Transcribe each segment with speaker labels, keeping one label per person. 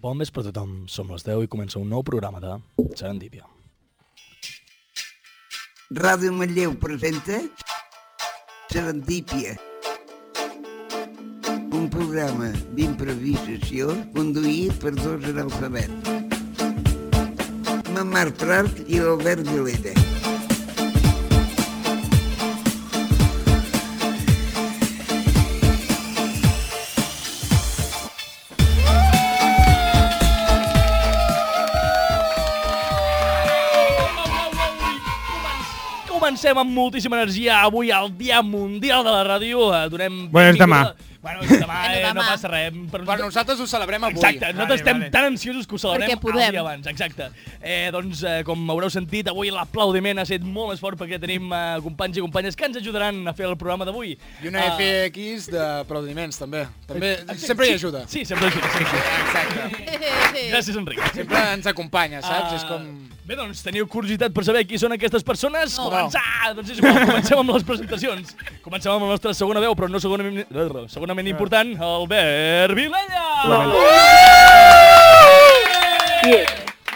Speaker 1: Bon vespre a tothom, som les 10 i comença un nou programa de Serendipia.
Speaker 2: Ràdio Manlleu presenta Serendípia, un programa d'improvisació conduït per dos analfabets, la Mar Prat i l'Albert Vilera.
Speaker 1: Comencem amb moltíssima energia avui al Dia Mundial de la Ràdio. Eh, Donem...
Speaker 3: Bueno, és
Speaker 1: benvinguda- Bueno, és demà, eh,
Speaker 4: Bueno,
Speaker 1: no
Speaker 4: demà.
Speaker 1: passa res. Per,
Speaker 5: Per nosaltres ho celebrem avui.
Speaker 1: Exacte, nosaltres
Speaker 3: Vale,
Speaker 1: estem
Speaker 3: vale.
Speaker 1: tan ansiosos que ho celebrem
Speaker 4: Perquè podem.
Speaker 1: el dia abans. Exacte. Eh, doncs, eh, com haureu sentit, avui l'aplaudiment ha estat molt més fort perquè tenim eh, companys i companyes que ens ajudaran a fer el programa d'avui.
Speaker 5: I una
Speaker 1: Ah,
Speaker 5: FX d'aplaudiments, també. També, sempre hi ajuda.
Speaker 1: Sí, sempre ajuda. Sempre.
Speaker 5: Exacte.
Speaker 1: Eh, Gràcies, Enric.
Speaker 5: Sempre ens acompanya, saps? És com...
Speaker 1: Ah, Bé, doncs, teniu curiositat per saber qui són aquestes persones?
Speaker 4: No.
Speaker 1: Començar! Doncs és igual, comencem amb les presentacions. Comencem amb la nostra segona veu, però no segurament, segurament
Speaker 3: Ah.
Speaker 1: important, Albert Vilella!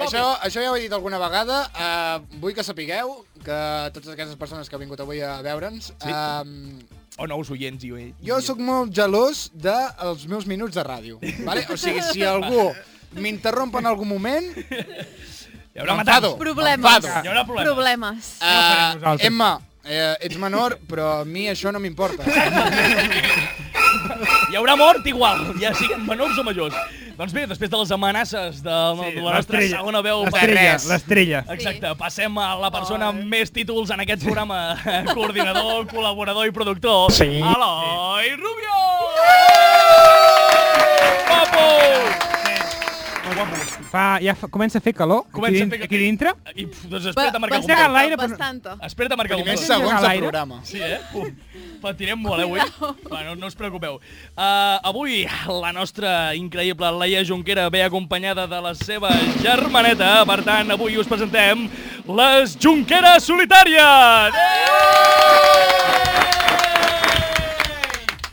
Speaker 5: Això, això ja ho he dit alguna vegada. Uh, vull que sapigueu que totes aquestes persones que heu vingut avui a veure'ns...
Speaker 1: Sí.
Speaker 5: Um,
Speaker 1: O nous oients i oients.
Speaker 5: jo sóc molt gelós dels meus minuts de ràdio. Vale? O sigui, si algú m'interromp en algun moment,
Speaker 1: Hi haurà
Speaker 5: m'enfado.
Speaker 1: matança.
Speaker 4: Problemes.
Speaker 5: M'enfado.
Speaker 1: Hi haurà problemes.
Speaker 4: Problemes.
Speaker 3: farem
Speaker 5: Uh,
Speaker 3: nosaltres.
Speaker 5: Emma, eh, ets menor, però a mi això no m'importa.
Speaker 1: Hi haurà mort igual, ja siguin menors o majors. Doncs bé, després de les amenaces de la, de la nostra
Speaker 3: L'estrella.
Speaker 1: segona veu...
Speaker 3: L'estrella,
Speaker 5: res.
Speaker 3: l'estrella.
Speaker 1: Exacte, passem a la persona amb més títols en aquest programa. Coordinador, col·laborador i productor.
Speaker 3: Sí.
Speaker 1: Eloi Rubio! Papo!
Speaker 3: Fa, ja fa, comença a fer calor
Speaker 1: Comença a
Speaker 3: aquí,
Speaker 1: fer
Speaker 3: din- aquí dintre.
Speaker 1: I, pf, doncs espera't a marcar
Speaker 3: pensava
Speaker 1: algun
Speaker 3: que l'aire, però-
Speaker 4: Bastanta.
Speaker 1: punt. Espera't a marcar algun
Speaker 5: Primers
Speaker 1: punt.
Speaker 3: segon.
Speaker 5: segons de
Speaker 3: L'aire.
Speaker 5: programa.
Speaker 1: Sí, eh? Pum. Patirem molt, eh, avui? Bueno, no us preocupeu. Uh, avui, la nostra increïble Laia Junquera ve acompanyada de la seva germaneta. Per tant, avui us presentem les Junqueres Solitàries!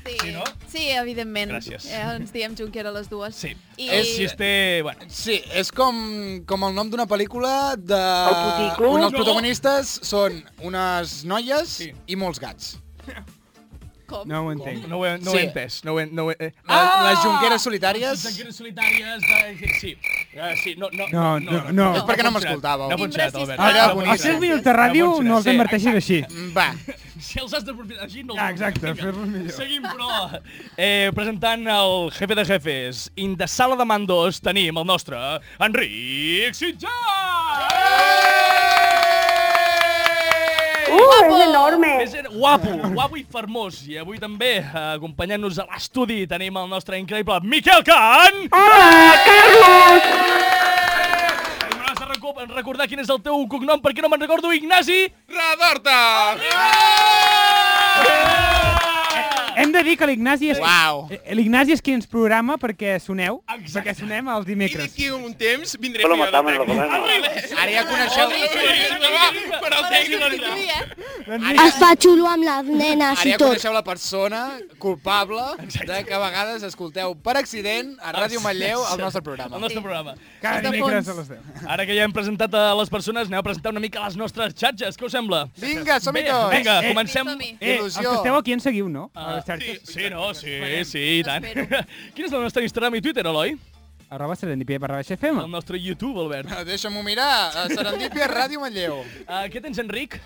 Speaker 4: Sí.
Speaker 1: Sí, no?
Speaker 4: sí, evidentment.
Speaker 1: Gràcies.
Speaker 4: Eh, ens diem Junquera les dues.
Speaker 1: Sí.
Speaker 4: I...
Speaker 1: I... Si es té... Bueno,
Speaker 5: Sí, és com, com el nom d'una pel·lícula de...
Speaker 6: El Puticlo?
Speaker 5: On els
Speaker 1: No.
Speaker 5: protagonistes són unes noies
Speaker 1: Sí.
Speaker 5: i molts gats.
Speaker 4: Com?
Speaker 3: No ho entenc.
Speaker 1: no ho he, no ho he
Speaker 5: Sí.
Speaker 1: entès. No ho he, no ho he... eh.
Speaker 5: La, ah! Les jonqueres solitàries...
Speaker 1: Les Junqueres Solitàries... De... Sí. Eh, sí, no, no,
Speaker 3: No, no, no.
Speaker 5: És perquè no
Speaker 1: ha funcionat.
Speaker 5: m'escoltàveu.
Speaker 1: No ha funcionat,
Speaker 4: Timbre,
Speaker 1: Albert.
Speaker 4: sisplau.
Speaker 5: Era
Speaker 1: No ha
Speaker 5: boníssim.
Speaker 3: Els
Speaker 1: funcionat.
Speaker 3: seus minuts de ràdio
Speaker 1: No
Speaker 3: no els
Speaker 1: funciona, sí.
Speaker 3: inverteixis així.
Speaker 5: Mm, Va,
Speaker 1: Si els has de propinar així, tá no els
Speaker 3: Exacte,
Speaker 1: Vinga,
Speaker 3: fer-los millor.
Speaker 1: Seguim, però. Eh, presentant el jefe de jefes, in de sala de mandos tenim el nostre Enric Sitjà!
Speaker 6: ¡Uh, es enorme!
Speaker 1: És guapo, guapo i fermós. I avui també, eh, acompanyant-nos a l'estudi, tenim el nostre increïble Miquel Can!
Speaker 6: ¡Hola, Carlos!
Speaker 1: I m'hauràs de recu- recordar quin és el teu cognom, perquè no me'n recordo, Ignasi!
Speaker 5: Radorta!
Speaker 3: Hem de dir que l'Ignasi és...
Speaker 5: Uau.
Speaker 3: eh, L'Ignasi és qui ens programa perquè soneu,
Speaker 1: Exacte.
Speaker 3: perquè sonem els dimecres.
Speaker 7: un temps vindré
Speaker 8: Solo matamos la
Speaker 5: Ara ja coneixeu...
Speaker 1: Però el tècnic
Speaker 4: Sí, eh?
Speaker 6: Es fa xulo amb les nenes
Speaker 5: Ara
Speaker 6: i
Speaker 5: ja
Speaker 6: tot.
Speaker 5: coneixeu la persona culpable de que a vegades escolteu per accident a Ràdio Manlleu el nostre programa.
Speaker 1: El nostre programa.
Speaker 3: Cada
Speaker 4: de
Speaker 3: dimecres a
Speaker 4: fons.
Speaker 3: les 10.
Speaker 1: Ara que ja hem presentat a les persones, anem a presentar una mica les nostres xatxes. Què us sembla?
Speaker 5: Vinga, som-hi
Speaker 1: Bé,
Speaker 5: tots!
Speaker 1: Vinga,
Speaker 3: Eh,
Speaker 1: comencem...
Speaker 4: Som-hi.
Speaker 3: Eh, els que
Speaker 5: Il·lusió.
Speaker 3: esteu aquí ens seguiu, no? A
Speaker 1: Ah,
Speaker 3: les xarxes.
Speaker 1: sí, sí, no, sí, sí, i tant.
Speaker 4: Espero.
Speaker 1: Quin és el nostre Instagram i Twitter, Eloi?
Speaker 3: Arroba serendipia barra baixa FM.
Speaker 1: El nostre YouTube, Albert.
Speaker 5: Ah, Deixa'm-ho mirar, a Serendipia Ràdio Manlleu.
Speaker 1: Uh, què tens, Enric?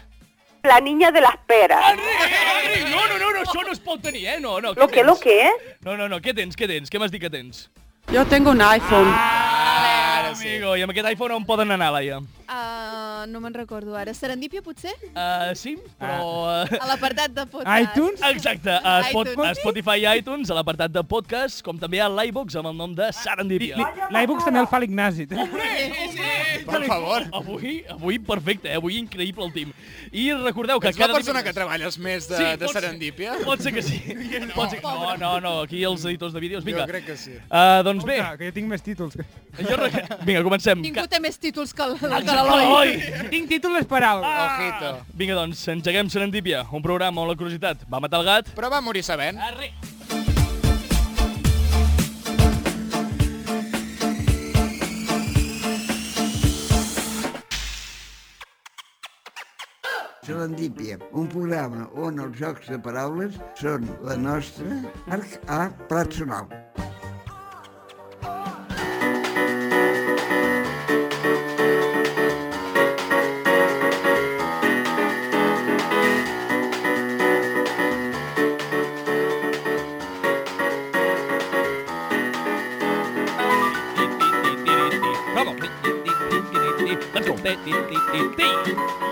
Speaker 6: La niña de las peras.
Speaker 1: Enric, no, no, no, no, això no es pot tenir, eh? No, no, què
Speaker 6: Lo que, lo
Speaker 1: tens?
Speaker 6: que, ¿eh?
Speaker 1: No, no, no, què tens, què tens? Què m'has dit que tens?
Speaker 9: Yo tengo un iPhone.
Speaker 1: Ara sí. Amigo, i amb aquest iPhone on poden anar, Laia?
Speaker 4: Uh, no me'n recordo ara. Serendípia, potser?
Speaker 1: Uh, sí,
Speaker 5: Ah.
Speaker 1: però... Uh,
Speaker 4: A l'apartat de podcast.
Speaker 3: iTunes?
Speaker 1: Exacte, a, Spot,
Speaker 4: iTunes.
Speaker 1: a Spotify i iTunes, a l'apartat de podcast, com també a l'iVox amb el nom de Serendipia.
Speaker 3: L'iBooks també el fa l'Ignasi.
Speaker 5: Per favor.
Speaker 1: Avui, avui perfecte, eh? avui increïble el team. I recordeu que
Speaker 5: Ets la
Speaker 1: cada
Speaker 5: persona que
Speaker 1: dimecres-
Speaker 5: treballes més de,
Speaker 1: Sí,
Speaker 5: de
Speaker 1: pot ser.
Speaker 5: Serendipia?
Speaker 1: Pot ser que sí. No. Pot ser... no, no, no, aquí els editors de vídeos, vinga.
Speaker 5: Jo crec que sí.
Speaker 1: Uh, doncs bé,
Speaker 3: Que jo tinc més títols.
Speaker 1: jo rec... vinga, comencem.
Speaker 4: Ningú té més títols que l- que
Speaker 1: Ca-
Speaker 4: l'Eloi.
Speaker 3: Tinc títols esperals.
Speaker 5: Ojito.
Speaker 1: Ah. Vinga, doncs, engeguem Serendipia, un programa on la curiositat va matar el gat.
Speaker 5: Però va morir sabent.
Speaker 1: Arre.
Speaker 2: Serendípia, un programa on els jocs de paraules són la nostra arc a plat sonal.
Speaker 1: Bravo. Let's go.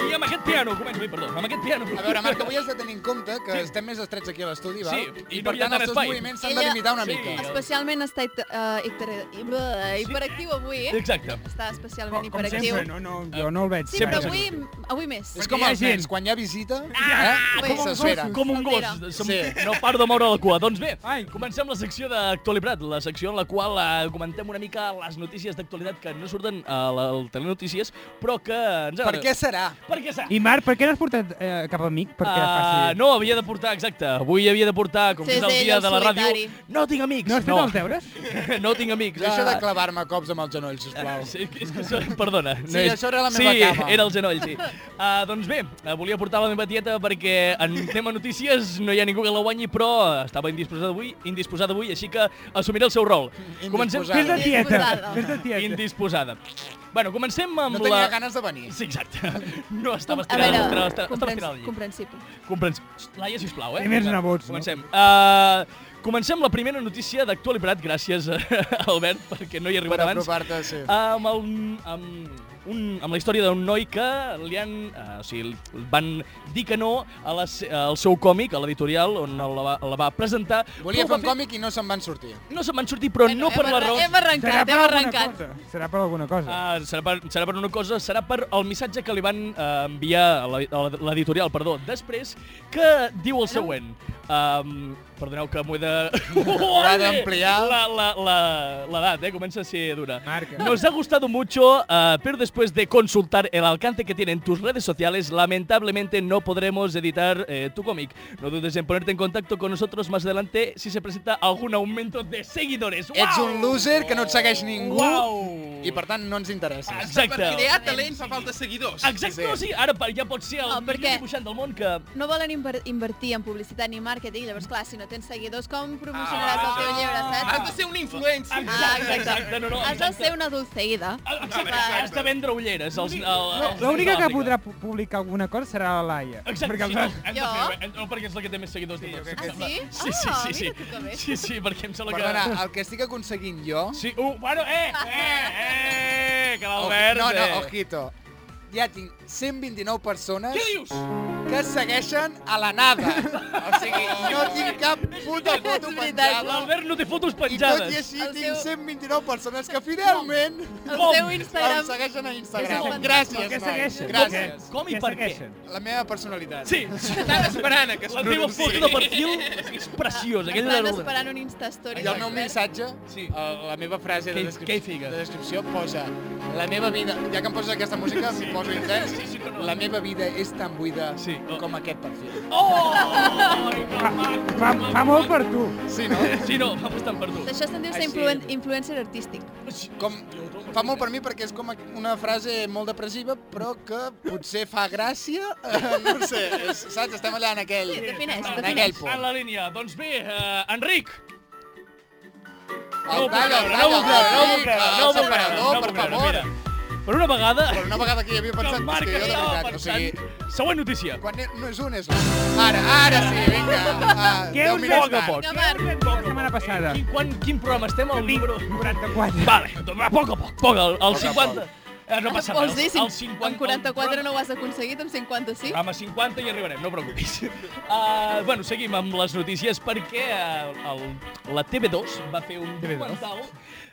Speaker 1: I amb aquest piano, començo, ai, perdó, amb aquest piano.
Speaker 5: A veure, Marc, avui has de tenir en compte que sí. estem més estrets aquí a l'estudi, val?
Speaker 1: Sí,
Speaker 5: I,
Speaker 1: i no
Speaker 5: per
Speaker 1: hi ha
Speaker 5: tant
Speaker 1: tant
Speaker 5: els teus
Speaker 1: espai.
Speaker 5: moviments s'han de limitar una
Speaker 1: Sí.
Speaker 5: mica.
Speaker 4: Especialment està uh, hiperactiu avui, eh?
Speaker 1: Exacte.
Speaker 4: Està especialment
Speaker 3: Com
Speaker 4: hiperactiu.
Speaker 3: sempre, no, no, jo no el veig.
Speaker 4: Sí,
Speaker 1: Sempre
Speaker 4: però
Speaker 1: és
Speaker 4: avui, Ah, avui més.
Speaker 5: És com
Speaker 3: Hi ha
Speaker 5: els
Speaker 3: gent.
Speaker 5: nens, quan hi ha visita, eh?
Speaker 4: com un
Speaker 5: s'esfera.
Speaker 1: Com un gos,
Speaker 4: Soltera.
Speaker 1: som,
Speaker 5: Sí.
Speaker 1: no paro de moure la cua. Doncs bé,
Speaker 3: Ai.
Speaker 1: comencem la secció d'actualitat, la secció en la qual eh, comentem una mica les notícies d'actualitat que no surten a la- al Telenotícies, però que ens
Speaker 5: Per què serà?
Speaker 1: Per què s'ha?
Speaker 3: I Marc, per què l'has portat eh, cap a mi? Perquè uh,
Speaker 1: Ah,
Speaker 3: faci...
Speaker 1: no, havia de portar, exacte. Avui havia de portar, com
Speaker 4: Sí,
Speaker 1: que és el
Speaker 4: sí,
Speaker 1: dia
Speaker 4: el
Speaker 1: de la ràdio,
Speaker 4: solitari.
Speaker 1: no tinc amics.
Speaker 3: No has fet els deures?
Speaker 1: no tinc amics.
Speaker 5: Deixa
Speaker 1: Ah.
Speaker 5: de clavar-me cops amb el genoll, sisplau.
Speaker 1: Sí, és que això, perdona.
Speaker 5: Sí, això era la meva
Speaker 1: sí,
Speaker 5: cama.
Speaker 1: Sí, era el genoll, sí. Uh, doncs bé, eh, volia portar la meva tieta perquè en tema notícies no hi ha ningú que la guanyi, però eh, estava indisposada avui, indisposada avui, així que assumiré el seu rol. Comencem...
Speaker 5: Indisposada.
Speaker 3: Fes de tieta,
Speaker 4: Indisposada.
Speaker 3: fes de tieta.
Speaker 1: Indisposada. Bueno, comencem amb
Speaker 5: No tenia
Speaker 1: la...
Speaker 5: ganes de venir.
Speaker 1: Sí, exacte. No estava
Speaker 4: A
Speaker 1: estirada, estava, estava,
Speaker 4: veure,
Speaker 1: estava
Speaker 4: comprens,
Speaker 1: estirada al llit.
Speaker 4: comprensible.
Speaker 1: Comprens... Laia, sisplau, eh?
Speaker 3: Té més
Speaker 1: Vinga,
Speaker 3: nebots, no?
Speaker 1: Comencem. Uh, comencem la primera notícia d'actualitat, gràcies, eh, Albert, perquè no hi he
Speaker 5: Per
Speaker 1: arribat abans.
Speaker 5: apropar-te, sí.
Speaker 1: Amb, el, amb, un, amb la història d'un noi que li han... Uh, o sigui, li van dir que no a la, se- al seu còmic, a l'editorial, on la va, la va presentar.
Speaker 5: Volia fer
Speaker 1: però ho va
Speaker 5: un còmic i no se'n van sortir.
Speaker 1: No se'n van sortir, però no
Speaker 4: Bueno,
Speaker 1: per
Speaker 4: hem
Speaker 1: la
Speaker 4: arran-
Speaker 1: raó...
Speaker 4: Hem arrencat, hem arrencat.
Speaker 3: cosa. Serà per alguna cosa.
Speaker 1: Ah, serà, per, serà per una cosa, serà per el missatge que li van eh, enviar a la- a l'editorial, perdó, després, que diu el següent. Um, perdoneu que m'ho he de... Ho
Speaker 5: ha d'ampliar.
Speaker 1: L'edat, eh? Comença a ser dura.
Speaker 3: Marca.
Speaker 1: Nos ha gustado mucho, eh, pero después de consultar el alcance que tienen tus redes sociales, lamentablemente no podremos editar eh, tu cómic. No dudes en ponerte en contacto con nosotros más adelante si se presenta algún aumento de seguidores.
Speaker 5: Ets
Speaker 1: ¡Guau!
Speaker 5: un loser que no et segueix ningú
Speaker 1: Uau!
Speaker 5: i, per tant, no ens interesses.
Speaker 1: Exacte.
Speaker 7: Per crear talent fa falta seguidors.
Speaker 1: Exacte, sí.
Speaker 5: Sí.
Speaker 1: no, sí, ara per- ja pot ser el
Speaker 4: No,
Speaker 1: no,
Speaker 4: perquè-
Speaker 1: millor dibuixant del món que...
Speaker 4: No volen inver invertir en publicitat ni màrqueting, llavors, clar, si no tens seguidors, com promocionaràs
Speaker 1: Ah,
Speaker 4: el teu llibre,
Speaker 7: Has de
Speaker 4: saps?
Speaker 7: ser un influencer.
Speaker 4: Ah,
Speaker 1: Exacte, no, no,
Speaker 4: Has de
Speaker 1: exacte.
Speaker 4: ser una dulceïda.
Speaker 1: Ah, Exacte, has de vendre ulleres. Els, el, els,
Speaker 3: L'única
Speaker 1: els
Speaker 3: que
Speaker 1: d'Àfrica.
Speaker 3: podrà pu- publicar alguna cosa serà la Laia.
Speaker 1: Exacte,
Speaker 3: Perquè
Speaker 1: sí,
Speaker 3: els
Speaker 1: no,
Speaker 3: altres-
Speaker 1: hem de
Speaker 4: Jo?
Speaker 1: fer, bé, no, perquè és la que té més seguidors de tots.
Speaker 4: crec que Ah, sí?
Speaker 1: Sí, sí,
Speaker 4: Ah,
Speaker 1: sí, sí.
Speaker 4: mira tu que bé.
Speaker 1: Sí, sí, perquè em sembla
Speaker 5: Perdona,
Speaker 1: que...
Speaker 5: el que estic aconseguint jo...
Speaker 1: Sí, uh, bueno, eh, eh, eh, que l'Albert...
Speaker 5: no, no,
Speaker 1: eh.
Speaker 5: ojito. Ja tinc 129 persones
Speaker 1: Què dius?
Speaker 5: que segueixen a la nada. O sigui, no tinc cap puta foto
Speaker 4: És veritat.
Speaker 5: penjada.
Speaker 1: L'Albert no té fotos
Speaker 5: I tot i
Speaker 1: penjades.
Speaker 5: així
Speaker 4: El
Speaker 5: tinc
Speaker 4: seu-
Speaker 5: 129 persones que finalment
Speaker 4: El
Speaker 1: Com?
Speaker 4: teu
Speaker 5: em
Speaker 4: Instagram...
Speaker 5: segueixen a
Speaker 4: És el-
Speaker 5: Instagram.
Speaker 4: Com
Speaker 5: Gràcies,
Speaker 3: que
Speaker 5: nois.
Speaker 3: segueixen.
Speaker 5: Gràcies.
Speaker 1: Com i
Speaker 3: que
Speaker 1: per què?
Speaker 3: segueixen.
Speaker 5: La meva personalitat.
Speaker 1: Sí,
Speaker 7: Estava esperant a que es
Speaker 1: la teva foto de perfil és preciosa. aquella
Speaker 4: Estan
Speaker 1: de-
Speaker 4: esperant un Instastory.
Speaker 5: I el meu missatge,
Speaker 1: Sí.
Speaker 5: sí. Eh, la meva frase de,
Speaker 1: Què-
Speaker 5: descrip-
Speaker 1: què hi fiques?
Speaker 5: de descripció posa la meva vida, ja que em poses aquesta música, sí. poso intens,
Speaker 1: Sí, sí que no.
Speaker 5: la meva vida és tan buida
Speaker 1: Sí.
Speaker 5: sí. com aquest perfil.
Speaker 1: Oh! Ai, que maco,
Speaker 3: Fa,
Speaker 1: que
Speaker 3: fa
Speaker 1: maco.
Speaker 3: molt per tu.
Speaker 5: Sí, no?
Speaker 1: Sí, no, va apostant per tu.
Speaker 4: D'això se'n diu ser
Speaker 5: Així.
Speaker 4: influen influencer artístic.
Speaker 5: Com, fa molt per mi perquè és com una frase molt depressiva, però que potser fa gràcia, no ho sé, és, saps? Estem allà en aquell,
Speaker 4: Sí,
Speaker 5: en
Speaker 4: defineix, defineix.
Speaker 5: aquell
Speaker 1: En
Speaker 5: punt.
Speaker 1: la línia. Doncs bé, eh, Enric.
Speaker 5: El tall, el
Speaker 1: no
Speaker 5: tall,
Speaker 1: ho
Speaker 5: el
Speaker 1: creure, no ho
Speaker 5: tall,
Speaker 1: creure,
Speaker 5: el
Speaker 1: no ho creure, no
Speaker 5: separador,
Speaker 1: ho
Speaker 5: per
Speaker 1: creure,
Speaker 5: favor.
Speaker 1: mira. Per una vegada,
Speaker 5: Però una vegada que hi havia
Speaker 1: que
Speaker 5: pensat, és
Speaker 1: Marc
Speaker 5: que jo de
Speaker 1: estava
Speaker 5: veritat, o sigui,
Speaker 1: pensant... Següent notícia.
Speaker 5: Quan e- no és un, és l'altre. Ara, ara sí, vinga. Ah,
Speaker 3: Què
Speaker 5: deu
Speaker 3: us
Speaker 5: minuts
Speaker 1: poc a
Speaker 5: tard.
Speaker 1: poc.
Speaker 4: Vinga, Marc,
Speaker 3: La setmana passada.
Speaker 1: Eh, Quin, quan, quin programa estem? El número...
Speaker 3: 94.
Speaker 1: Vale, doncs va, a poc a poc, poc, el, el 50... Eh, no passa
Speaker 4: Ah, Vols
Speaker 1: res,
Speaker 4: dir,
Speaker 1: el
Speaker 4: si
Speaker 1: 50...
Speaker 4: amb 44 no ho has aconseguit, amb 50 sí?
Speaker 1: Programa 50 hi arribarem, no preocupis. Uh, bueno, seguim amb les notícies perquè uh, el, la TV2 va fer un
Speaker 3: TV2?
Speaker 1: documental...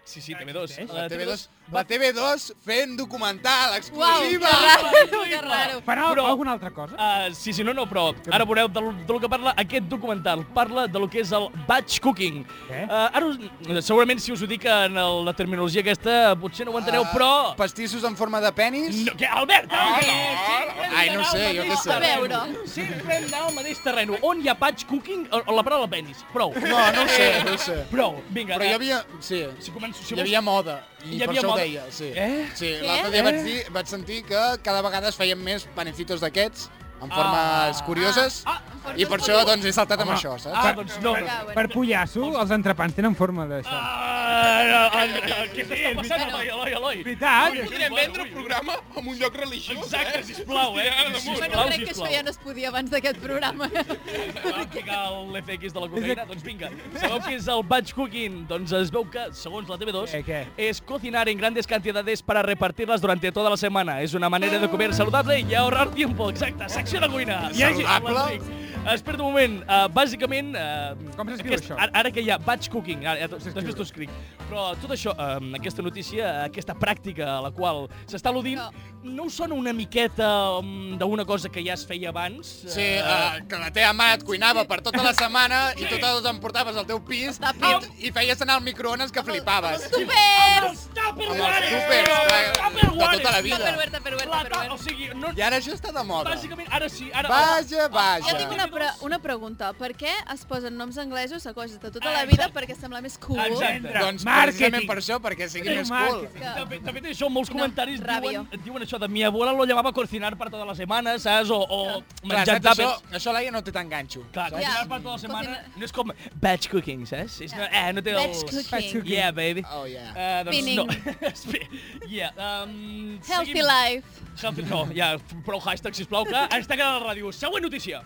Speaker 1: Sí, sí, TV2.
Speaker 5: La TV2, la TV2 fent documental,
Speaker 4: Uau, que
Speaker 5: exclusiva.
Speaker 4: raro, que raro.
Speaker 3: Farà
Speaker 1: Però-
Speaker 3: alguna altra cosa?
Speaker 1: Uh, sí, sí, no, no, però ara veureu del, del que parla aquest documental. Parla de lo que és el batch cooking.
Speaker 3: Què?
Speaker 1: Uh, ara, us- segurament, si us ho dic en el, la terminologia aquesta, potser no ho enteneu,
Speaker 5: Ah,
Speaker 1: però...
Speaker 5: Pastissos en forma de penis.
Speaker 1: No, que, Albert, ah, no,
Speaker 5: Ai, no sé, jo què sé.
Speaker 4: A veure.
Speaker 1: Sempre hem d'anar al mateix terreny. On hi ha batch cooking, o, o la paraula penis. Prou.
Speaker 5: No, no ho sé, no ho sé.
Speaker 1: Prou, vinga.
Speaker 5: Però hi
Speaker 1: eh,
Speaker 5: havia... Sí.
Speaker 1: Si començo, si
Speaker 5: Hi havia moda, i
Speaker 1: Hi
Speaker 5: per
Speaker 1: havia
Speaker 5: això ho
Speaker 1: moda.
Speaker 5: deia, sí.
Speaker 1: Eh?
Speaker 5: Sí,
Speaker 4: Què?
Speaker 5: l'altre dia
Speaker 3: Eh?
Speaker 5: vaig, dir, vaig sentir que cada vegada es feien més panecitos d'aquests en formes curioses.
Speaker 4: Ah, em portes
Speaker 5: I per això,
Speaker 4: tu.
Speaker 5: doncs, he saltat amb
Speaker 3: Home.
Speaker 5: això, saps?
Speaker 1: Ah, doncs no.
Speaker 4: Ah, bueno.
Speaker 3: Per pollasso, els entrepans tenen forma d'això.
Speaker 1: Ah, ah, ah, què t'està passant, Eloi, Eloi, Eloi?
Speaker 3: Veritat?
Speaker 7: Podríem vendre un programa en un lloc religiós,
Speaker 1: Exacte,
Speaker 7: eh?
Speaker 1: sisplau, eh?
Speaker 7: Estirada damunt.
Speaker 4: Bueno,
Speaker 1: Sisplau,
Speaker 4: crec que això
Speaker 1: sisplau.
Speaker 4: ja no es podia abans d'aquest programa.
Speaker 1: Va aplicar l'FX de la cocaïna, doncs vinga. Sabeu què és el batch cooking? Doncs es veu que, segons la TV2,
Speaker 3: Eh, Què, què?
Speaker 1: es cocinar en grandes cantidades para repartirlas durante toda tota la semana. Es una manera de comer saludable y ahorrar tiempo. Exacte, secció de cuina. Hi hagi-
Speaker 5: Saludable?
Speaker 1: Espera un moment. Uh, bàsicament... Uh,
Speaker 3: Com s'escriu això?
Speaker 1: Ara, ara que hi ha batch cooking, ara, ja t-
Speaker 3: s'escriu?
Speaker 1: després t'ho escric. Però tot això, um, aquesta notícia, aquesta pràctica a la qual s'està al·ludint,
Speaker 4: No.
Speaker 1: no, us sona una miqueta um, d'una cosa que ja es feia abans?
Speaker 5: Sí,
Speaker 1: Eh,
Speaker 5: eh, que la teva mare et cuinava per tota la setmana i tu te'ls emportaves al teu pis
Speaker 4: De
Speaker 5: i,
Speaker 4: pit.
Speaker 5: i feies anar al microones que flipaves.
Speaker 4: Tupper!
Speaker 1: Els
Speaker 5: Amb els
Speaker 1: Tupperwares!
Speaker 5: súpers de, de tota la vida.
Speaker 4: Tupperware, Tupperware,
Speaker 1: La ta- O
Speaker 4: Tupperware.
Speaker 1: sigui, no...
Speaker 5: I ara això està de moda.
Speaker 1: Bàsicament, ara sí, ara...
Speaker 5: Vaja,
Speaker 4: Jo
Speaker 5: vaja.
Speaker 4: tinc una, pre una pregunta. Per què es posen noms anglesos a coses de tota la vida perquè sembla més cool?
Speaker 1: Ah, Exacte.
Speaker 5: Doncs precisament
Speaker 3: Màrqueting.
Speaker 5: per això, perquè sigui més cool.
Speaker 3: Màrqueting.
Speaker 4: Que-
Speaker 1: També, també té això, molts
Speaker 4: No,
Speaker 1: comentaris diuen,
Speaker 4: ràbia.
Speaker 1: diuen això de mi abuela lo llamaba cocinar per toda la setmana, saps? O, o
Speaker 5: Clar,
Speaker 1: menjar
Speaker 5: saps, això,
Speaker 1: tàpers.
Speaker 5: això l'Aia no té tant ganxo.
Speaker 1: Clar,
Speaker 5: saps?
Speaker 1: cocinar
Speaker 4: Ja.
Speaker 1: per tota la setmana
Speaker 4: Cocinar.
Speaker 1: no és com batch cooking, saps? És, no, eh, no té el...
Speaker 4: Batch cooking.
Speaker 1: Yeah, baby.
Speaker 5: Oh, yeah.
Speaker 1: Uh, doncs
Speaker 4: Spinning.
Speaker 1: no. Espe- yeah. Um,
Speaker 4: Healthy
Speaker 1: seguim.
Speaker 4: life.
Speaker 1: Healthy, no, ja, prou hashtag, sisplau, que ens tancarà la ràdio. Següent notícia.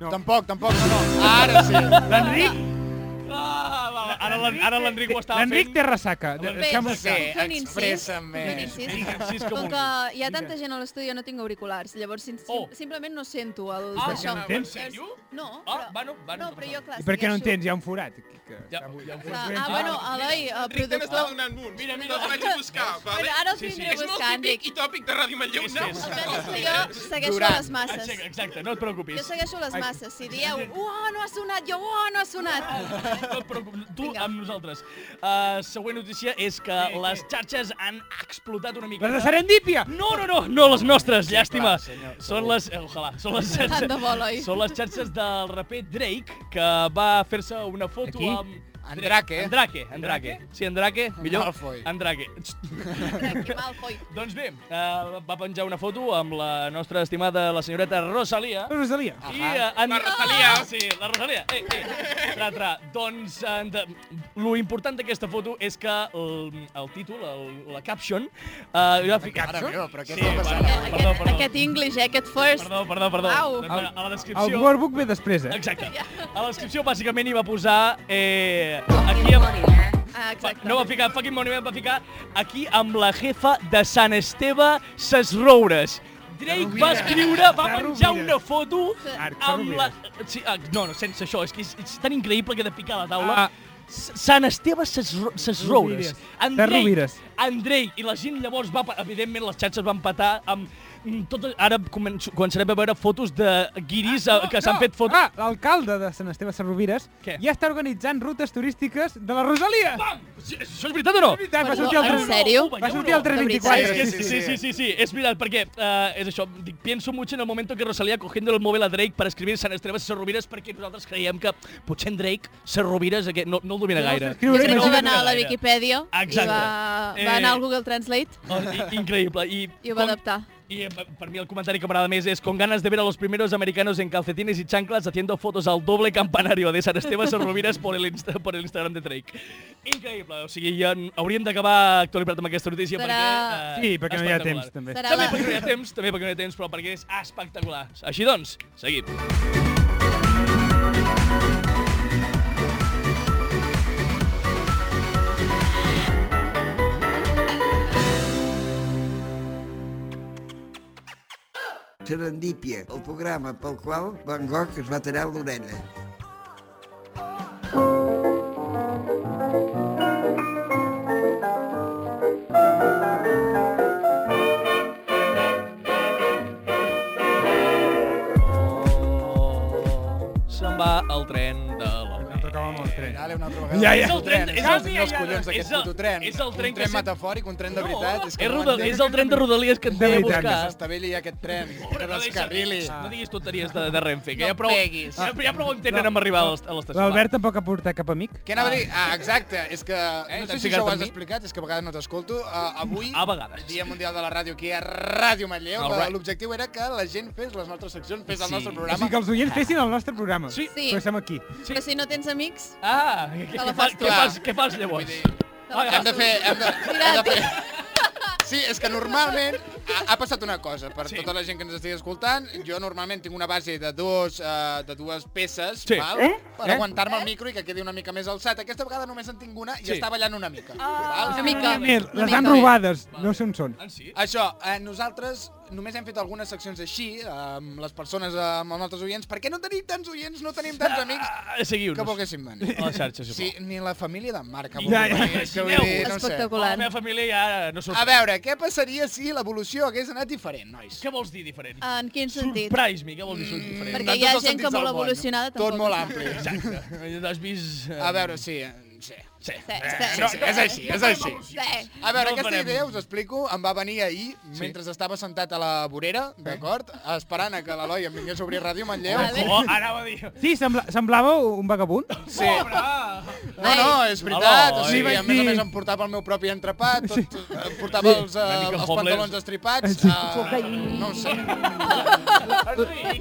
Speaker 3: No.
Speaker 5: Tampoc, tampoc, no, no. Ara sí.
Speaker 3: L'Enric
Speaker 1: Ah, va, va, ara l'en- ara l'Enric ho estava fent.
Speaker 3: l'Enric té ressaca. De-
Speaker 4: Bé,
Speaker 3: deixem-ho
Speaker 5: sí.
Speaker 3: estar.
Speaker 4: un incís,
Speaker 5: expressament.
Speaker 4: un incís.
Speaker 1: Digue'm, si és que
Speaker 4: Com que
Speaker 1: vulguis.
Speaker 4: hi ha tanta gent a l'estudi, jo no tinc auriculars. Llavors, sim
Speaker 1: Oh.
Speaker 4: simplement no sento els
Speaker 1: Ah,
Speaker 4: d'això.
Speaker 1: no, en sèrio?
Speaker 4: No,
Speaker 1: Ah,
Speaker 4: però,
Speaker 1: bueno, bueno,
Speaker 4: no, però jo, clar,
Speaker 3: I per què no
Speaker 4: segueixo.
Speaker 3: entens? Hi ha un forat. Que- que-
Speaker 1: Ja, ja ho
Speaker 4: Clar,
Speaker 1: veurem.
Speaker 4: Ah, bueno, Eloi, el
Speaker 7: Ric també està
Speaker 4: productor...
Speaker 7: donant un. Mira, mira, els vaig a buscar, vale?
Speaker 4: Però ara els
Speaker 1: Sí, sí.
Speaker 4: vindré
Speaker 7: És molt
Speaker 4: buscant, dic.
Speaker 7: típic i tòpic de Ràdio Manlleu.
Speaker 1: Sí, sí,
Speaker 7: No,
Speaker 1: sí.
Speaker 4: El tema és que jo segueixo
Speaker 5: Durant.
Speaker 4: les masses.
Speaker 1: Sí, Exacte, no et preocupis.
Speaker 4: Jo segueixo les masses. Si dieu, uah, no ha sonat, jo, uah, no ha sonat.
Speaker 1: No et preocupis, tu
Speaker 4: Vinga.
Speaker 1: amb nosaltres. Uh, següent notícia és que les xarxes han explotat una mica.
Speaker 3: Les de Serendípia!
Speaker 1: No, no, no, no les nostres, llàstima.
Speaker 5: clar, senyor,
Speaker 1: són les, eh, ojalà, són les xarxes.
Speaker 4: Tant de bo, Eloi.
Speaker 1: Són les xarxes del raper Drake que va fer-se una foto
Speaker 3: Aquí?
Speaker 1: amb
Speaker 5: Andrake.
Speaker 1: Andrake, Andrake. Sí, Andrake, millor.
Speaker 5: Malfoy.
Speaker 1: Andrake.
Speaker 4: Que mal, coi.
Speaker 1: Doncs bé, uh, va penjar una foto amb la nostra estimada la senyoreta Rosalia.
Speaker 3: Rosalia.
Speaker 1: I eh, en... la Rosalia. Sí, la Rosalia. Eh, eh. Tra, tra. Doncs eh, de... lo important d'aquesta foto és que el, el títol, el, la caption... Eh, la fica...
Speaker 5: Mare meva, però què
Speaker 1: Sí,
Speaker 5: està passant?
Speaker 1: bueno, perdó,
Speaker 4: Aquest,
Speaker 1: perdó.
Speaker 4: aquest English, eh, aquest first.
Speaker 1: Perdó, perdó, perdó.
Speaker 4: Au.
Speaker 1: Doncs, mira, a la
Speaker 3: El
Speaker 1: descripció...
Speaker 3: workbook ve després, eh?
Speaker 1: Exacte. A la descripció bàsicament hi va posar... Eh, aquí amb...
Speaker 4: Ah,
Speaker 1: Fa,
Speaker 4: exacte.
Speaker 1: no va ficar fucking monument, va ficar aquí amb la jefa de Sant Esteve Ses Roures. Drake va escriure, va
Speaker 3: La
Speaker 1: penjar
Speaker 3: Rovira.
Speaker 1: una foto
Speaker 3: Arc, la
Speaker 1: amb la... Sí, ah, no, no, sense això, és que és, és tan increïble que he de picar a la taula.
Speaker 3: Ah.
Speaker 1: S- Sant Esteve Ses, Ro- Ses Roures.
Speaker 3: Rovires. Ses Rovires.
Speaker 1: en Drake, i la gent llavors va... pa- Evidentment, les xarxes van patar amb... mm, Tot, ara començo, començarem a veure fotos de guiris ah, que s'han
Speaker 3: No,
Speaker 1: fet fotos...
Speaker 3: Ah, l'alcalde de Sant Esteve Sarrovires
Speaker 1: Què?
Speaker 3: ja està organitzant rutes turístiques de la Rosalia.
Speaker 1: Pam! Sí, Això és veritat o no?
Speaker 3: És veritat, va
Speaker 4: Perdó,
Speaker 3: sortir el
Speaker 4: en
Speaker 3: tres-
Speaker 4: sèrio?
Speaker 3: Va sortir el
Speaker 4: Ah,
Speaker 3: 324.
Speaker 1: es que
Speaker 5: sí,
Speaker 1: sí,
Speaker 5: sí,
Speaker 1: sí, sí, sí, sí, es viral, porque eh, es eso, dic, pienso mucho en el momento que Rosalía cogiendo el móvil a Drake para escribir Sant Esteve Serrovires perquè nosaltres creiem que potser en Drake Serrovires aquest, no, no el domina gaire.
Speaker 4: Jo
Speaker 3: escriure-
Speaker 4: crec que
Speaker 1: No
Speaker 4: va
Speaker 1: el
Speaker 4: anar a la
Speaker 1: domina gaire.
Speaker 4: Viquipèdia i
Speaker 1: Exacte.
Speaker 4: va, va anar
Speaker 1: Eh,
Speaker 4: al Google Translate.
Speaker 1: Oh, i- increïble. I,
Speaker 4: I ho va
Speaker 1: com-
Speaker 4: adaptar.
Speaker 1: I eh, per mi el comentari que m'agrada més és con ganas de ver a los primeros americanos en calcetines y chanclas haciendo fotos al doble campanario de San Esteve Serroviras por el, Insta, por el Instagram de Drake. Increïble. O sigui, ja n- hauríem d'acabar actualitzant amb aquesta notícia
Speaker 4: Serà-
Speaker 1: perquè... eh,
Speaker 3: Sí, perquè no hi ha
Speaker 1: espectacular.
Speaker 3: temps, també.
Speaker 4: Serà
Speaker 1: També
Speaker 4: la...
Speaker 1: perquè no hi ha temps, també perquè no hi ha temps, però perquè és espectacular. Així doncs, seguim.
Speaker 2: Serendípia, el programa pel qual Van Gogh es va tallar l'orella.
Speaker 1: Oh, se'n va el tren de l'Orient.
Speaker 3: Tocava molt. tren.
Speaker 5: Dale, una altra vegada.
Speaker 3: Ja, ja.
Speaker 1: Eh, És el tren,
Speaker 5: tren,
Speaker 1: és
Speaker 5: els-
Speaker 1: el-
Speaker 5: els collons d'aquest
Speaker 1: és el-
Speaker 5: puto tren.
Speaker 1: és el tren
Speaker 5: un
Speaker 1: que
Speaker 5: tren
Speaker 1: sempre-
Speaker 5: metafòric, un tren de veritat.
Speaker 1: No,
Speaker 5: és
Speaker 1: és,
Speaker 5: que no
Speaker 1: rodal,
Speaker 5: entenc.
Speaker 1: és el tren de Rodalies que et ve a
Speaker 3: veritat.
Speaker 1: buscar.
Speaker 5: S'estabili aquest tren, que
Speaker 1: No deixa-
Speaker 5: descarrili.
Speaker 1: No diguis tonteries de, de Renfe, que
Speaker 5: No
Speaker 1: ja prou,
Speaker 5: peguis.
Speaker 1: ja, ja prou entenen amb arribar a l'est- a l'estació.
Speaker 3: L'Albert tampoc ha portat cap amic?
Speaker 5: Què anava a dir? Ah, exacte, és que... Eh, no
Speaker 1: t'has
Speaker 5: sé si
Speaker 1: ficat
Speaker 5: això ho
Speaker 1: amb
Speaker 5: has
Speaker 1: mi?
Speaker 5: explicat, és que a vegades no t'escolto. Uh, avui,
Speaker 1: A vegades.
Speaker 5: Dia Mundial de la Ràdio aquí a Ràdio Manlleu,
Speaker 1: All
Speaker 5: eh,
Speaker 1: right.
Speaker 5: l'objectiu era que la gent fes les nostres seccions, fes el
Speaker 1: Sí. Ah.
Speaker 5: nostre
Speaker 3: O sigui,
Speaker 5: programa.
Speaker 3: que els oients fessin el nostre programa.
Speaker 1: Sí.
Speaker 4: Sí.
Speaker 3: Però estem aquí.
Speaker 4: Però si no tens amics,
Speaker 1: Ah, què,
Speaker 4: la
Speaker 1: fa,
Speaker 4: fas tu.
Speaker 1: què, fas, què fas llavors?
Speaker 5: Vull dir,
Speaker 1: Ah,
Speaker 5: Hem de fer... Hem de, hem de
Speaker 4: Mira,
Speaker 5: fer... Sí, és que normalment ha, ha passat una cosa. Per
Speaker 1: Sí.
Speaker 5: sí. tota la gent que ens estigui escoltant, jo normalment tinc una base de, dos, uh, de dues peces
Speaker 1: Sí.
Speaker 5: val?
Speaker 6: Eh?
Speaker 5: per aguantar-me el micro i que quedi una mica més alçat. Aquesta vegada només en tinc una i
Speaker 1: Sí.
Speaker 5: està ballant una mica.
Speaker 4: Ah, Una
Speaker 5: val?
Speaker 4: mica.
Speaker 3: Mira,
Speaker 4: una
Speaker 3: les
Speaker 4: mica.
Speaker 3: han robades. No sé on són.
Speaker 1: En sí?
Speaker 5: Això, eh, nosaltres només hem fet algunes seccions així, eh, amb les persones, eh, amb els nostres oients, perquè no tenim tants oients, no tenim tants amics
Speaker 1: Ah, Seguiu-nos.
Speaker 5: que volguéssim venir.
Speaker 1: A la xarxa, sisplau.
Speaker 5: Sí, ni la família d'en Marc. ha
Speaker 1: Ja,
Speaker 5: volgut
Speaker 1: ja,
Speaker 5: venir, és que vull dir, no sé.
Speaker 1: Oh, la
Speaker 4: espectacular.
Speaker 1: meva família ja no surt.
Speaker 5: A veure, què passaria si l'evolució hagués anat diferent, nois?
Speaker 1: Què vols dir diferent?
Speaker 4: En quin sentit?
Speaker 1: Surprise me, què vols dir surt diferent?
Speaker 4: Perquè
Speaker 5: En
Speaker 4: hi ha
Speaker 5: tots els
Speaker 4: gent que
Speaker 5: sentits
Speaker 4: molt
Speaker 5: del món.
Speaker 4: evolucionada
Speaker 5: Tot
Speaker 4: tampoc
Speaker 5: molt
Speaker 4: ho sap.
Speaker 5: ampli.
Speaker 1: Exacte. Has vist... eh,
Speaker 5: A veure, sí, eh, sí.
Speaker 1: Sí.
Speaker 4: Sí,
Speaker 5: Sí,
Speaker 4: sí.
Speaker 5: sí, Eh, és així, és així.
Speaker 4: Sí.
Speaker 5: A veure,
Speaker 1: No
Speaker 5: aquesta
Speaker 1: farem.
Speaker 5: idea, us explico, em va venir ahir, mentre estava sentat a la vorera, d'acord? Esperant a que l'Eloi em vingués a obrir Ràdio Manlleu.
Speaker 4: Vale.
Speaker 1: Oh, anava a dir...
Speaker 3: Sí, sembla, semblava un vagabund.
Speaker 5: Sí. No,
Speaker 4: Ai.
Speaker 5: no, és veritat.
Speaker 1: Eloi.
Speaker 5: O sigui,
Speaker 3: Li
Speaker 5: a
Speaker 3: vaig
Speaker 5: més a
Speaker 3: dir-
Speaker 5: més em portava el meu propi entrepat, tot, em portava els, eh,
Speaker 1: Una mica
Speaker 5: els
Speaker 1: homeless.
Speaker 5: pantalons estripats.
Speaker 3: Sí.
Speaker 5: eh, no ho sé.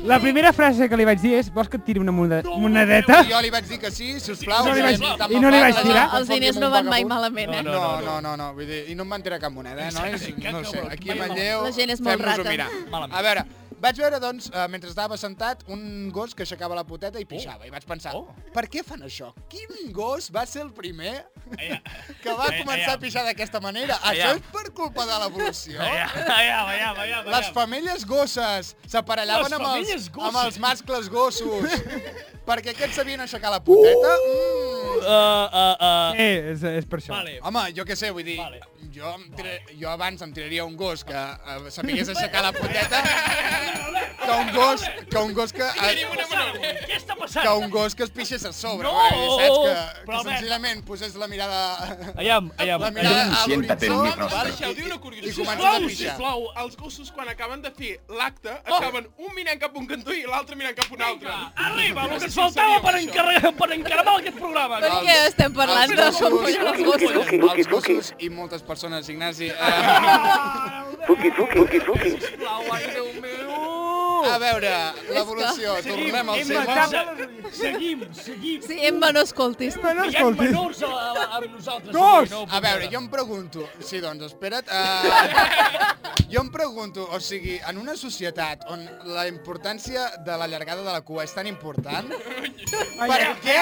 Speaker 3: La primera frase que li vaig dir és vols que et tiri una moneda, monedeta?
Speaker 5: Jo li vaig dir que sí, sisplau.
Speaker 3: No li vaig-
Speaker 5: tant
Speaker 3: i
Speaker 5: me
Speaker 3: no li
Speaker 5: fa,
Speaker 3: vaig
Speaker 5: eh,
Speaker 3: tirar.
Speaker 5: em
Speaker 4: Els diners
Speaker 5: confondim
Speaker 4: no
Speaker 5: amb
Speaker 4: van mai
Speaker 5: vagabund.
Speaker 4: malament, eh?
Speaker 5: No, no, no, no, no, vull dir, i no em van tirar cap moneda, eh, nois?
Speaker 1: Exacte,
Speaker 5: No
Speaker 1: cap
Speaker 5: sé,
Speaker 1: cabró,
Speaker 5: aquí a
Speaker 1: mai
Speaker 5: Manlleu
Speaker 4: La gent és molt
Speaker 5: fem-nos-ho
Speaker 4: rata.
Speaker 5: mirar.
Speaker 1: Malament.
Speaker 5: A veure, vaig veure, doncs, eh, mentre estava sentat, un gos que aixecava la poteta i pixava. I vaig pensar,
Speaker 1: Oh.
Speaker 5: per què fan això? Quin gos va ser el primer
Speaker 1: Allà.
Speaker 5: que va
Speaker 1: Eh,
Speaker 5: començar
Speaker 1: allà.
Speaker 5: a pixar d'aquesta manera? Això
Speaker 1: Allà.
Speaker 5: és per culpa de l'evolució?
Speaker 1: Allà, allà, allà, allà, allà.
Speaker 5: Les famílies gosses s'aparellaven
Speaker 1: Les
Speaker 5: amb, els,
Speaker 1: femelles gosses.
Speaker 5: amb els mascles gossos perquè aquests sabien aixecar la poteta. Mm.
Speaker 1: Uh, uh, uh,
Speaker 3: Eh, és, és per això.
Speaker 1: vale.
Speaker 5: Home, jo què sé, vull dir,
Speaker 1: Vale.
Speaker 5: jo, em tira, jo abans em tiraria un gos que eh, sapigués aixecar la poteta que un gos que un gos que,
Speaker 1: Què està passant?
Speaker 5: que un gos que es pixés a sobre,
Speaker 1: No!
Speaker 5: no, saps? Que,
Speaker 1: Però,
Speaker 5: que
Speaker 1: Albert.
Speaker 5: senzillament posés la mirada...
Speaker 1: Allà, allà.
Speaker 5: La mirada a
Speaker 8: Siéntate en mi
Speaker 5: l'horitzó
Speaker 8: rostro.
Speaker 5: vale,
Speaker 7: Deixeu dir una
Speaker 5: i
Speaker 7: curiositat.
Speaker 5: comences a
Speaker 1: Sisplau, Oh.
Speaker 5: pixar.
Speaker 7: Sisplau, els gossos quan acaben de fer l'acte acaben un mirant cap a un cantó i l'altre mirant cap a un altre.
Speaker 1: Arriba, el
Speaker 7: No
Speaker 1: que
Speaker 7: sé
Speaker 1: ens
Speaker 7: si ho
Speaker 1: faltava
Speaker 7: sabíeu,
Speaker 1: per,
Speaker 7: això.
Speaker 1: encarregar, per encaramar aquest programa.
Speaker 4: Per què estem
Speaker 7: Ah,
Speaker 4: parlant de
Speaker 5: Els gossos,
Speaker 4: follar els gossos?
Speaker 5: els gossos i moltes persones, Ignasi. Eh,
Speaker 6: Fuki, fuki, fuki, fuki.
Speaker 5: Ah,
Speaker 1: Sisplau, ai, Déu meu.
Speaker 5: Uh. a veure, l'evolució, tornem al
Speaker 1: Hem
Speaker 5: tema.
Speaker 1: acabat- Seguim, seguim.
Speaker 4: Sí, Emma, no escoltis.
Speaker 3: Bueno,
Speaker 1: Hi ha
Speaker 3: escolti.
Speaker 1: menors a, a, amb nosaltres.
Speaker 3: Dos!
Speaker 1: avui, no,
Speaker 5: A veure, jo em pregunto... Sí, doncs, espera't. Uh, jo em pregunto, o sigui, en una societat on la importància de la llargada de la cua és tan important, per què...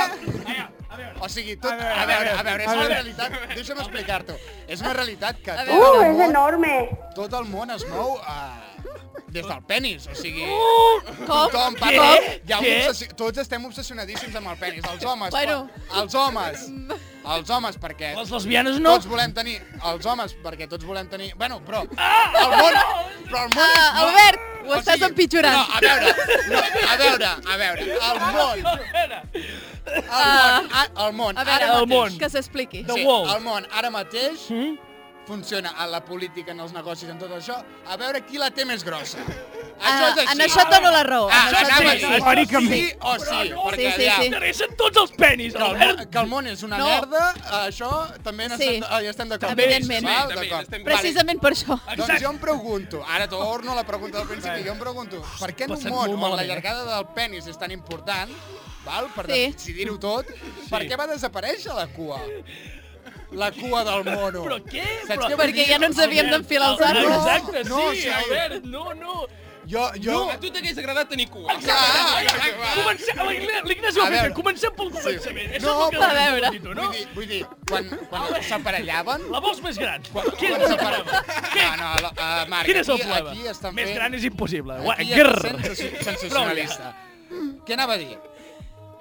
Speaker 5: O sigui, tot... A veure, a veure, és una realitat... Deixa'm explicar-t'ho. És una realitat que tot
Speaker 6: Uh,
Speaker 5: el
Speaker 6: és
Speaker 5: món,
Speaker 6: enorme.
Speaker 5: tot el món es mou uh, des del penis, o sigui...
Speaker 4: Com?
Speaker 5: Tothom, parla, hi ha
Speaker 1: Oh! Què?
Speaker 5: una obsessió, tots estem obsessionadíssims amb el penis, els homes,
Speaker 4: Bueno.
Speaker 5: per- els homes, els homes, perquè
Speaker 1: Les lesbianes no.
Speaker 5: no. tots volem tenir, els homes, perquè tots volem tenir... Bueno, però...
Speaker 1: Ah!
Speaker 5: El món... Però el món és
Speaker 4: Ah,
Speaker 5: molt-
Speaker 4: Albert, ho estàs empitjorant.
Speaker 5: No, a veure, no, a veure, a veure, el món,
Speaker 1: A veure.
Speaker 5: el món, a, el món,
Speaker 4: A veure,
Speaker 5: ara
Speaker 1: el món.
Speaker 4: que s'expliqui.
Speaker 1: The
Speaker 5: sí,
Speaker 1: world. Hm?
Speaker 5: el món ara mateix funciona a la política, en els negocis, en tot això, a veure qui la té més grossa. Això
Speaker 4: Ah,
Speaker 5: és així.
Speaker 4: en això et dono la raó.
Speaker 5: Ah,
Speaker 4: en això
Speaker 5: anava a
Speaker 1: sí,
Speaker 5: dir,
Speaker 3: teòricament.
Speaker 5: Sí o sí,
Speaker 1: Però no.
Speaker 5: perquè
Speaker 4: Sí, sí,
Speaker 5: aviam,
Speaker 4: sí.
Speaker 1: M'interessen tots els penis,
Speaker 5: que el, món,
Speaker 1: Albert.
Speaker 5: que el món és una
Speaker 4: No.
Speaker 5: merda, eh, això també
Speaker 4: Sí.
Speaker 5: n'estem- hi estem d'acord.
Speaker 4: També, Evidentment.
Speaker 5: Val?
Speaker 7: també,
Speaker 5: D'acord.
Speaker 7: estem
Speaker 4: Precisament per això.
Speaker 5: Doncs jo em pregunto, ara torno a la pregunta del principi, jo em pregunto, per què en un
Speaker 1: passat
Speaker 5: món
Speaker 1: molt
Speaker 5: on la
Speaker 1: malament, eh?
Speaker 5: llargada del penis és tan important, val, per
Speaker 4: Sí.
Speaker 5: decidir-ho tot, per què va desaparèixer la cua? La cua del mono.
Speaker 1: Però què?
Speaker 5: Saps
Speaker 1: Però-
Speaker 5: què vull
Speaker 4: Perquè
Speaker 5: dir?
Speaker 4: ja no ens havíem d'enfilar els
Speaker 5: No,
Speaker 4: arbres.
Speaker 1: Exacte,
Speaker 5: no, o
Speaker 1: sí,
Speaker 5: sigui-
Speaker 1: Albert, no, no.
Speaker 5: Jo, jo...
Speaker 7: A tu t'hagués agradat tenir cua.
Speaker 5: Clar, clar.
Speaker 1: Comencem, l'Ignasi- l'Ignasi ho
Speaker 5: A
Speaker 1: ha fet,
Speaker 5: veure.
Speaker 1: comencem pel començament. Això
Speaker 5: No,
Speaker 1: és el que
Speaker 5: però-
Speaker 1: li
Speaker 4: a veure.
Speaker 1: dic, no?
Speaker 5: Vull dir, vull dir quan, quan s'aparellaven,
Speaker 1: Ah, La vols més gran? Què
Speaker 5: quan
Speaker 1: és el
Speaker 5: s'apare-
Speaker 1: problema?
Speaker 5: No,
Speaker 1: Què?
Speaker 5: no, la- eh, Marc,
Speaker 1: Quin és el
Speaker 5: aquí-
Speaker 1: problema?
Speaker 5: aquí estan
Speaker 1: Més
Speaker 5: fent-
Speaker 1: gran és impossible.
Speaker 5: Aquí hi ha
Speaker 1: Grrr.
Speaker 5: sensaci- sensacionalista. Què anava a dir?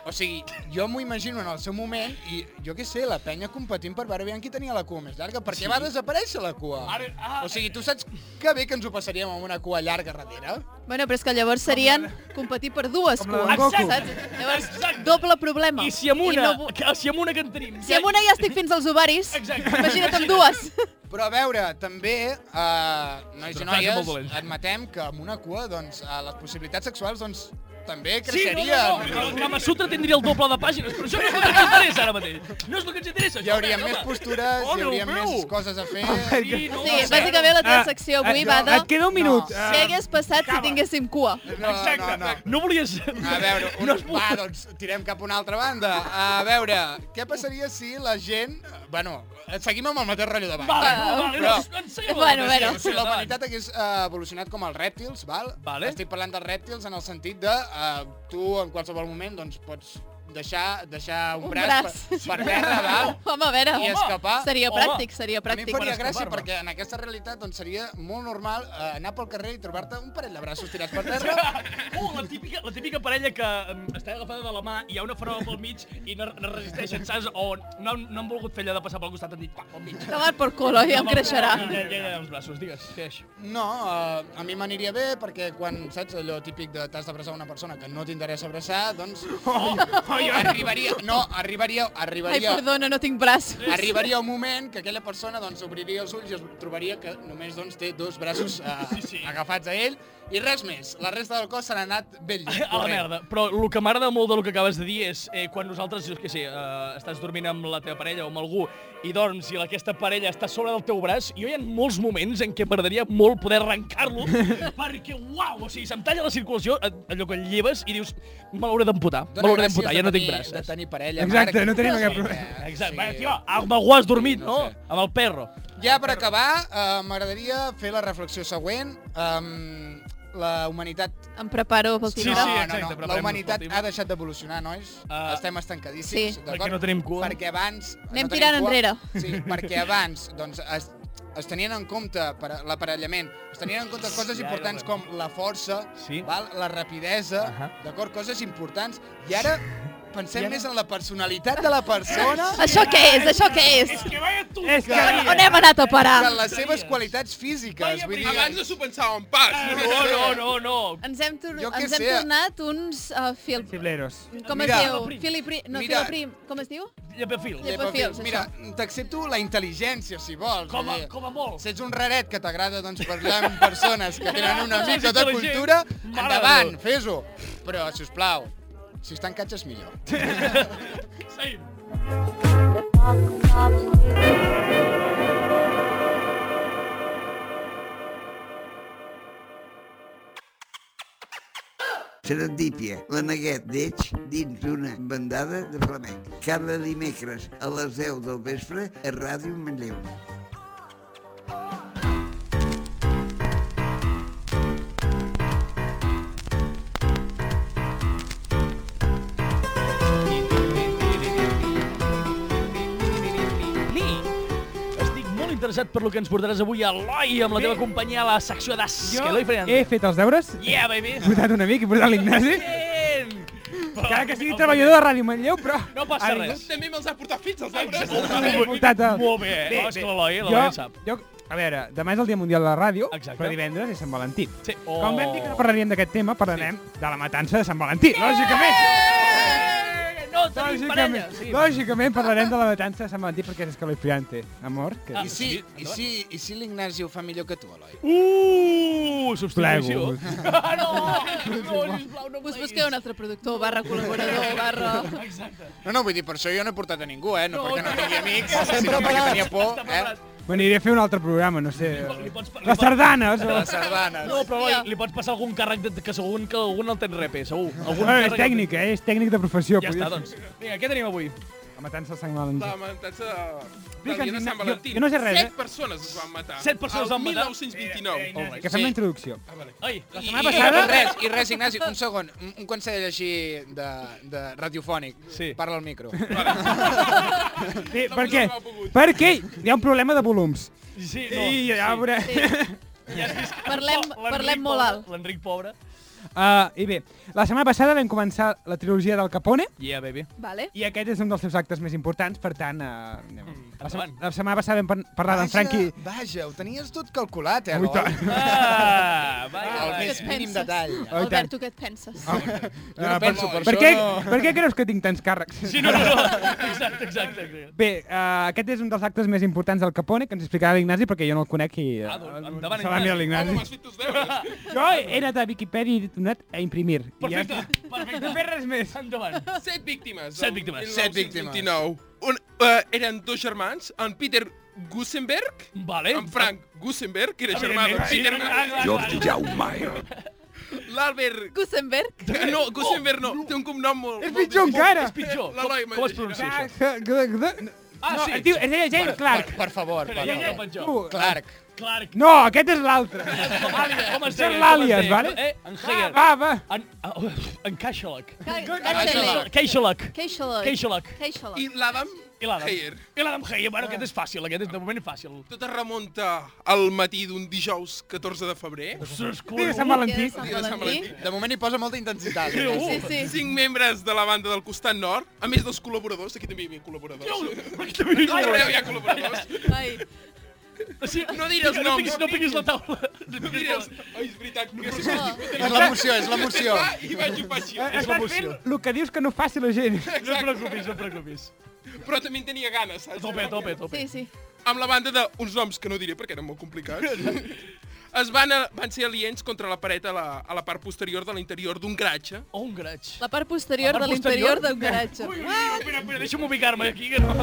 Speaker 5: O sigui, jo m'ho imagino en el seu moment i, jo què sé, la penya competint per veure aviam qui tenia la cua més llarga, perquè sí. va desaparèixer la cua.
Speaker 7: Ara, ah,
Speaker 5: o sigui, tu saps que bé que ens ho passaríem amb una cua llarga darrere?
Speaker 4: Bueno, però és que llavors serien competir per dues
Speaker 3: Com la
Speaker 4: cues,
Speaker 3: Goku.
Speaker 4: saps? Llavors,
Speaker 1: Exacte.
Speaker 4: doble problema.
Speaker 1: I si amb una,
Speaker 4: no vo-
Speaker 1: que- si amb una que en tenim...
Speaker 4: si amb una ja estic fins als ovaris,
Speaker 1: Exacte.
Speaker 4: imagina't amb dues.
Speaker 5: Però a veure, també, uh, nois i
Speaker 1: Però estàs molt
Speaker 5: noies,
Speaker 1: dolent.
Speaker 5: admetem que amb una cua, doncs, uh, les possibilitats sexuals, doncs, també
Speaker 1: Sí, no, no, no,
Speaker 5: creixerien.
Speaker 1: però el Kama Sutra tindria el doble de pàgines, però això no és el que ens interessa ara mateix. No és el que ens interessa.
Speaker 5: Hi hauria més postures, hi hauria més coses a fer...
Speaker 1: Sí, no,
Speaker 4: Sí,
Speaker 1: no,
Speaker 4: bàsicament la teva
Speaker 3: Ah,
Speaker 4: secció avui
Speaker 3: et-
Speaker 4: va de...
Speaker 3: Et queda un minut.
Speaker 5: No.
Speaker 3: Ah,
Speaker 4: Què hagués passat si tinguéssim cua?
Speaker 5: No, no, no.
Speaker 1: No volies...
Speaker 5: A veure, un...
Speaker 1: No es pot.
Speaker 5: va, doncs tirem cap a una altra banda. A veure, què passaria si la gent... Bueno, seguim amb el mateix rotllo de banda.
Speaker 1: Vale, vale, no, ensenya'm la
Speaker 4: Bueno,
Speaker 1: fotografia,
Speaker 4: bueno.
Speaker 5: Si la
Speaker 1: endavant.
Speaker 5: humanitat hagués eh, evolucionat com els rèptils, val?
Speaker 1: Vale.
Speaker 5: Estic parlant dels rèptils en el sentit de eh, tu en qualsevol moment doncs, pots deixar, deixar un,
Speaker 4: Un
Speaker 5: braç,
Speaker 4: braç.
Speaker 5: Per, per terra, val?
Speaker 4: Home, a veure,
Speaker 5: I escapar.
Speaker 4: seria
Speaker 1: Home.
Speaker 4: pràctic, seria
Speaker 5: A mi em
Speaker 4: pràctic.
Speaker 5: faria
Speaker 1: Per
Speaker 5: gràcia
Speaker 1: escapar-me.
Speaker 5: perquè en aquesta realitat doncs, seria molt normal eh, anar pel carrer i trobar-te un parell de braços tirats per terra
Speaker 1: Oh, la típica, la típica parella que em, està agafada de la mà i hi ha una farola pel mig i no, no resisteixen, saps? O no, han- no han volgut fer allò de passar pel costat, han dit, pa, pel mig.
Speaker 4: Tomar por culo, ja em creixerà.
Speaker 1: Ja, ja, ja, els braços, digues, què és?
Speaker 5: No, eh, a mi m'aniria bé perquè quan, saps, allò típic de t'has d'abraçar una persona que no t'interessa abraçar, doncs... Oh, arribaria, no, arribaria,
Speaker 4: Ai,
Speaker 5: arribaria,
Speaker 4: perdona, no tinc braços.
Speaker 5: arribaria un moment que aquella persona doncs, obriria els ulls i es trobaria que només doncs, té dos braços eh,
Speaker 1: Sí, sí.
Speaker 5: agafats a ell i res més. La resta del cos se n'ha anat ben lluny.
Speaker 1: A la
Speaker 5: corrent.
Speaker 1: merda. Però el que m'agrada molt del que acabes de dir és eh, quan nosaltres, jo és que sé, eh, estàs dormint amb la teva parella o amb algú i dorms i aquesta parella està sobre del teu braç, jo hi ha molts moments en què m'agradaria molt poder arrencar-lo perquè, uau, o sigui, se'm talla la circulació, eh, allò que lleves i dius, me l'hauré d'amputar, me
Speaker 5: Dóna
Speaker 1: l'hauré
Speaker 5: gràcies de
Speaker 1: d'amputar, ja no tinc
Speaker 5: tenir-
Speaker 1: braç.
Speaker 5: De
Speaker 1: saps?
Speaker 5: tenir parella,
Speaker 3: Exacte,
Speaker 5: Marc.
Speaker 3: no tenim
Speaker 5: Sí,
Speaker 3: cap problema.
Speaker 5: eh,
Speaker 1: Exacte,
Speaker 5: sí.
Speaker 1: sí. tio, amb algú has Ah, dormit,
Speaker 5: Sí,
Speaker 1: no?
Speaker 5: no
Speaker 1: no?
Speaker 5: sé.
Speaker 1: Amb el perro.
Speaker 5: Ja per acabar, eh, m'agradaria fer la reflexió següent. Um, la humanitat...
Speaker 4: Em preparo pel
Speaker 1: Sí,
Speaker 5: no,
Speaker 4: final.
Speaker 1: exacte,
Speaker 5: no, no,
Speaker 1: preparem-nos
Speaker 5: la
Speaker 1: pel
Speaker 5: humanitat
Speaker 1: tema.
Speaker 5: ha deixat d'evolucionar, nois.
Speaker 1: Ah.
Speaker 5: Uh, Estem estancadíssims,
Speaker 4: Sí.
Speaker 5: d'acord?
Speaker 1: Perquè no tenim cua.
Speaker 5: Perquè abans...
Speaker 4: Anem
Speaker 5: no tenim
Speaker 4: tirant
Speaker 5: cua.
Speaker 4: enrere.
Speaker 5: Sí, perquè abans, doncs, es, es tenien en compte per a- l'aparellament, es tenien en compte coses
Speaker 1: Ja, ja
Speaker 5: importants
Speaker 1: ho
Speaker 5: com la força,
Speaker 1: Sí.
Speaker 5: val? la rapidesa, uh
Speaker 1: Ahà.
Speaker 5: -huh. d'acord? Coses importants. I ara pensem més en la personalitat de la persona
Speaker 4: Això què és? Això què és?
Speaker 7: que vaya tu.
Speaker 3: És que...
Speaker 4: On, on hem anat a parar?
Speaker 5: que en les seves qualitats físiques. Vull dir,
Speaker 7: Abans s'ho pensàvem pas.
Speaker 1: No, Ah, no, no, no.
Speaker 4: Ens hem, tor
Speaker 5: Jo què
Speaker 4: ens hem
Speaker 5: sé.
Speaker 4: tornat uns uh, fil...
Speaker 3: Xibleros.
Speaker 4: Com
Speaker 5: Mira.
Speaker 4: es diu?
Speaker 1: Filoprim.
Speaker 4: Filipri... No,
Speaker 5: Mira.
Speaker 4: filoprim. Com es diu?
Speaker 1: Llepafil.
Speaker 4: Llepafil. Llepafils, això.
Speaker 5: Mira, t'accepto la intel·ligència, si vols.
Speaker 1: Com a,
Speaker 5: vull dir,
Speaker 1: com a molt.
Speaker 5: Si ets un raret que t'agrada doncs, parlar amb persones que tenen una
Speaker 1: Més
Speaker 5: mica de
Speaker 1: intel·ligent.
Speaker 5: cultura,
Speaker 1: Mare de
Speaker 5: endavant,
Speaker 1: Déu.
Speaker 5: fes-ho. Però, si us plau, si estan catxes, millor.
Speaker 1: Sí.
Speaker 2: Serendípia, la neguet d'Eix dins d'una bandada de flamenc. Cada dimecres a les 10 del vespre a Ràdio Manlleu.
Speaker 1: Ni. Estic molt interessat per lo que ens portaràs avui, Eloi, amb la teva companyia a la secció de
Speaker 3: Jo
Speaker 1: Eloi
Speaker 3: he
Speaker 1: Fernández.
Speaker 3: fet els deures, he
Speaker 1: Yeah, baby.
Speaker 3: portat un amic, he portat l'Ignasi,
Speaker 1: Bien.
Speaker 3: encara que sigui treballador de Ràdio Manlleu, però...
Speaker 1: No passa res.
Speaker 7: També me'ls ha portat fins als arbres.
Speaker 3: He portat el...
Speaker 1: Molt bé.
Speaker 3: eh?" Bé,
Speaker 1: Oh, és que l'Eloi,
Speaker 3: Jo,
Speaker 1: l'Eloi en sap.
Speaker 3: jo, a veure, demà és el Dia Mundial de la Ràdio,
Speaker 1: Exacte.
Speaker 3: però divendres és Sant Valentí.
Speaker 1: Sí.
Speaker 3: Com vam dir que
Speaker 1: Oh.
Speaker 3: no parlaríem d'aquest tema, parlarem de la matança de Sant Valentí, lògicament.
Speaker 1: Eh, No tenim parella.
Speaker 3: Lògicament,
Speaker 1: Sí.
Speaker 3: lògicament parlarem de la matança de Sant Valentí perquè és escalofriante. Amor, que...
Speaker 1: Ah,
Speaker 5: I si, i si, i si l'Ignasi ho fa millor que tu, Eloi?
Speaker 1: Uh, substitució.
Speaker 3: Plego.
Speaker 1: Ah, no, no, sisplau, no em
Speaker 4: Us
Speaker 1: pleguis.
Speaker 4: busqueu un altre productor, barra col·laborador, barra...
Speaker 1: Exacte.
Speaker 5: No, no, vull dir, per això jo no he portat a ningú, eh? No,
Speaker 1: No,
Speaker 5: perquè no
Speaker 1: no.
Speaker 5: tingui amics, sinó perquè tenia por,
Speaker 1: Està
Speaker 5: eh?
Speaker 1: preparat.
Speaker 3: M'aniré a fer un altre programa, no sé.
Speaker 1: Li pots- li
Speaker 3: Les
Speaker 1: pots-
Speaker 3: sardanes. o-
Speaker 5: Les sardanes.
Speaker 1: No, però
Speaker 4: Hòstia.
Speaker 1: li, li pots passar algun càrrec de, que segur que algun el tens repe, segur. Algun
Speaker 3: Bueno, és
Speaker 1: càrrec-
Speaker 3: tècnic, eh? És tècnic de professió.
Speaker 1: Ja
Speaker 3: podria
Speaker 1: està,
Speaker 3: ser.
Speaker 1: doncs. Vinga, què tenim avui?
Speaker 3: La matança de Sant Valentí.
Speaker 7: La matança de- del
Speaker 3: Digue'ns,
Speaker 7: dia de Sant
Speaker 3: jo-
Speaker 7: Valentí.
Speaker 3: jo no sé res,
Speaker 7: Set
Speaker 3: eh?
Speaker 7: persones es van matar.
Speaker 1: Set persones
Speaker 7: el
Speaker 1: van matar?
Speaker 7: 1929.
Speaker 1: Eh, eh, eh,
Speaker 3: Que fem
Speaker 5: Sí.
Speaker 3: la introducció.
Speaker 7: Ah, vale.
Speaker 1: Ai, la
Speaker 5: I,
Speaker 1: setmana
Speaker 5: i,
Speaker 1: passada...
Speaker 5: I res, i res, Ignasi, un segon, un- un consell així de, de radiofònic.
Speaker 1: Sí.
Speaker 5: Parla al micro.
Speaker 3: Sí,
Speaker 7: No,
Speaker 3: per
Speaker 7: no
Speaker 3: què?
Speaker 7: m'ha pogut.
Speaker 3: Perquè hi ha un problema de volums.
Speaker 1: Sí, no.
Speaker 3: I ja veurem...
Speaker 4: Sí.
Speaker 1: Ja has vist que-
Speaker 4: Parlem-
Speaker 1: Oh, l'Enric
Speaker 4: parlem molt
Speaker 1: pobre,
Speaker 4: alt.
Speaker 1: L'Enric pobre.
Speaker 3: Uh, I bé, la setmana passada vam començar la trilogia del Capone,
Speaker 1: Yeah, baby.
Speaker 4: Vale.
Speaker 3: i aquest és un dels seus actes més importants, per tant... Uh, anem. la,
Speaker 1: endavant.
Speaker 3: se- la setmana passada vam par- parlar d'en Frankie...
Speaker 5: Vaja, ho tenies tot calculat, eh,
Speaker 3: Ui,
Speaker 5: Eloi?
Speaker 3: tant.
Speaker 5: Ah,
Speaker 1: Ah,
Speaker 5: El
Speaker 1: vaja,
Speaker 5: més
Speaker 4: Què et
Speaker 5: mínim
Speaker 4: penses?
Speaker 5: detall.
Speaker 3: Oh, i tant.
Speaker 4: Albert, tu què et penses?
Speaker 5: Jo no
Speaker 3: Ah,
Speaker 5: penso, per,
Speaker 3: Per
Speaker 5: això
Speaker 3: què,
Speaker 5: no...
Speaker 3: per què creus que tinc tants càrrecs?
Speaker 1: Sí, no, no, no. Exacte, exacte. exacte.
Speaker 3: Bé, uh, aquest és un dels actes més importants del Capone, que ens explicarà l'Ignasi, perquè jo no el conec i... Uh,
Speaker 1: Ah, doncs, endavant, Ah,
Speaker 3: Salam a l'Ignasi.
Speaker 7: M'has fet els deures.
Speaker 3: Jo he anat a Viquipèdia i he donat a imprimir.
Speaker 1: Perfecte,
Speaker 3: I
Speaker 1: perfecte.
Speaker 3: No fer res més.
Speaker 1: Endavant.
Speaker 7: Set víctimes.
Speaker 1: Set víctimes.
Speaker 5: Set víctimes.
Speaker 7: 1929. Un, eh, eren dos germans, en Peter Gusenberg,
Speaker 1: Vale.
Speaker 7: en Frank Gusenberg, que era germà de
Speaker 1: Evidentment, sí,
Speaker 7: Peter
Speaker 1: clar, clar, clar.
Speaker 6: Jordi Jaumeier.
Speaker 7: L'Albert...
Speaker 4: Gusenberg?
Speaker 7: No, Gusenberg no, té un cognom molt...
Speaker 3: És pitjor encara.
Speaker 1: És pitjor. Com,
Speaker 7: L'Eloi
Speaker 1: com
Speaker 7: m'imagina.
Speaker 1: es pronuncia això?
Speaker 3: Ah,
Speaker 1: Ah,
Speaker 3: no,
Speaker 1: sí.
Speaker 3: el tio, es deia James Clark.
Speaker 5: Per, per favor, per
Speaker 1: Espera, ja, ja,
Speaker 5: favor.
Speaker 1: penjó.
Speaker 3: Tu.
Speaker 5: Clark.
Speaker 1: Clark.
Speaker 3: No, aquest és l'altre.
Speaker 1: Com àlies, com es
Speaker 3: Són
Speaker 1: deia?
Speaker 3: l'àlies,
Speaker 1: com es deia?
Speaker 3: vale?
Speaker 1: Eh, en Heger.
Speaker 3: Va, va.
Speaker 5: Ah,
Speaker 1: En, uh, en Caixaloc.
Speaker 4: Caixaloc.
Speaker 1: Caixaloc.
Speaker 4: Caixaloc.
Speaker 1: Caixaloc.
Speaker 4: Caixaloc.
Speaker 7: I l'Adam
Speaker 1: I l'Adam.
Speaker 7: Heyer.
Speaker 1: I l'Adam Heyer. Bueno, aquest és fàcil, aquest és de moment fàcil.
Speaker 7: Tot es remunta al matí d'un dijous 14 de febrer.
Speaker 1: Ostres,
Speaker 3: Dia de Sant
Speaker 1: conegut.
Speaker 3: Valentí.
Speaker 4: Dia de Sant
Speaker 7: Dia de Sant
Speaker 4: Valentí.
Speaker 7: Valentí.
Speaker 5: De moment hi posa molta intensitat.
Speaker 4: Sí,
Speaker 1: Déu.
Speaker 4: sí.
Speaker 7: Cinc membres de la banda del costat nord, a més dels col·laboradors, aquí també hi havia col·laboradors.
Speaker 1: Aquí també hi
Speaker 7: Arreu
Speaker 1: ha
Speaker 7: hi ha col·laboradors.
Speaker 4: Ai,
Speaker 1: Sí,
Speaker 7: No diré els
Speaker 1: no piquis,
Speaker 7: noms.
Speaker 1: no piquis la taula. No
Speaker 7: Mira,
Speaker 1: piquis la-
Speaker 7: Oi, és veritat. No,
Speaker 4: no.
Speaker 5: És l'emoció, és l'emoció.
Speaker 7: I vaig ho faig.
Speaker 3: Eh,
Speaker 1: És
Speaker 3: Estàs fent
Speaker 1: l'emoció.
Speaker 3: el que dius que no faci la gent.
Speaker 1: No et preocupis, no et preocupis.
Speaker 7: Però també en tenia ganes, saps?
Speaker 1: Tope, tope, tope.
Speaker 4: sí, sí.
Speaker 7: Amb la banda d'uns noms que no diré perquè eren molt complicats. Es van, a, van ser aliens contra la paret a la, a la part posterior de l'interior d'un garatge.
Speaker 1: Oh, un graig.
Speaker 4: La part posterior
Speaker 1: La part
Speaker 4: de l'interior
Speaker 1: posterior?
Speaker 4: del garatge.
Speaker 1: Ui, ui, ui, espera, espera, deixa'm ubicar-me aquí. Que no...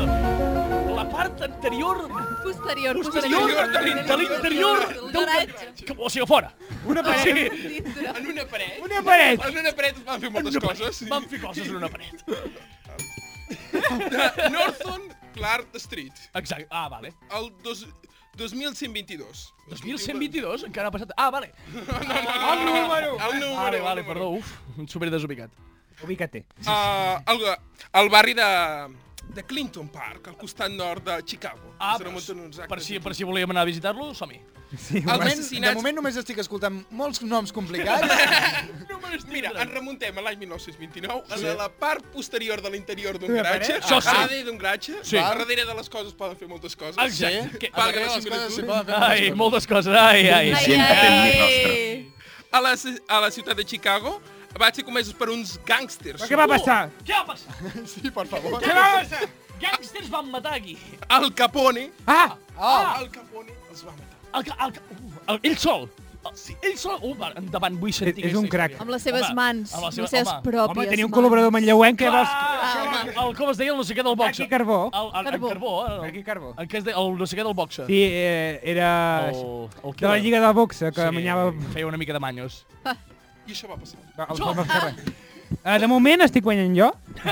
Speaker 1: La part anterior
Speaker 4: Posterior,
Speaker 1: posterior de l'interior
Speaker 4: del
Speaker 1: del
Speaker 4: garatge.
Speaker 1: Que, o sigui, a fora.
Speaker 3: Una
Speaker 1: O
Speaker 3: paret.
Speaker 1: sigui,
Speaker 4: Dintre.
Speaker 7: Ah, En una paret.
Speaker 3: Una paret.
Speaker 7: En una paret es van fer moltes
Speaker 1: una paret.
Speaker 7: coses.
Speaker 1: Van fer coses en una paret.
Speaker 7: De Northon Clark Street.
Speaker 1: Exacte. Ah, vale.
Speaker 7: El dos, 2122.
Speaker 1: 2122 encara ha passat... Ah, vale.
Speaker 7: No, no,
Speaker 1: El número.
Speaker 7: El número.
Speaker 1: Vale, vale,
Speaker 7: el número.
Speaker 1: perdó. Uf, em super desubicat.
Speaker 3: Ubica't.
Speaker 7: Ah, el, el barri de, de Clinton Park, al costat nord de Chicago.
Speaker 1: Ah,
Speaker 7: Es remunten uns
Speaker 1: per,
Speaker 7: actes
Speaker 1: per, si,
Speaker 7: aquí.
Speaker 1: per si volíem anar a visitar-lo, som-hi.
Speaker 3: Sí,
Speaker 5: De
Speaker 7: Els
Speaker 5: moment, de
Speaker 7: assassinats-
Speaker 5: moment només estic escoltant molts noms complicats.
Speaker 7: Mira, ens remuntem a l'any 1929, a la part posterior de l'interior d'un
Speaker 3: Una
Speaker 7: garatge,
Speaker 3: paret?
Speaker 1: Això
Speaker 7: a
Speaker 1: sí.
Speaker 7: dade d'un garatge,
Speaker 1: Sí.
Speaker 7: sí. darrere de les coses poden fer moltes coses.
Speaker 1: Exacte.
Speaker 5: Sí.
Speaker 1: Que,
Speaker 5: A darrere de les
Speaker 7: Malgrat
Speaker 5: coses s'hi
Speaker 7: similitud.
Speaker 5: poden fer
Speaker 1: ai,
Speaker 5: moltes coses.
Speaker 1: moltes coses. Ai, ai.
Speaker 4: Ai,
Speaker 6: Sempre
Speaker 4: ai.
Speaker 6: tenir
Speaker 7: A la, ci- a la ciutat de Chicago van ser comesos per uns gàngsters. Uh!
Speaker 3: Però què va passar?
Speaker 1: Què va passar?
Speaker 5: Sí, per favor.
Speaker 3: Què va passar?
Speaker 1: Gangsters van matar aquí.
Speaker 7: Al Capone,
Speaker 3: Ah!
Speaker 5: Oh,
Speaker 7: Al Capone els va matar.
Speaker 1: El, ca- el, ca- uh, el, ell sol. Sí. Ell sol. Uh, va, endavant, vull sentir
Speaker 3: És- és un
Speaker 1: aquesta
Speaker 3: crac.
Speaker 1: història.
Speaker 4: Amb les seves
Speaker 1: Home,
Speaker 4: mans,
Speaker 1: amb
Speaker 4: les seves
Speaker 1: home,
Speaker 4: pròpies
Speaker 3: Home, tenia un
Speaker 4: mans.
Speaker 3: col·laborador manlleuenc que
Speaker 1: Clar,
Speaker 3: vols...
Speaker 1: el, el, com es deia el no sé què del boxe.
Speaker 3: Aquí Carbó.
Speaker 1: El, el,
Speaker 4: Carbó.
Speaker 1: En Carbó. El,
Speaker 3: Aquí Carbó.
Speaker 1: El, que es deia, el no sé què del boxe.
Speaker 3: Sí, eh, era...
Speaker 1: El, el
Speaker 3: De la Lliga de Boxa, que sí. manyava
Speaker 1: Feia una mica de manyos.
Speaker 4: Ah.
Speaker 7: I això va passar.
Speaker 3: el Tom Esquerra. Uh, de moment estic guanyant jo.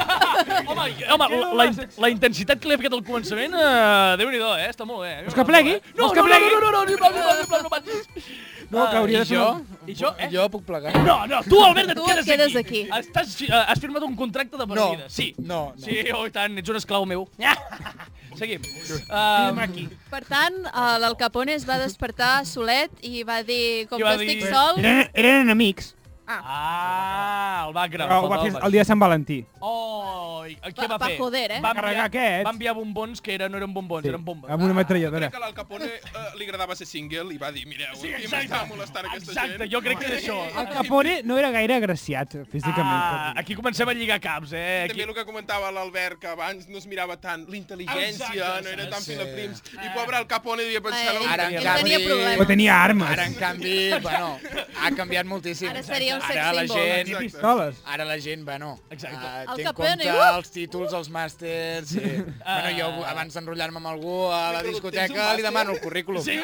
Speaker 1: Home, i- home la, la, in- la intensitat que li he ficat al començament, eh, déu-n'hi-do, eh? Està molt bé. eh?
Speaker 3: Vols que plegui?
Speaker 1: No,
Speaker 3: Vols que
Speaker 1: no, no,
Speaker 3: plegui?
Speaker 1: no, no, no, ni plegui, ni plegui, ni plegui, ni plegui.
Speaker 3: No, que hauria de
Speaker 1: Ah, i
Speaker 3: ser
Speaker 1: jo?
Speaker 3: un-
Speaker 1: I jo, eh?
Speaker 5: jo puc plegar.
Speaker 1: No, no, tu, Albert, et
Speaker 4: Tu
Speaker 1: quedes,
Speaker 4: et quedes aquí.
Speaker 1: Estàs, fi- eh, has firmat un contracte de per
Speaker 5: No,
Speaker 1: vida. Sí.
Speaker 5: no, no.
Speaker 1: Sí, oh, i tant, ets un esclau meu.
Speaker 4: Ah!
Speaker 1: Seguim. Um, aquí.
Speaker 4: Per tant, eh, l'Al Capone es va despertar solet i va dir, com
Speaker 1: I
Speaker 4: que
Speaker 1: va
Speaker 4: estic
Speaker 1: dir- "Eh".
Speaker 4: sol...
Speaker 3: Eren, eren enemics,
Speaker 1: Ah, el va gravar.
Speaker 3: però ho va fer el dia de Sant Valentí.
Speaker 1: Oh, i què va,
Speaker 4: Va- va
Speaker 1: fer?
Speaker 4: joder, eh?
Speaker 1: Va
Speaker 3: Va carregar
Speaker 1: enviar,
Speaker 3: aquests.
Speaker 1: va enviar bombons que era, no eren bombons,
Speaker 3: Sí,
Speaker 1: eren bombes.
Speaker 3: amb una
Speaker 7: Crec
Speaker 3: metralladora.
Speaker 7: que a l'Al Capone eh, li agradava ser single i va dir, mireu, sí, aquí m'està molestant aquesta
Speaker 1: Exacte,
Speaker 7: gent.
Speaker 1: jo crec que és això.
Speaker 3: El Capone no era gaire agraciat,
Speaker 1: Ah,
Speaker 3: físicament.
Speaker 1: aquí comencem a lligar caps, eh?
Speaker 7: També
Speaker 1: Aquí...
Speaker 7: el que comentava l'Albert, que abans no es mirava tant
Speaker 1: Exacte,
Speaker 7: l'intel·ligència,
Speaker 1: exacte.
Speaker 7: no era tan
Speaker 5: Sí.
Speaker 7: filaprims,
Speaker 4: Ah.
Speaker 7: i pobre el Capone devia pensar...
Speaker 4: Ai,
Speaker 7: "Ai,
Speaker 5: Ara, en
Speaker 4: ell
Speaker 5: canvi,
Speaker 4: tenia problemes.
Speaker 3: Però tenia armes,
Speaker 5: Ara, en canvi, bueno, ha canviat moltíssim.
Speaker 4: Ara seria un sex
Speaker 5: Ara la
Speaker 4: symbol.
Speaker 5: gent,
Speaker 7: Exacte.
Speaker 3: pistoles.
Speaker 5: Ara la gent, bueno,
Speaker 1: Exacte.
Speaker 5: eh,
Speaker 4: El
Speaker 5: té en
Speaker 4: Capone,
Speaker 5: compte
Speaker 4: uh!
Speaker 5: els títols, els màsters... Sí. bueno, jo abans d'enrotllar-me amb algú a la
Speaker 7: Però tens
Speaker 5: discoteca
Speaker 7: un
Speaker 5: li demano el currículum
Speaker 1: Sí.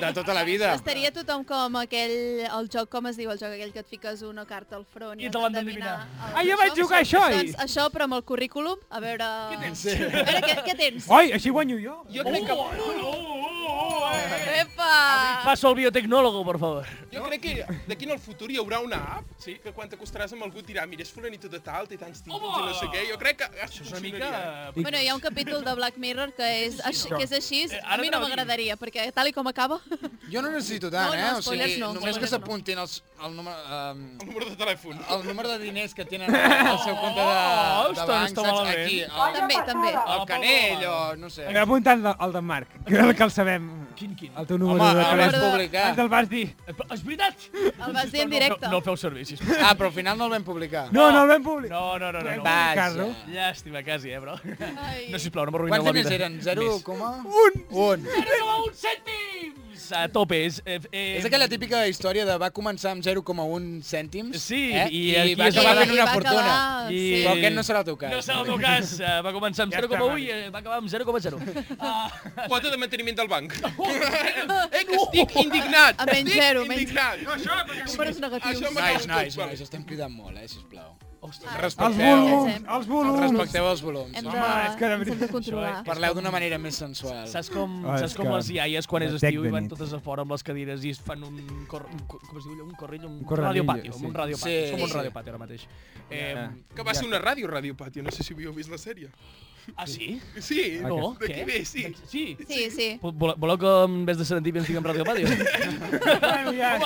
Speaker 5: de tota la vida.
Speaker 4: Estaria tothom com aquell, el joc, com es diu el joc aquell que et fiques una carta al front
Speaker 1: I
Speaker 4: has
Speaker 1: te l'han
Speaker 4: d'endevinar.
Speaker 1: d'endevinar.
Speaker 4: el-
Speaker 3: Ah, jo vaig jugar a això, i-
Speaker 4: Doncs això, però amb el currículum, a veure... Què tens? A veure, què, què tens?
Speaker 3: Oi, així guanyo jo. Oh,
Speaker 7: Jo crec que...
Speaker 1: Oh, oh, oh, oh, eh?
Speaker 4: Epa!
Speaker 1: Paso al biotecnólogo, por favor.
Speaker 7: Jo crec que d'aquí en el futur hi haurà una app, sí, que quan t'acostaràs amb algú et dirà mira, és fulanito de tal, té tants títols i no sé què. Jo crec que això
Speaker 1: És una mica... eh,
Speaker 4: Bueno, hi ha un capítol de Black Mirror que és així, que és així a
Speaker 1: ara
Speaker 4: mi
Speaker 1: t'anava a
Speaker 4: no
Speaker 1: dir.
Speaker 4: m'agradaria, perquè tal i com acaba...
Speaker 5: Jo no necessito tant,
Speaker 4: No, no,
Speaker 5: eh? O
Speaker 4: spoilers
Speaker 5: sigui,
Speaker 4: no,
Speaker 5: només que
Speaker 4: spoilers no.
Speaker 5: s'apuntin els, el, número,
Speaker 7: El
Speaker 5: eh,
Speaker 7: número de telèfon.
Speaker 5: el número de diners que tenen al seu compte de, de
Speaker 1: Oh, ostres,
Speaker 5: banc,
Speaker 1: està
Speaker 5: saps?
Speaker 1: malament.
Speaker 5: Aquí, al,
Speaker 4: També, també.
Speaker 5: al canell o no sé.
Speaker 3: Anem apuntant el de- el d'en Marc, que el que el sabem.
Speaker 1: Quin, quin?
Speaker 3: El teu número
Speaker 5: Home,
Speaker 3: de
Speaker 5: el
Speaker 4: vas
Speaker 3: telèfon.
Speaker 5: publicar.
Speaker 3: Ens el vas dir.
Speaker 1: Eh, És veritat!
Speaker 4: El vas dir en directe.
Speaker 1: No, no el feu servir, sisplau.
Speaker 5: Ah, però al final no el vam publicar.
Speaker 3: No, no el vam publicar.
Speaker 1: No, no, no, no. no.
Speaker 5: Vaja.
Speaker 3: Carlo.
Speaker 1: Llàstima, quasi, eh, bro.
Speaker 4: Ai.
Speaker 1: No, sisplau, no m'arruïneu
Speaker 5: Quants
Speaker 1: la vida.
Speaker 5: diners eren? 0,
Speaker 1: Més.
Speaker 5: coma? Un. Un.
Speaker 1: un cèntims! A tope, és... Eh, eh,
Speaker 5: És aquella típica història de va començar amb 0,1 cèntims
Speaker 1: Sí,
Speaker 5: eh?
Speaker 1: i
Speaker 5: i
Speaker 1: aquí
Speaker 5: va
Speaker 1: és
Speaker 4: I-
Speaker 1: que
Speaker 5: acabar
Speaker 1: va
Speaker 5: fent
Speaker 4: i
Speaker 5: una
Speaker 4: va
Speaker 5: fortuna.
Speaker 4: acabar-
Speaker 1: I-
Speaker 4: sí.
Speaker 5: Però aquest no serà el teu cas.
Speaker 1: No serà el teu cas. Eh, Va començar amb
Speaker 3: Ja
Speaker 1: 0,1
Speaker 3: està,
Speaker 1: i eh, va acabar amb 0,0. Ah,
Speaker 7: Quota de manteniment del banc. eh,
Speaker 4: Oh!
Speaker 7: que estic indignat.
Speaker 4: A menys
Speaker 7: estic
Speaker 4: zero, menys-
Speaker 7: indignat. No, això,
Speaker 4: Números negatius.
Speaker 7: Això m'acaba
Speaker 5: Nois,
Speaker 7: tot,
Speaker 5: nois,
Speaker 7: vale.
Speaker 5: nois, estem cridant molt, eh, sisplau.
Speaker 1: Ostres.
Speaker 3: Els
Speaker 5: Respecteu,
Speaker 3: volums, els volums.
Speaker 5: respecteu els volums.
Speaker 4: Hem de,
Speaker 5: home.
Speaker 3: Ah, és que ara-
Speaker 4: ens hem de controlar.
Speaker 5: Parleu d'una manera més sensual.
Speaker 1: Saps com,
Speaker 3: eh? Ah,
Speaker 1: saps
Speaker 3: és
Speaker 1: com
Speaker 3: que-
Speaker 1: les iaies quan és
Speaker 3: detec
Speaker 1: estiu
Speaker 3: de
Speaker 1: i van
Speaker 3: nit.
Speaker 1: totes a fora amb les cadires i es fan un... Cor, un co- com es diu allò? Un corrillo? Un,
Speaker 3: Un
Speaker 1: un
Speaker 3: corralillo,
Speaker 1: radiopatio. Sí.
Speaker 3: sí.
Speaker 1: Un radiopatio.
Speaker 5: Sí,
Speaker 1: Sí, Som un
Speaker 5: sí.
Speaker 1: radiopatio ara mateix. Eh,
Speaker 7: Que va ser una ràdio, Ràdio Patio. No sé si havíeu vist la sèrie.
Speaker 1: Ah, sí?
Speaker 7: Sí,
Speaker 1: No?
Speaker 7: d'aquí ve, sí.
Speaker 1: Sí.
Speaker 4: Sí, sí.
Speaker 1: Vol- vole- Voleu que en vez de Serendipia ens diguem radiopatio?
Speaker 3: Bueno, ja.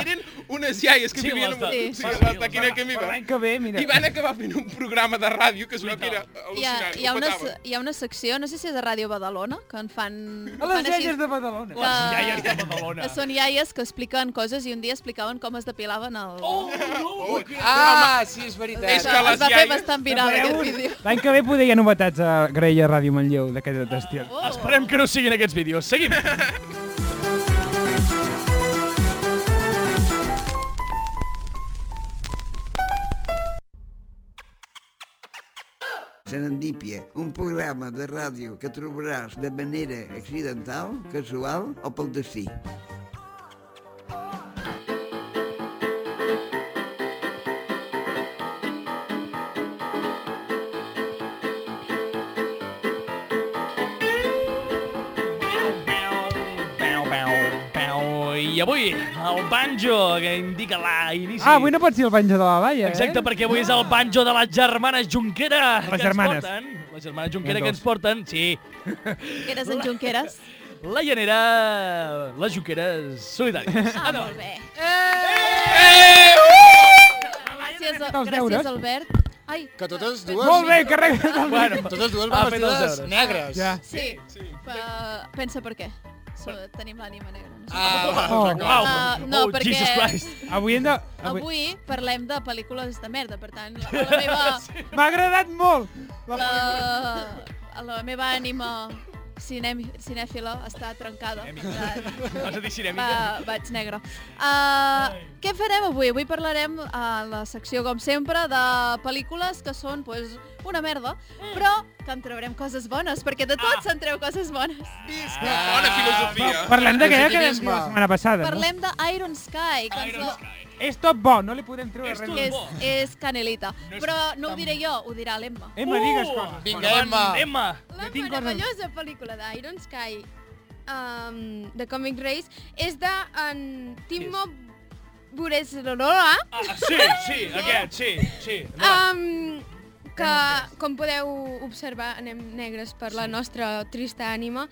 Speaker 7: Eren unes iaies que
Speaker 1: Sí,
Speaker 7: vivien...
Speaker 1: les de-
Speaker 7: amb-
Speaker 1: sí.
Speaker 7: Sí,
Speaker 1: Sí,
Speaker 7: les d'aquí en què m'hi
Speaker 3: Per
Speaker 7: va.
Speaker 3: l'any que ve, mira.
Speaker 7: I van acabar fent un programa de ràdio que es veu que era
Speaker 4: Hi ha,
Speaker 7: al·lucinant.
Speaker 4: hi, ha
Speaker 7: ho
Speaker 4: una,
Speaker 7: petava.
Speaker 4: se- hi ha una secció, no sé si és a Ràdio Badalona, que en fan...
Speaker 3: A
Speaker 4: fan
Speaker 3: les
Speaker 4: així-
Speaker 3: lleies de Badalona.
Speaker 4: que,
Speaker 1: Les iaies de Badalona.
Speaker 4: que són iaies que expliquen coses i un dia explicaven com es depilaven el...
Speaker 1: Oh, no!
Speaker 5: Ah, sí, és
Speaker 7: És
Speaker 5: veritat.
Speaker 7: que les
Speaker 4: es va fer
Speaker 7: iaies-
Speaker 4: bastant viral
Speaker 3: Veureu
Speaker 4: aquest
Speaker 3: un-
Speaker 4: vídeo.
Speaker 3: L'any que ve poder hi ha novetats a Graella Ràdio Manlleu d'aquest estil.
Speaker 4: Oh.
Speaker 1: Esperem que no siguin aquests vídeos. Seguim!
Speaker 2: Serendípia, un programa de ràdio que trobaràs de manera accidental, casual o pel destí.
Speaker 1: I avui, el banjo, que indica la inici.
Speaker 3: Ah, avui no pot ser el banjo de la Laia,
Speaker 1: Exacte,
Speaker 3: eh?
Speaker 1: perquè avui és el banjo de les germanes Junquera. que ens
Speaker 3: germanes.
Speaker 1: Porten, les germanes Junquera
Speaker 3: Hi ha
Speaker 1: que
Speaker 3: dos.
Speaker 1: ens porten, sí.
Speaker 4: Eres en Junqueras?
Speaker 1: La llanera, les Junqueres solidàries.
Speaker 4: Ah, molt bé. Gràcies,
Speaker 3: els deures.
Speaker 4: gràcies Albert. Ai,
Speaker 5: Que totes dues...
Speaker 3: Molt bé, que res...
Speaker 1: Bueno,
Speaker 5: Totes dues
Speaker 1: ha
Speaker 5: van
Speaker 1: fet Ah, els
Speaker 5: vestides
Speaker 1: deures.
Speaker 5: negres.
Speaker 3: Ja.
Speaker 4: sí, però pensa per què. So, tenim l'ànima negra. No, sé.
Speaker 5: Ah, va,
Speaker 3: Oh.
Speaker 5: altra cosa.
Speaker 1: Uau.
Speaker 4: Ah, no,
Speaker 1: oh,
Speaker 4: perquè-
Speaker 1: Jesus Christ.
Speaker 3: Avui hem de... Avui...
Speaker 4: Avui parlem de pel·lícules de merda, per tant, la, la meva...
Speaker 3: M'ha agradat molt! La...
Speaker 4: La, la meva ànima cinem, cinèfila està trencada.
Speaker 1: Vas a dir cinèmica?
Speaker 4: Va, vaig negre. Uh, què farem avui? Avui parlarem a la secció, com sempre, de pel·lícules que són pues, una merda, però que en traurem coses bones, perquè de tot se'n treu coses bones.
Speaker 7: Visca! Bona filosofia.
Speaker 3: Parlem d'aquella que vam dir
Speaker 5: Positivisme.
Speaker 3: la setmana passada,
Speaker 4: Parlem de Iron Sky, que ens
Speaker 1: Iron
Speaker 4: la-
Speaker 1: Sky.
Speaker 3: no? És tot bo, no li podem treure
Speaker 1: És
Speaker 3: res.
Speaker 1: tot
Speaker 4: que
Speaker 3: més.
Speaker 4: és, és Canelita.
Speaker 1: No és
Speaker 4: Però no ho diré jo, ho dirà l'Emma.
Speaker 3: Emma, digues coses.
Speaker 5: Vinga,
Speaker 1: Endavant,
Speaker 5: Emma.
Speaker 1: Emma.
Speaker 8: La
Speaker 3: tinc coses-
Speaker 8: meravellosa pel·lícula d'Iron Sky um, de Comic Race és de en Timo Boresrola,
Speaker 1: Ah, sí, sí, aquest, sí, sí. endavant.
Speaker 8: um, que, com podeu observar, anem negres per la nostra trista ànima,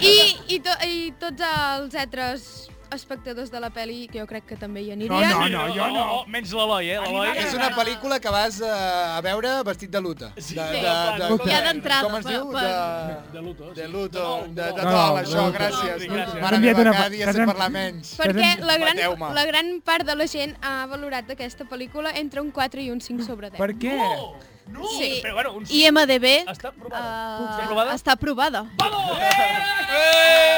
Speaker 8: i, i, to, i tots els altres espectadors de la pel·li, que jo crec que també hi anirien.
Speaker 3: No, no, jo no.
Speaker 1: Oh, oh, menys l'Eloi, eh? L'Eloi...
Speaker 5: És una pel·lícula que vas eh, a veure vestit de luta. De,
Speaker 1: Sí.
Speaker 5: de, de,
Speaker 4: Ja d'entrada,
Speaker 5: Com es
Speaker 4: per-
Speaker 5: diu?
Speaker 4: per-
Speaker 5: De...
Speaker 1: De Luto.
Speaker 5: De luto, de, de
Speaker 3: No,
Speaker 5: dol,
Speaker 3: no,
Speaker 5: això,
Speaker 3: no,
Speaker 5: gràcies.
Speaker 1: no, gràcies.
Speaker 5: Mare
Speaker 3: Envia't
Speaker 5: meva,
Speaker 3: una-
Speaker 5: cada dia sé
Speaker 3: t'has-
Speaker 5: parlar menys.
Speaker 8: Perquè la gran,
Speaker 5: Mateu-me.
Speaker 8: la gran part de la gent ha valorat aquesta pel·lícula entre un 4 i un 5 sobre 10.
Speaker 3: Per què?
Speaker 1: Oh, no!
Speaker 4: Sí.
Speaker 1: Però bueno, un...
Speaker 4: IMDB
Speaker 1: Està aprovada.
Speaker 4: eh,
Speaker 1: Està aprovada?
Speaker 4: està aprovada.
Speaker 1: Vamos! Eh!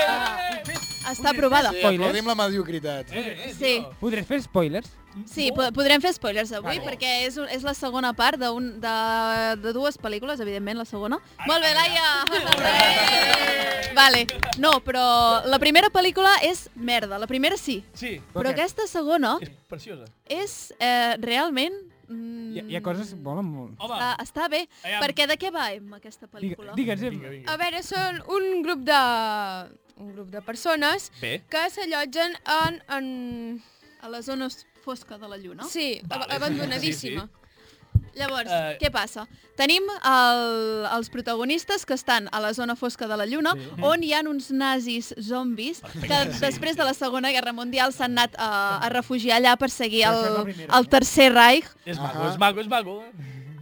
Speaker 4: Està aprovada.
Speaker 5: Sí,
Speaker 3: Spoilers.
Speaker 5: aplaudim la mediocritat.
Speaker 1: Eh,
Speaker 4: Sí,
Speaker 3: Podràs fer spoilers?
Speaker 4: sí,
Speaker 1: Oh.
Speaker 4: po- podrem fer spoilers avui perquè és, un- és la segona part d'un- de, de dues pel·lícules, evidentment, la segona. Molt bé, Laia! Vale, no, però la primera pel·lícula és merda, la primera sí.
Speaker 1: Sí,
Speaker 4: Però
Speaker 3: Ok.
Speaker 4: aquesta segona
Speaker 1: és preciosa.
Speaker 4: és eh, realment Mm,
Speaker 3: Hi ha, hi ha coses que volen molt.
Speaker 1: Home,
Speaker 4: Està, està bé,
Speaker 1: Aviam.
Speaker 4: perquè de què va, Emma, aquesta Mm, pel·lícula?
Speaker 3: Digue- Digues,
Speaker 1: vinga,
Speaker 3: Emma.
Speaker 1: vinga.
Speaker 8: A veure, són un grup de un grup de persones
Speaker 1: Bé.
Speaker 8: que s'allotgen en, en...
Speaker 4: A la zona s- fosca de la lluna.
Speaker 8: Sí,
Speaker 1: Vale.
Speaker 8: ab- abandonadíssima.
Speaker 4: Llavors,
Speaker 1: Eh.
Speaker 4: què passa? Tenim el, els protagonistes que estan a la zona fosca de la Lluna, sí. on hi ha uns nazis zombis que després de la Segona Guerra Mundial s'han anat eh, a, a refugiar allà per seguir
Speaker 3: Però això és la
Speaker 4: el,
Speaker 3: primera, Eh.
Speaker 4: el
Speaker 3: no?
Speaker 4: Tercer Reich.
Speaker 1: És maco, és maco, és maco.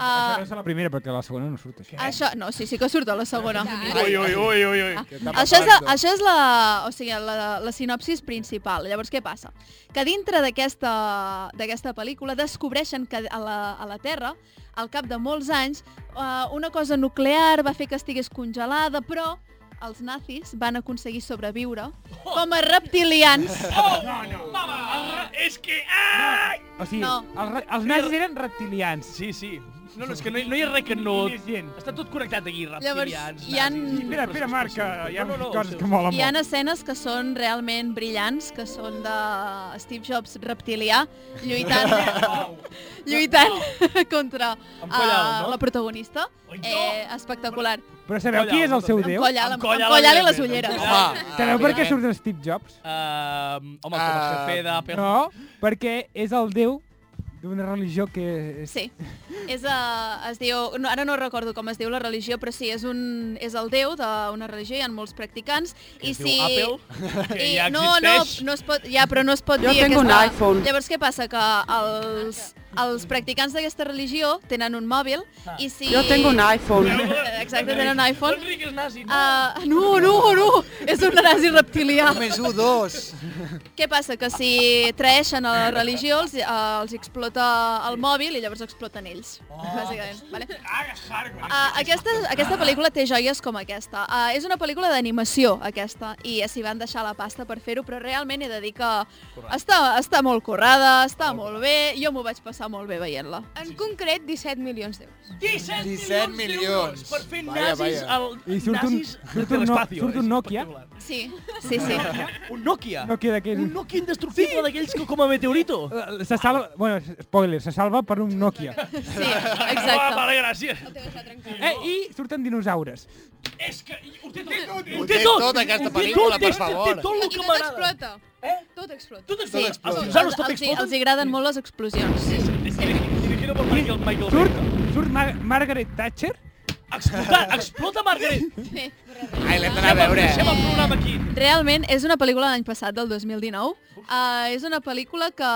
Speaker 3: Això
Speaker 4: Uh,
Speaker 3: no és la primera, perquè la segona no surt així.
Speaker 4: això, no, sí, sí que surt a la segona.
Speaker 1: Ui, ui, ui, ui, ui.
Speaker 4: Això és, la,
Speaker 3: doncs?
Speaker 4: això és la, o sigui, la, la sinopsis principal. Llavors, què passa? Que dintre d'aquesta d'aquesta pel·lícula descobreixen que a la, a la Terra, al cap de molts anys, eh, una cosa nuclear va fer que estigués congelada, però els nazis van aconseguir sobreviure com a reptilians.
Speaker 1: Oh, no, no. Mama, és que... Ah!
Speaker 3: O sigui,
Speaker 4: No.
Speaker 3: els, re- els nazis eren reptilians.
Speaker 1: Sí, sí. No, no, és que no, hi- no hi ha res que no...
Speaker 3: Més gent.
Speaker 1: Està tot connectat aquí,
Speaker 4: Llavors,
Speaker 1: reptilians,
Speaker 4: hi han-
Speaker 1: nazis,
Speaker 3: Espera, espera, Marc, que hi ha
Speaker 1: No, no, no,
Speaker 3: coses
Speaker 1: sí.
Speaker 3: que molen
Speaker 4: Hi ha
Speaker 3: molt.
Speaker 4: escenes que són realment brillants, que són de Steve Jobs reptilià, lluitant, lluitant contra
Speaker 1: Amb Collao,
Speaker 4: eh,
Speaker 1: no?
Speaker 4: la protagonista.
Speaker 1: Oi, no!
Speaker 4: Eh, espectacular.
Speaker 3: Però sabeu qui és el seu
Speaker 4: Amb
Speaker 3: déu?
Speaker 4: collal, amb,
Speaker 1: Amb Collao,
Speaker 4: amb collal i les
Speaker 1: evidentment,
Speaker 4: ulleres.
Speaker 1: amb Collao.
Speaker 3: Ah, Sabeu per què
Speaker 1: evidentment.
Speaker 3: surt el Steve Jobs?
Speaker 1: Uh, Ah. home, com a
Speaker 5: Ah,
Speaker 1: jefe d'Apple...
Speaker 3: No, perquè és el déu d'una religió que és...
Speaker 4: Sí. És, uh, es diu, no, ara no recordo com es diu la religió, però sí, és, un, és el déu d'una religió, hi ha molts practicants. I
Speaker 1: es diu
Speaker 4: si,
Speaker 1: Apple, que
Speaker 4: i,
Speaker 1: ja
Speaker 4: no, no,
Speaker 1: existeix.
Speaker 4: no es pot, ja, però no es pot dir
Speaker 9: tengo un iPhone.
Speaker 4: Llavors, què passa? Que els, els practicants d'aquesta religió tenen un mòbil
Speaker 1: Ah.
Speaker 4: i si...
Speaker 9: Yo tengo un iPhone.
Speaker 4: Exacte, tenen un iPhone.
Speaker 1: L'Enric és nazi, no?
Speaker 4: Uh, no, no, no, és un nazi reptilià.
Speaker 5: Només un, dos.
Speaker 4: Què passa? Que si traeixen a la religió els, eh, els explota el mòbil i llavors exploten ells, oh. bàsicament. Vale? Uh, aquesta, aquesta pel·lícula té joies com aquesta. Uh, és una pel·lícula d'animació, aquesta, i eh, s'hi van deixar la pasta per fer-ho, però realment he de dir que està, està molt currada, està molt bé, jo m'ho vaig passar molt bé veient-la.
Speaker 8: En concret, 17 milions d'euros.
Speaker 1: 17,
Speaker 5: 17 milions.
Speaker 1: Per fer
Speaker 5: Vaya,
Speaker 1: nazis
Speaker 5: vaya.
Speaker 1: al...
Speaker 3: I surt un-
Speaker 1: nazis
Speaker 3: surt un
Speaker 1: de
Speaker 3: no-
Speaker 1: l'espacio,
Speaker 3: surt un
Speaker 1: és
Speaker 3: Nokia.
Speaker 1: particular.
Speaker 4: Sí, sí, sí.
Speaker 1: Un Nokia.
Speaker 3: No queda que...
Speaker 1: Un Nokia indestructible sí. d'aquells que com a meteorito.
Speaker 3: Eh, Se salva... Bueno, spoiler, se salva per un Nokia.
Speaker 4: Sí,
Speaker 1: Ah,
Speaker 4: exacte.
Speaker 1: vale, gràcies.
Speaker 3: Eh, I surten dinosaures.
Speaker 1: És que ho té tot.
Speaker 5: Ho té tot, aquesta
Speaker 1: ho té
Speaker 5: pel·lícula,
Speaker 1: tot,
Speaker 5: per
Speaker 1: té-
Speaker 5: favor.
Speaker 1: Té tot
Speaker 8: I
Speaker 1: el que
Speaker 8: tot
Speaker 1: m'agrada.
Speaker 8: explota.
Speaker 1: Eh?
Speaker 8: Tot explota.
Speaker 1: Tot explota.
Speaker 5: explota.
Speaker 1: Els
Speaker 4: Els,
Speaker 1: dinosaures tot
Speaker 4: els, els
Speaker 1: exploten.
Speaker 4: hi agraden molt les explosions.
Speaker 1: És que mira que no pot Michael, Michael
Speaker 3: Surt,
Speaker 1: Bay.
Speaker 3: surt Mar Margaret Thatcher.
Speaker 1: Explota, explota Margaret.
Speaker 4: Sí.
Speaker 5: Ai, l'hem d'anar a veure.
Speaker 1: Deixem el programa aquí.
Speaker 4: Realment, és una pel·lícula de l'any passat, del 2019. Uh, és una pel·lícula que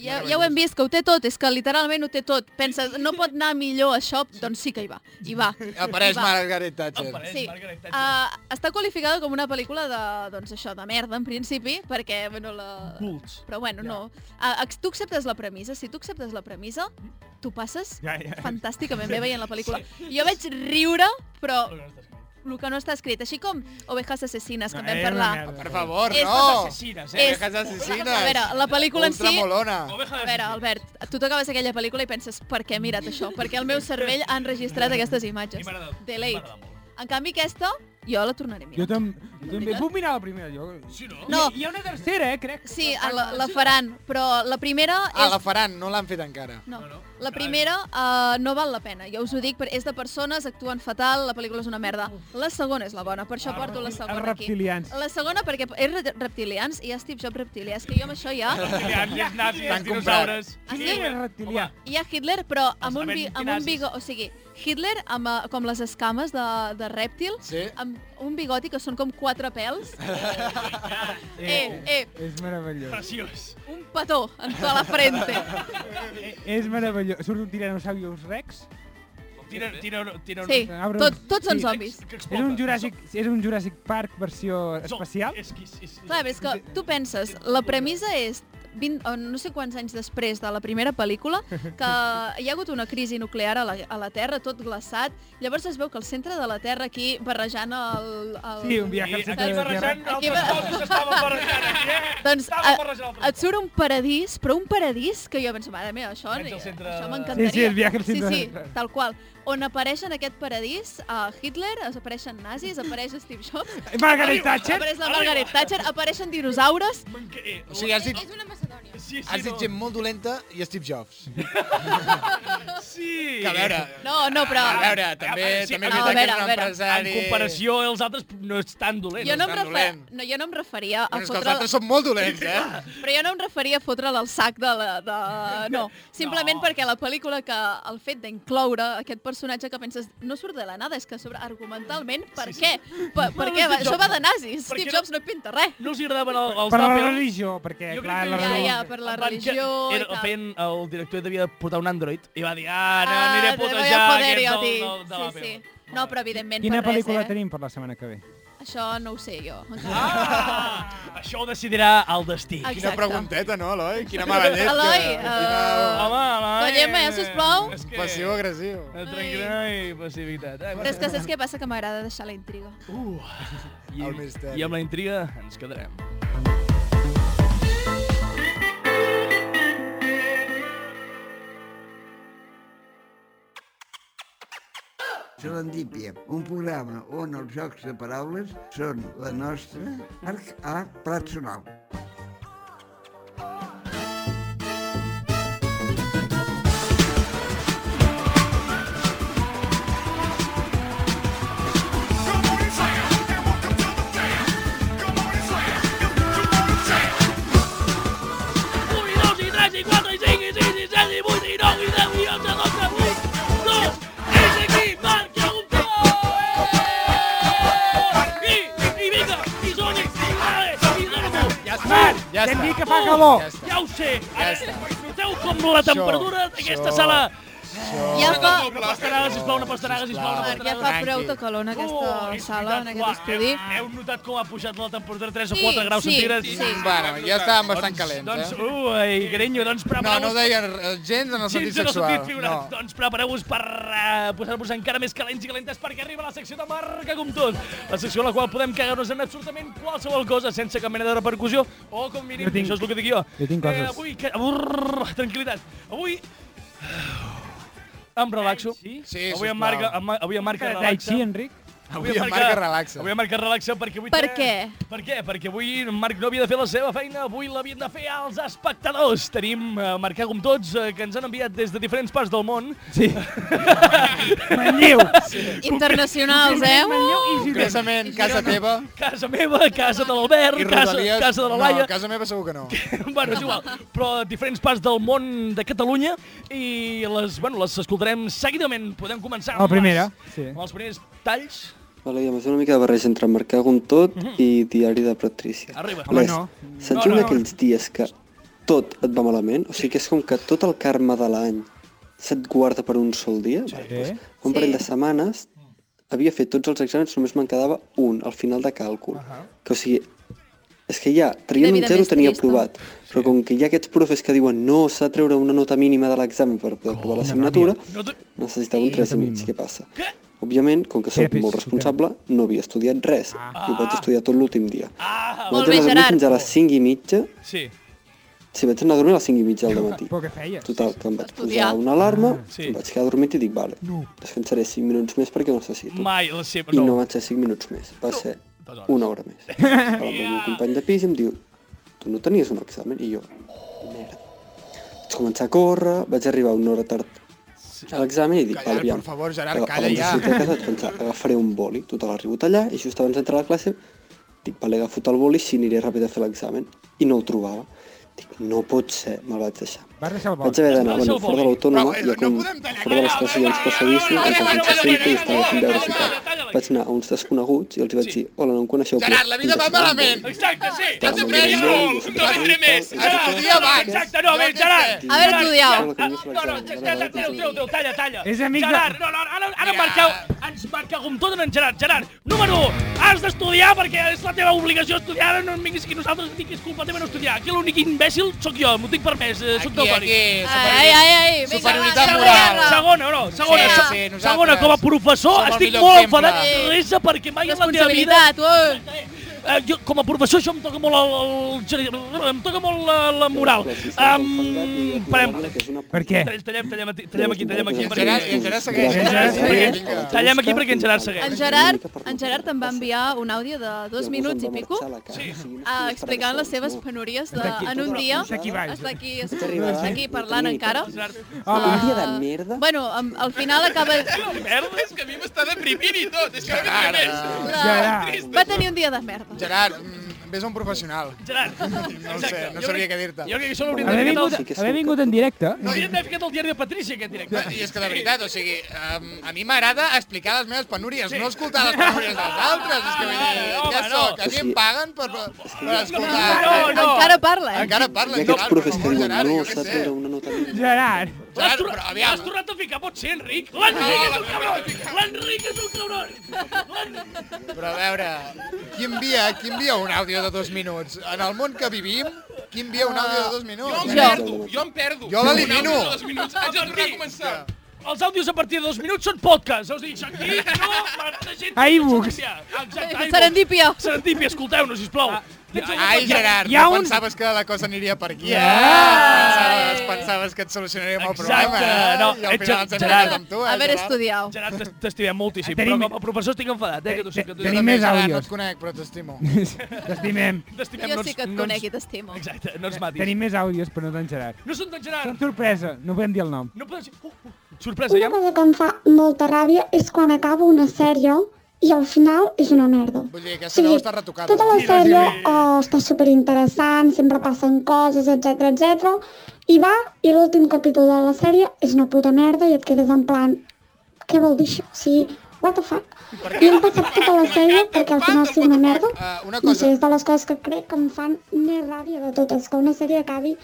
Speaker 4: ja, ja ho hem vist, que ho té tot, és que literalment ho té tot. Penses, no pot anar millor això? Doncs sí que hi va, hi va.
Speaker 5: Apareix
Speaker 4: hi va.
Speaker 5: Margaret Thatcher.
Speaker 1: Apareix
Speaker 4: Sí.
Speaker 1: Margaret Thatcher.
Speaker 4: Uh, està qualificada com una pel·lícula de, doncs això, de merda, en principi, perquè, bueno, la...
Speaker 1: Cults.
Speaker 4: Però bueno, no. Uh, tu acceptes la premissa, si tu acceptes la premissa, tu passes
Speaker 3: Ja, ja.
Speaker 4: fantàsticament bé veient la pel·lícula. Jo vaig riure, però el que no està escrit, així com Ovejas Assassines, que en vam
Speaker 3: Era una
Speaker 4: parlar.
Speaker 3: merda.
Speaker 5: Per favor,
Speaker 4: És
Speaker 5: no.
Speaker 1: Assassines, eh?
Speaker 4: És-
Speaker 5: Ovejas assassines.
Speaker 4: A veure, la pel·lícula en si...
Speaker 5: Ultramolona.
Speaker 4: A veure, Albert, tu t'acabes aquella pel·lícula i penses per què he mirat això? Perquè el meu cervell ha enregistrat aquestes imatges. Delete. En canvi, aquesta, jo la tornaré a
Speaker 3: Jo,
Speaker 4: mirar.
Speaker 3: tam jo també puc mirar la primera. Jo...
Speaker 1: Sí, no?
Speaker 4: No,
Speaker 3: Hi ha una tercera, eh, crec.
Speaker 4: sí, la, la faran, però la primera
Speaker 5: Ah, la
Speaker 4: és...
Speaker 5: faran, no l'han fet encara.
Speaker 4: No, la primera uh, no val la pena, ja us ho dic, perquè és de persones, actuen fatal, la pel·lícula és una merda. La segona és la bona, per això porto
Speaker 3: Ah,
Speaker 4: la
Speaker 3: Els
Speaker 4: segona aquí.
Speaker 3: reptilians.
Speaker 4: La segona perquè és re- reptilians i hi ha Steve Jobs reptilià, és que jo amb això ja...
Speaker 1: Reptilians, és nazis,
Speaker 5: T'han
Speaker 1: dinosaures.
Speaker 3: Qui era reptilià?
Speaker 4: Hi ha Hitler, però amb un, vi,
Speaker 1: Aventinazis.
Speaker 4: amb un bigot... O sigui, Hitler amb eh, com les escames de, de rèptil,
Speaker 5: Sí.
Speaker 4: amb un bigoti que són com quatre pèls. eh, eh,
Speaker 3: És meravellós.
Speaker 1: Preciós.
Speaker 4: un petó en tota la frente.
Speaker 3: Eh, És meravellós. Surt un Tyrannosaurus Rex.
Speaker 1: Tira, tira, tira...
Speaker 4: Sí,
Speaker 3: Abro-
Speaker 4: tot, tots són
Speaker 3: Sí.
Speaker 4: zombis.
Speaker 1: Que
Speaker 3: És
Speaker 1: explota.
Speaker 3: un Jurassic, és un Jurassic Park versió
Speaker 1: Zo-
Speaker 3: espacial.
Speaker 1: És que... És, és,
Speaker 4: Clar, però és que tu penses, la premissa és 20, o no sé quants anys després de la primera pel·lícula, que hi ha hagut una crisi nuclear a la, a la Terra, tot glaçat, llavors es veu que el centre de la Terra aquí, barrejant el... el...
Speaker 3: Sí, un
Speaker 1: I
Speaker 3: viatge al centre
Speaker 1: Eh, aquí
Speaker 3: de la Terra.
Speaker 1: barrejant
Speaker 4: Aquí
Speaker 1: altres
Speaker 4: va-
Speaker 1: coses que estàvem barrejant aquí, eh?
Speaker 4: Doncs
Speaker 1: Estàvem
Speaker 4: a-
Speaker 1: barrejant altres
Speaker 4: et surt un paradís, però un paradís que jo penso, mare meva, això,
Speaker 1: Menys el centre-
Speaker 4: això m'encantaria.
Speaker 3: Sí, sí, el viatge al
Speaker 4: Sí,
Speaker 3: centre de
Speaker 4: sí,
Speaker 3: la Terra.
Speaker 4: tal qual. On apareix en aquest paradís uh, Hitler, es- apareixen nazis, apareix Steve Jobs,
Speaker 3: Margaret Thatcher.
Speaker 4: apareix la Margaret Thatcher, apareixen dinosaures...
Speaker 1: coses.
Speaker 5: O sigui, has dit...
Speaker 8: És una Macedònia.
Speaker 1: Sí, Sí, sí,
Speaker 5: Has dit
Speaker 1: no.
Speaker 5: gent molt dolenta i Steve Jobs.
Speaker 1: Sí.
Speaker 5: Que a veure...
Speaker 4: No, no, però...
Speaker 5: A veure, també,
Speaker 1: veure, sí,
Speaker 5: també
Speaker 1: no,
Speaker 5: és veritat que
Speaker 4: a
Speaker 5: és un
Speaker 4: veure, a veure,
Speaker 1: En
Speaker 5: empresari...
Speaker 1: comparació, els altres no és tan dolent.
Speaker 4: Jo no, em
Speaker 5: tan
Speaker 4: refer...
Speaker 5: dolent.
Speaker 4: no, jo no em referia a
Speaker 5: Bueno, és que els
Speaker 4: fotre...
Speaker 5: altres són molt dolents, eh?
Speaker 4: Però jo no em referia a fotre'l al sac de la... De... No, simplement no. perquè la pel·lícula que el fet d'incloure aquest personatge que penses no surt de la nada, és que sobre argumentalment, per sí, què? Sí. Per, per què? Va, això va de nazis.
Speaker 1: Per
Speaker 4: Steve
Speaker 1: què no-
Speaker 4: Jobs no pinta res.
Speaker 1: No els agradaven el- els
Speaker 3: Per la
Speaker 1: d'Apple.
Speaker 3: religió, perquè,
Speaker 1: Jo crec
Speaker 3: clar,
Speaker 1: que
Speaker 3: la
Speaker 4: Ja,
Speaker 3: religió...
Speaker 4: ja, per la
Speaker 1: Van que-
Speaker 4: religió i
Speaker 1: era,
Speaker 4: tal.
Speaker 1: Feien, el director devia portar un Android i va dir, ah, ara
Speaker 4: Ah,
Speaker 1: aniré a
Speaker 4: te voy a
Speaker 1: putejar
Speaker 4: poder,
Speaker 1: aquest
Speaker 4: jo,
Speaker 1: del,
Speaker 4: tio.
Speaker 1: del, de la
Speaker 4: sí, sí. No, però evidentment
Speaker 3: Quina
Speaker 4: per res,
Speaker 3: pel·lícula
Speaker 4: eh?
Speaker 3: tenim per la setmana que ve?
Speaker 4: Això no ho sé jo. encara.
Speaker 1: Ah, això ho decidirà el destí.
Speaker 4: Exacte.
Speaker 5: Quina pregunteta, no, Eloi? Quina mala llet.
Speaker 4: Eloi,
Speaker 5: eh?
Speaker 4: eh,
Speaker 1: Home, home,
Speaker 4: Callem, eh, sisplau.
Speaker 1: És que...
Speaker 5: Passiu agressiu.
Speaker 1: Eh, Tranquil·lita i passivitat. Eh,
Speaker 4: Però és que saps què passa? Que m'agrada deixar la intriga.
Speaker 1: Uh, i,
Speaker 5: El misteri.
Speaker 1: I amb la intriga ens quedarem.
Speaker 2: Serendípia, un programa on els jocs de paraules són la nostra arc a plat sonor.
Speaker 5: Ja està. Ja
Speaker 3: Hem
Speaker 5: està.
Speaker 3: dit que fa calor!
Speaker 5: Ja està.
Speaker 1: Ja ho sé, ara
Speaker 5: està.
Speaker 1: noteu com la temperatura d'aquesta
Speaker 5: això.
Speaker 1: sala...
Speaker 4: Ja fa...
Speaker 1: Una pastanaga, sisplau, una pastanaga, sisplau, una
Speaker 4: Ja
Speaker 1: pastanaga.
Speaker 4: fa prou de calor en aquesta sala, en aquest estudi.
Speaker 1: Heu notat com ha pujat la temperatura 3 o
Speaker 4: Sí,
Speaker 1: 4 graus
Speaker 4: sí,
Speaker 1: centígrads?
Speaker 4: sí.
Speaker 5: Bueno, ja estàvem bastant calents,
Speaker 1: Doncs,
Speaker 5: eh?
Speaker 1: ui, grinyo, doncs
Speaker 5: No, no
Speaker 1: prepareu-vos
Speaker 5: ho deien eh, gens en el sentit
Speaker 1: Gens en el
Speaker 5: sexual.
Speaker 1: sentit figurat.
Speaker 5: No.
Speaker 1: Doncs prepareu-vos per uh, posar-vos encara més calents i calentes perquè arriba la secció de Marca com tot. La secció en la qual podem cagar-nos en absolutament qualsevol cosa sense cap mena de repercussió o com mínim,
Speaker 3: Jo tinc-
Speaker 1: això és el que dic jo.
Speaker 3: jo tinc
Speaker 1: Eh,
Speaker 3: coses.
Speaker 1: avui, que, brrr, tranquil·litat. Avui em relaxo.
Speaker 3: Sí?
Speaker 5: Sí,
Speaker 1: avui
Speaker 5: sisplau.
Speaker 1: em marca, em, ma- avui em marca
Speaker 3: Tai
Speaker 1: relaxa.
Speaker 3: Chi, eh, Enric?
Speaker 5: Avui en Marc es relaxa.
Speaker 1: Avui em marca relaxa perquè avui...
Speaker 4: Per
Speaker 1: té-
Speaker 4: què?
Speaker 1: Per què? Perquè avui en Marc no havia de fer la seva feina, avui l'havien de fer als espectadors. Tenim eh, marcar com tots, eh, que ens han enviat des de diferents parts del món.
Speaker 3: Sí. Manlleu!
Speaker 4: Internacionals, eh?
Speaker 3: Manlleu i Girona.
Speaker 5: Curiosament, casa teva
Speaker 1: Casa meva, casa de l'Albert,
Speaker 5: i
Speaker 1: casa,
Speaker 5: Rodalies...
Speaker 1: casa de la
Speaker 5: No,
Speaker 1: Laia...
Speaker 5: casa meva segur que no.
Speaker 1: bueno, és igual, però a diferents parts del món de Catalunya i les, bueno, les escoltarem seguidament. Podem començar
Speaker 3: La primera,
Speaker 1: les,
Speaker 3: sí.
Speaker 1: amb els primers talls.
Speaker 9: Vale, i a més una mica de barreja entre marcar com tot i diari de Patrícia.
Speaker 1: Arriba.
Speaker 3: Home,
Speaker 9: Les-
Speaker 3: no.
Speaker 9: Saps
Speaker 1: Ah,
Speaker 9: un
Speaker 1: No, no.
Speaker 9: d'aquells dies que tot et va malament? O sigui que és com que tot el karma de l'any se't guarda per un sol dia? Sí. Vale, doncs, fa un
Speaker 4: Sí.
Speaker 9: parell de setmanes havia fet tots els exàmens, només me'n quedava un al final de càlcul. Uh -huh. Que o sigui, és que ja, traia
Speaker 4: La
Speaker 9: un
Speaker 4: vida
Speaker 9: zero,
Speaker 4: més
Speaker 9: tenia
Speaker 4: trista.
Speaker 9: aprovat. Però com que hi ha aquests profes que diuen no s'ha de treure una nota mínima de l'examen per poder aprovar l'assignatura,
Speaker 1: No te...
Speaker 9: necessitava un
Speaker 3: Sí,
Speaker 9: 3 i
Speaker 3: nota
Speaker 9: mig,
Speaker 3: mínima.
Speaker 9: què passa?
Speaker 1: Què?
Speaker 9: Òbviament, com que
Speaker 3: Sí,
Speaker 9: sóc
Speaker 3: pis,
Speaker 9: molt responsable, no havia estudiat res. Ah. I ho vaig estudiar tot l'últim dia.
Speaker 1: Ah,
Speaker 4: Molt
Speaker 9: vaig anar
Speaker 4: bé,
Speaker 9: a dormir
Speaker 4: Gerard.
Speaker 9: fins a les 5 i mitja.
Speaker 1: sí.
Speaker 9: Sí, vaig anar a dormir a les 5 i mitja del matí.
Speaker 3: Però què feies?
Speaker 9: Total, que em vaig
Speaker 4: Estudiar.
Speaker 9: posar una alarma,
Speaker 1: sí.
Speaker 9: em vaig quedar dormit i dic, vale, descansaré 5 minuts més perquè ho necessito.
Speaker 1: Mai, la seva...
Speaker 9: I no
Speaker 1: No.
Speaker 9: van ser 5 minuts més, va ser
Speaker 1: Dues hores.
Speaker 9: una hora més. El meu company de pis i em diu, tu no tenies un examen? I jo, merda. Vaig començar a córrer, vaig arribar una hora tard a l'examen i dic,
Speaker 5: Calla,
Speaker 9: "Vale, aviam,
Speaker 5: por favor, Gerard,
Speaker 9: aga-
Speaker 5: calla
Speaker 9: abans de
Speaker 5: ja."
Speaker 9: sortir de casa vaig pensar, agafaré un boli, total, arribo allà i just abans d'entrar a la classe dic, vale, agafo el boli si aniré ràpid a fer l'examen i no el trobava. Dic, no pot ser, me'l vaig deixar.
Speaker 3: Vas deixar el
Speaker 9: Vaig
Speaker 3: vol.
Speaker 9: haver d'anar,
Speaker 1: Vas
Speaker 9: bueno,
Speaker 1: deixar el
Speaker 9: fora de
Speaker 1: boli.
Speaker 9: l'autònoma,
Speaker 5: Però,
Speaker 9: ja
Speaker 5: eh,
Speaker 9: com
Speaker 5: no podem tallar,
Speaker 9: fora de les classes i els passadissos,
Speaker 1: Calla,
Speaker 9: ens
Speaker 1: calla,
Speaker 9: van fer
Speaker 1: calla,
Speaker 9: sempre i
Speaker 1: calla,
Speaker 9: estava fent
Speaker 1: calla,
Speaker 9: veure
Speaker 1: calla, calla,
Speaker 9: Vaig anar a uns desconeguts i els vaig dir, hola, no em coneixeu, però...
Speaker 5: Gerard, la vida
Speaker 9: em
Speaker 5: va
Speaker 9: deixeu un boli."
Speaker 5: malament.
Speaker 1: Exacte, sí.
Speaker 5: No
Speaker 1: Exacte,
Speaker 5: t'ho creus,
Speaker 1: no,
Speaker 9: no,
Speaker 1: no vindré més.
Speaker 9: no,
Speaker 1: Gerard,
Speaker 5: estudia abans.
Speaker 1: Exacte, no, a veure,
Speaker 5: Jo què
Speaker 1: Gerard.
Speaker 5: sé.
Speaker 4: Haver
Speaker 1: Gerard,
Speaker 4: estudiat.
Speaker 1: Ah, No, no, talla, talla, talla, talla, talla.
Speaker 3: És amic de-
Speaker 1: Gerard, no, no, ara, ara marqueu, ens marca com tot en Gerard. Gerard, número 1, has d'estudiar perquè és la teva obligació estudiar, ara no em vinguis aquí nosaltres i diguis culpa teva no estudiar. Aquí l'únic imbècil sóc jo, m'ho tinc permès, eh, sóc
Speaker 5: Aquí,
Speaker 1: d'autònic.
Speaker 5: aquí.
Speaker 4: Ai, ai, ai, vinga, va,
Speaker 5: Superioritat
Speaker 4: segona
Speaker 5: moral.
Speaker 4: guerra.
Speaker 1: Segona, no, segona,
Speaker 5: Sí,
Speaker 1: se-
Speaker 5: sí, nosaltres.
Speaker 1: segona, com a professor
Speaker 5: Som el
Speaker 1: estic
Speaker 5: millor
Speaker 1: molt
Speaker 5: exemple.
Speaker 1: enfadat, resa perquè mai en la teva vida
Speaker 4: Responsabilitat, ui.
Speaker 1: Eh, jo, com a professor, això em toca molt el, el, geri- em toca molt la, la moral. Um, parem.
Speaker 3: Per què?
Speaker 1: Tallem, tallem, tallem, aquí, tallem aquí, tallem aquí.
Speaker 5: En
Speaker 1: perquè-
Speaker 5: Gerard, en Gerard segueix.
Speaker 3: En Gerard segueix.
Speaker 5: Vinga.
Speaker 1: Tallem aquí perquè en Gerard
Speaker 4: En
Speaker 1: segueix.
Speaker 4: Gerard, en Gerard em va enviar un àudio de dos minuts i pico eh, explicant les seves penories de, en un dia.
Speaker 3: Està aquí baix.
Speaker 4: Està aquí, està aquí parlant encara. Ah,
Speaker 3: Hola.
Speaker 9: Un dia
Speaker 1: Ah.
Speaker 9: de merda.
Speaker 4: Bueno, am- al final acaba...
Speaker 7: Merda, és que a mi m'està deprimint i tot. És que no vinc
Speaker 1: Eh,
Speaker 7: més.
Speaker 4: La...
Speaker 3: Gerard.
Speaker 4: Va tenir un dia de merda.
Speaker 5: Eh, Gerard, mm, vés a un professional.
Speaker 1: Gerard.
Speaker 5: No ho sé, no
Speaker 1: Jo
Speaker 5: sabria
Speaker 1: crec-
Speaker 5: què dir-te.
Speaker 1: Jo crec que això l'hauríem
Speaker 3: Haver
Speaker 1: d'haver fet,
Speaker 3: vingut,
Speaker 1: al-
Speaker 9: que sí,
Speaker 3: haver vingut en directe?
Speaker 1: l'hauríem d'haver ficat al diari de Patrícia, aquest directe.
Speaker 5: I és que de veritat, o sigui, um, a mi m'agrada explicar les meves penúries, no escoltar les penúries dels altres. És que, vull dir,
Speaker 1: Ah, home,
Speaker 5: què
Speaker 1: no.
Speaker 5: sóc? A mi em paguen per, per, per escoltar...
Speaker 1: No, no.
Speaker 4: Encara parla, eh?
Speaker 5: Encara parla,
Speaker 9: Hi ha aquests
Speaker 5: Gerard,
Speaker 9: profes
Speaker 5: per
Speaker 9: que
Speaker 5: favor,
Speaker 9: diuen,
Speaker 5: Gerard,
Speaker 9: no
Speaker 5: jo què
Speaker 9: saps
Speaker 5: sé.
Speaker 9: veure una nota ni
Speaker 3: Gerard.
Speaker 1: L'has
Speaker 5: Gerard,
Speaker 1: tornat-
Speaker 5: però aviam.
Speaker 1: L'has tornat a ficar, pot ser, Enric? L'Enric és un cabron! L'Enric és un cabron!
Speaker 5: Però a veure, qui envia, qui envia un àudio de dos minuts? En el món que vivim, qui envia un àudio de dos
Speaker 7: Jo em
Speaker 5: minuts?
Speaker 4: Jo.
Speaker 7: perdo, jo em perdo.
Speaker 5: Jo l'elimino.
Speaker 7: Un altre Dos minuts, haig de tornar a començar.
Speaker 1: Els àudios a partir de dos minuts són podcast. Us dic, aquí no, la gent...
Speaker 3: A iVoox.
Speaker 1: Exacte,
Speaker 4: Serendipia.
Speaker 1: Serendipia, escolteu-nos, sisplau.
Speaker 5: Ai, Gerard,
Speaker 3: hi ha
Speaker 5: no
Speaker 3: un-
Speaker 5: pensaves que la cosa aniria per aquí, eh?
Speaker 1: Yeah.
Speaker 5: Pensaves, pensaves que et solucionaríem el
Speaker 1: Exacte,
Speaker 5: problema, eh?
Speaker 1: no,
Speaker 5: I al
Speaker 1: ets-
Speaker 5: final ens hem
Speaker 1: Gerard.
Speaker 5: quedat amb tu, eh,
Speaker 4: Haver
Speaker 5: Gerard?
Speaker 4: estudiat.
Speaker 1: Gerard, t'es- t'estimem moltíssim,
Speaker 3: Tenim-
Speaker 1: però com a professor estic enfadat, eh? Que tu sí que tu...
Speaker 3: Tenim
Speaker 5: També,
Speaker 3: més
Speaker 5: Gerard, No
Speaker 3: àudios.
Speaker 5: et conec, però t'estimo.
Speaker 3: T'estimem.
Speaker 1: T'estimem,
Speaker 4: Jo
Speaker 1: no
Speaker 4: sí
Speaker 1: ens-
Speaker 4: que et
Speaker 1: no ens-
Speaker 4: conec i t'estimo.
Speaker 1: Exacte, no ens matis.
Speaker 3: Tenim més àudios, però no tan Gerard.
Speaker 1: No són d'en
Speaker 3: Són
Speaker 1: Gerard.
Speaker 3: sorpresa, no podem dir el nom.
Speaker 1: No podem... Uh, uh, sorpresa, ja...
Speaker 10: Una cosa que em fa molta ràbia és quan acabo una sèrie i al final és una merda.
Speaker 5: Vull dir, aquesta deu estar retocada.
Speaker 10: Tota la
Speaker 1: Mira,
Speaker 10: sèrie
Speaker 1: Jimmy.
Speaker 10: oh, està superinteressant, sempre passen coses, etc etc. i va, i l'últim capítol de la sèrie és una puta merda i et quedes en plan, què vol dir això? O sigui, what the fuck? I hem passat tota la sèrie perquè al final sigui una merda.
Speaker 5: Uh, una
Speaker 10: No sé,
Speaker 5: cosa,
Speaker 10: és de les coses que crec que em fan més ràbia de totes, que una sèrie acabi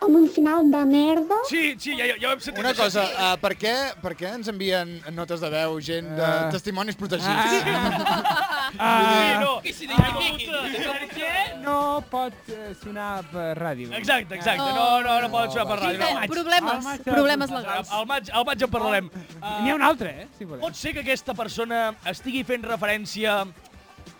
Speaker 10: amb un final de merda
Speaker 1: Sí, sí, ja, ja, ja ho hem sentit.
Speaker 5: una cosa, uh, per, què, per què ens envien notes de veu gent de
Speaker 3: Ah.
Speaker 5: testimonis protegits?
Speaker 1: Sí,
Speaker 3: Ah,
Speaker 1: no. Ah, Que s'identifiqui. Per què?
Speaker 3: no pot eh, sonar per ràdio.
Speaker 1: Exacte, exacte. No, no, no poden sonar per ràdio.
Speaker 4: Eh,
Speaker 1: No.
Speaker 3: Al
Speaker 4: Problemes,
Speaker 3: maig.
Speaker 4: problemes
Speaker 3: Al
Speaker 4: legals.
Speaker 1: Al maig, al maig en parlarem. Uh,
Speaker 3: N'hi ha un altre, eh? Si voleu.
Speaker 1: Pot ser que aquesta persona estigui fent referència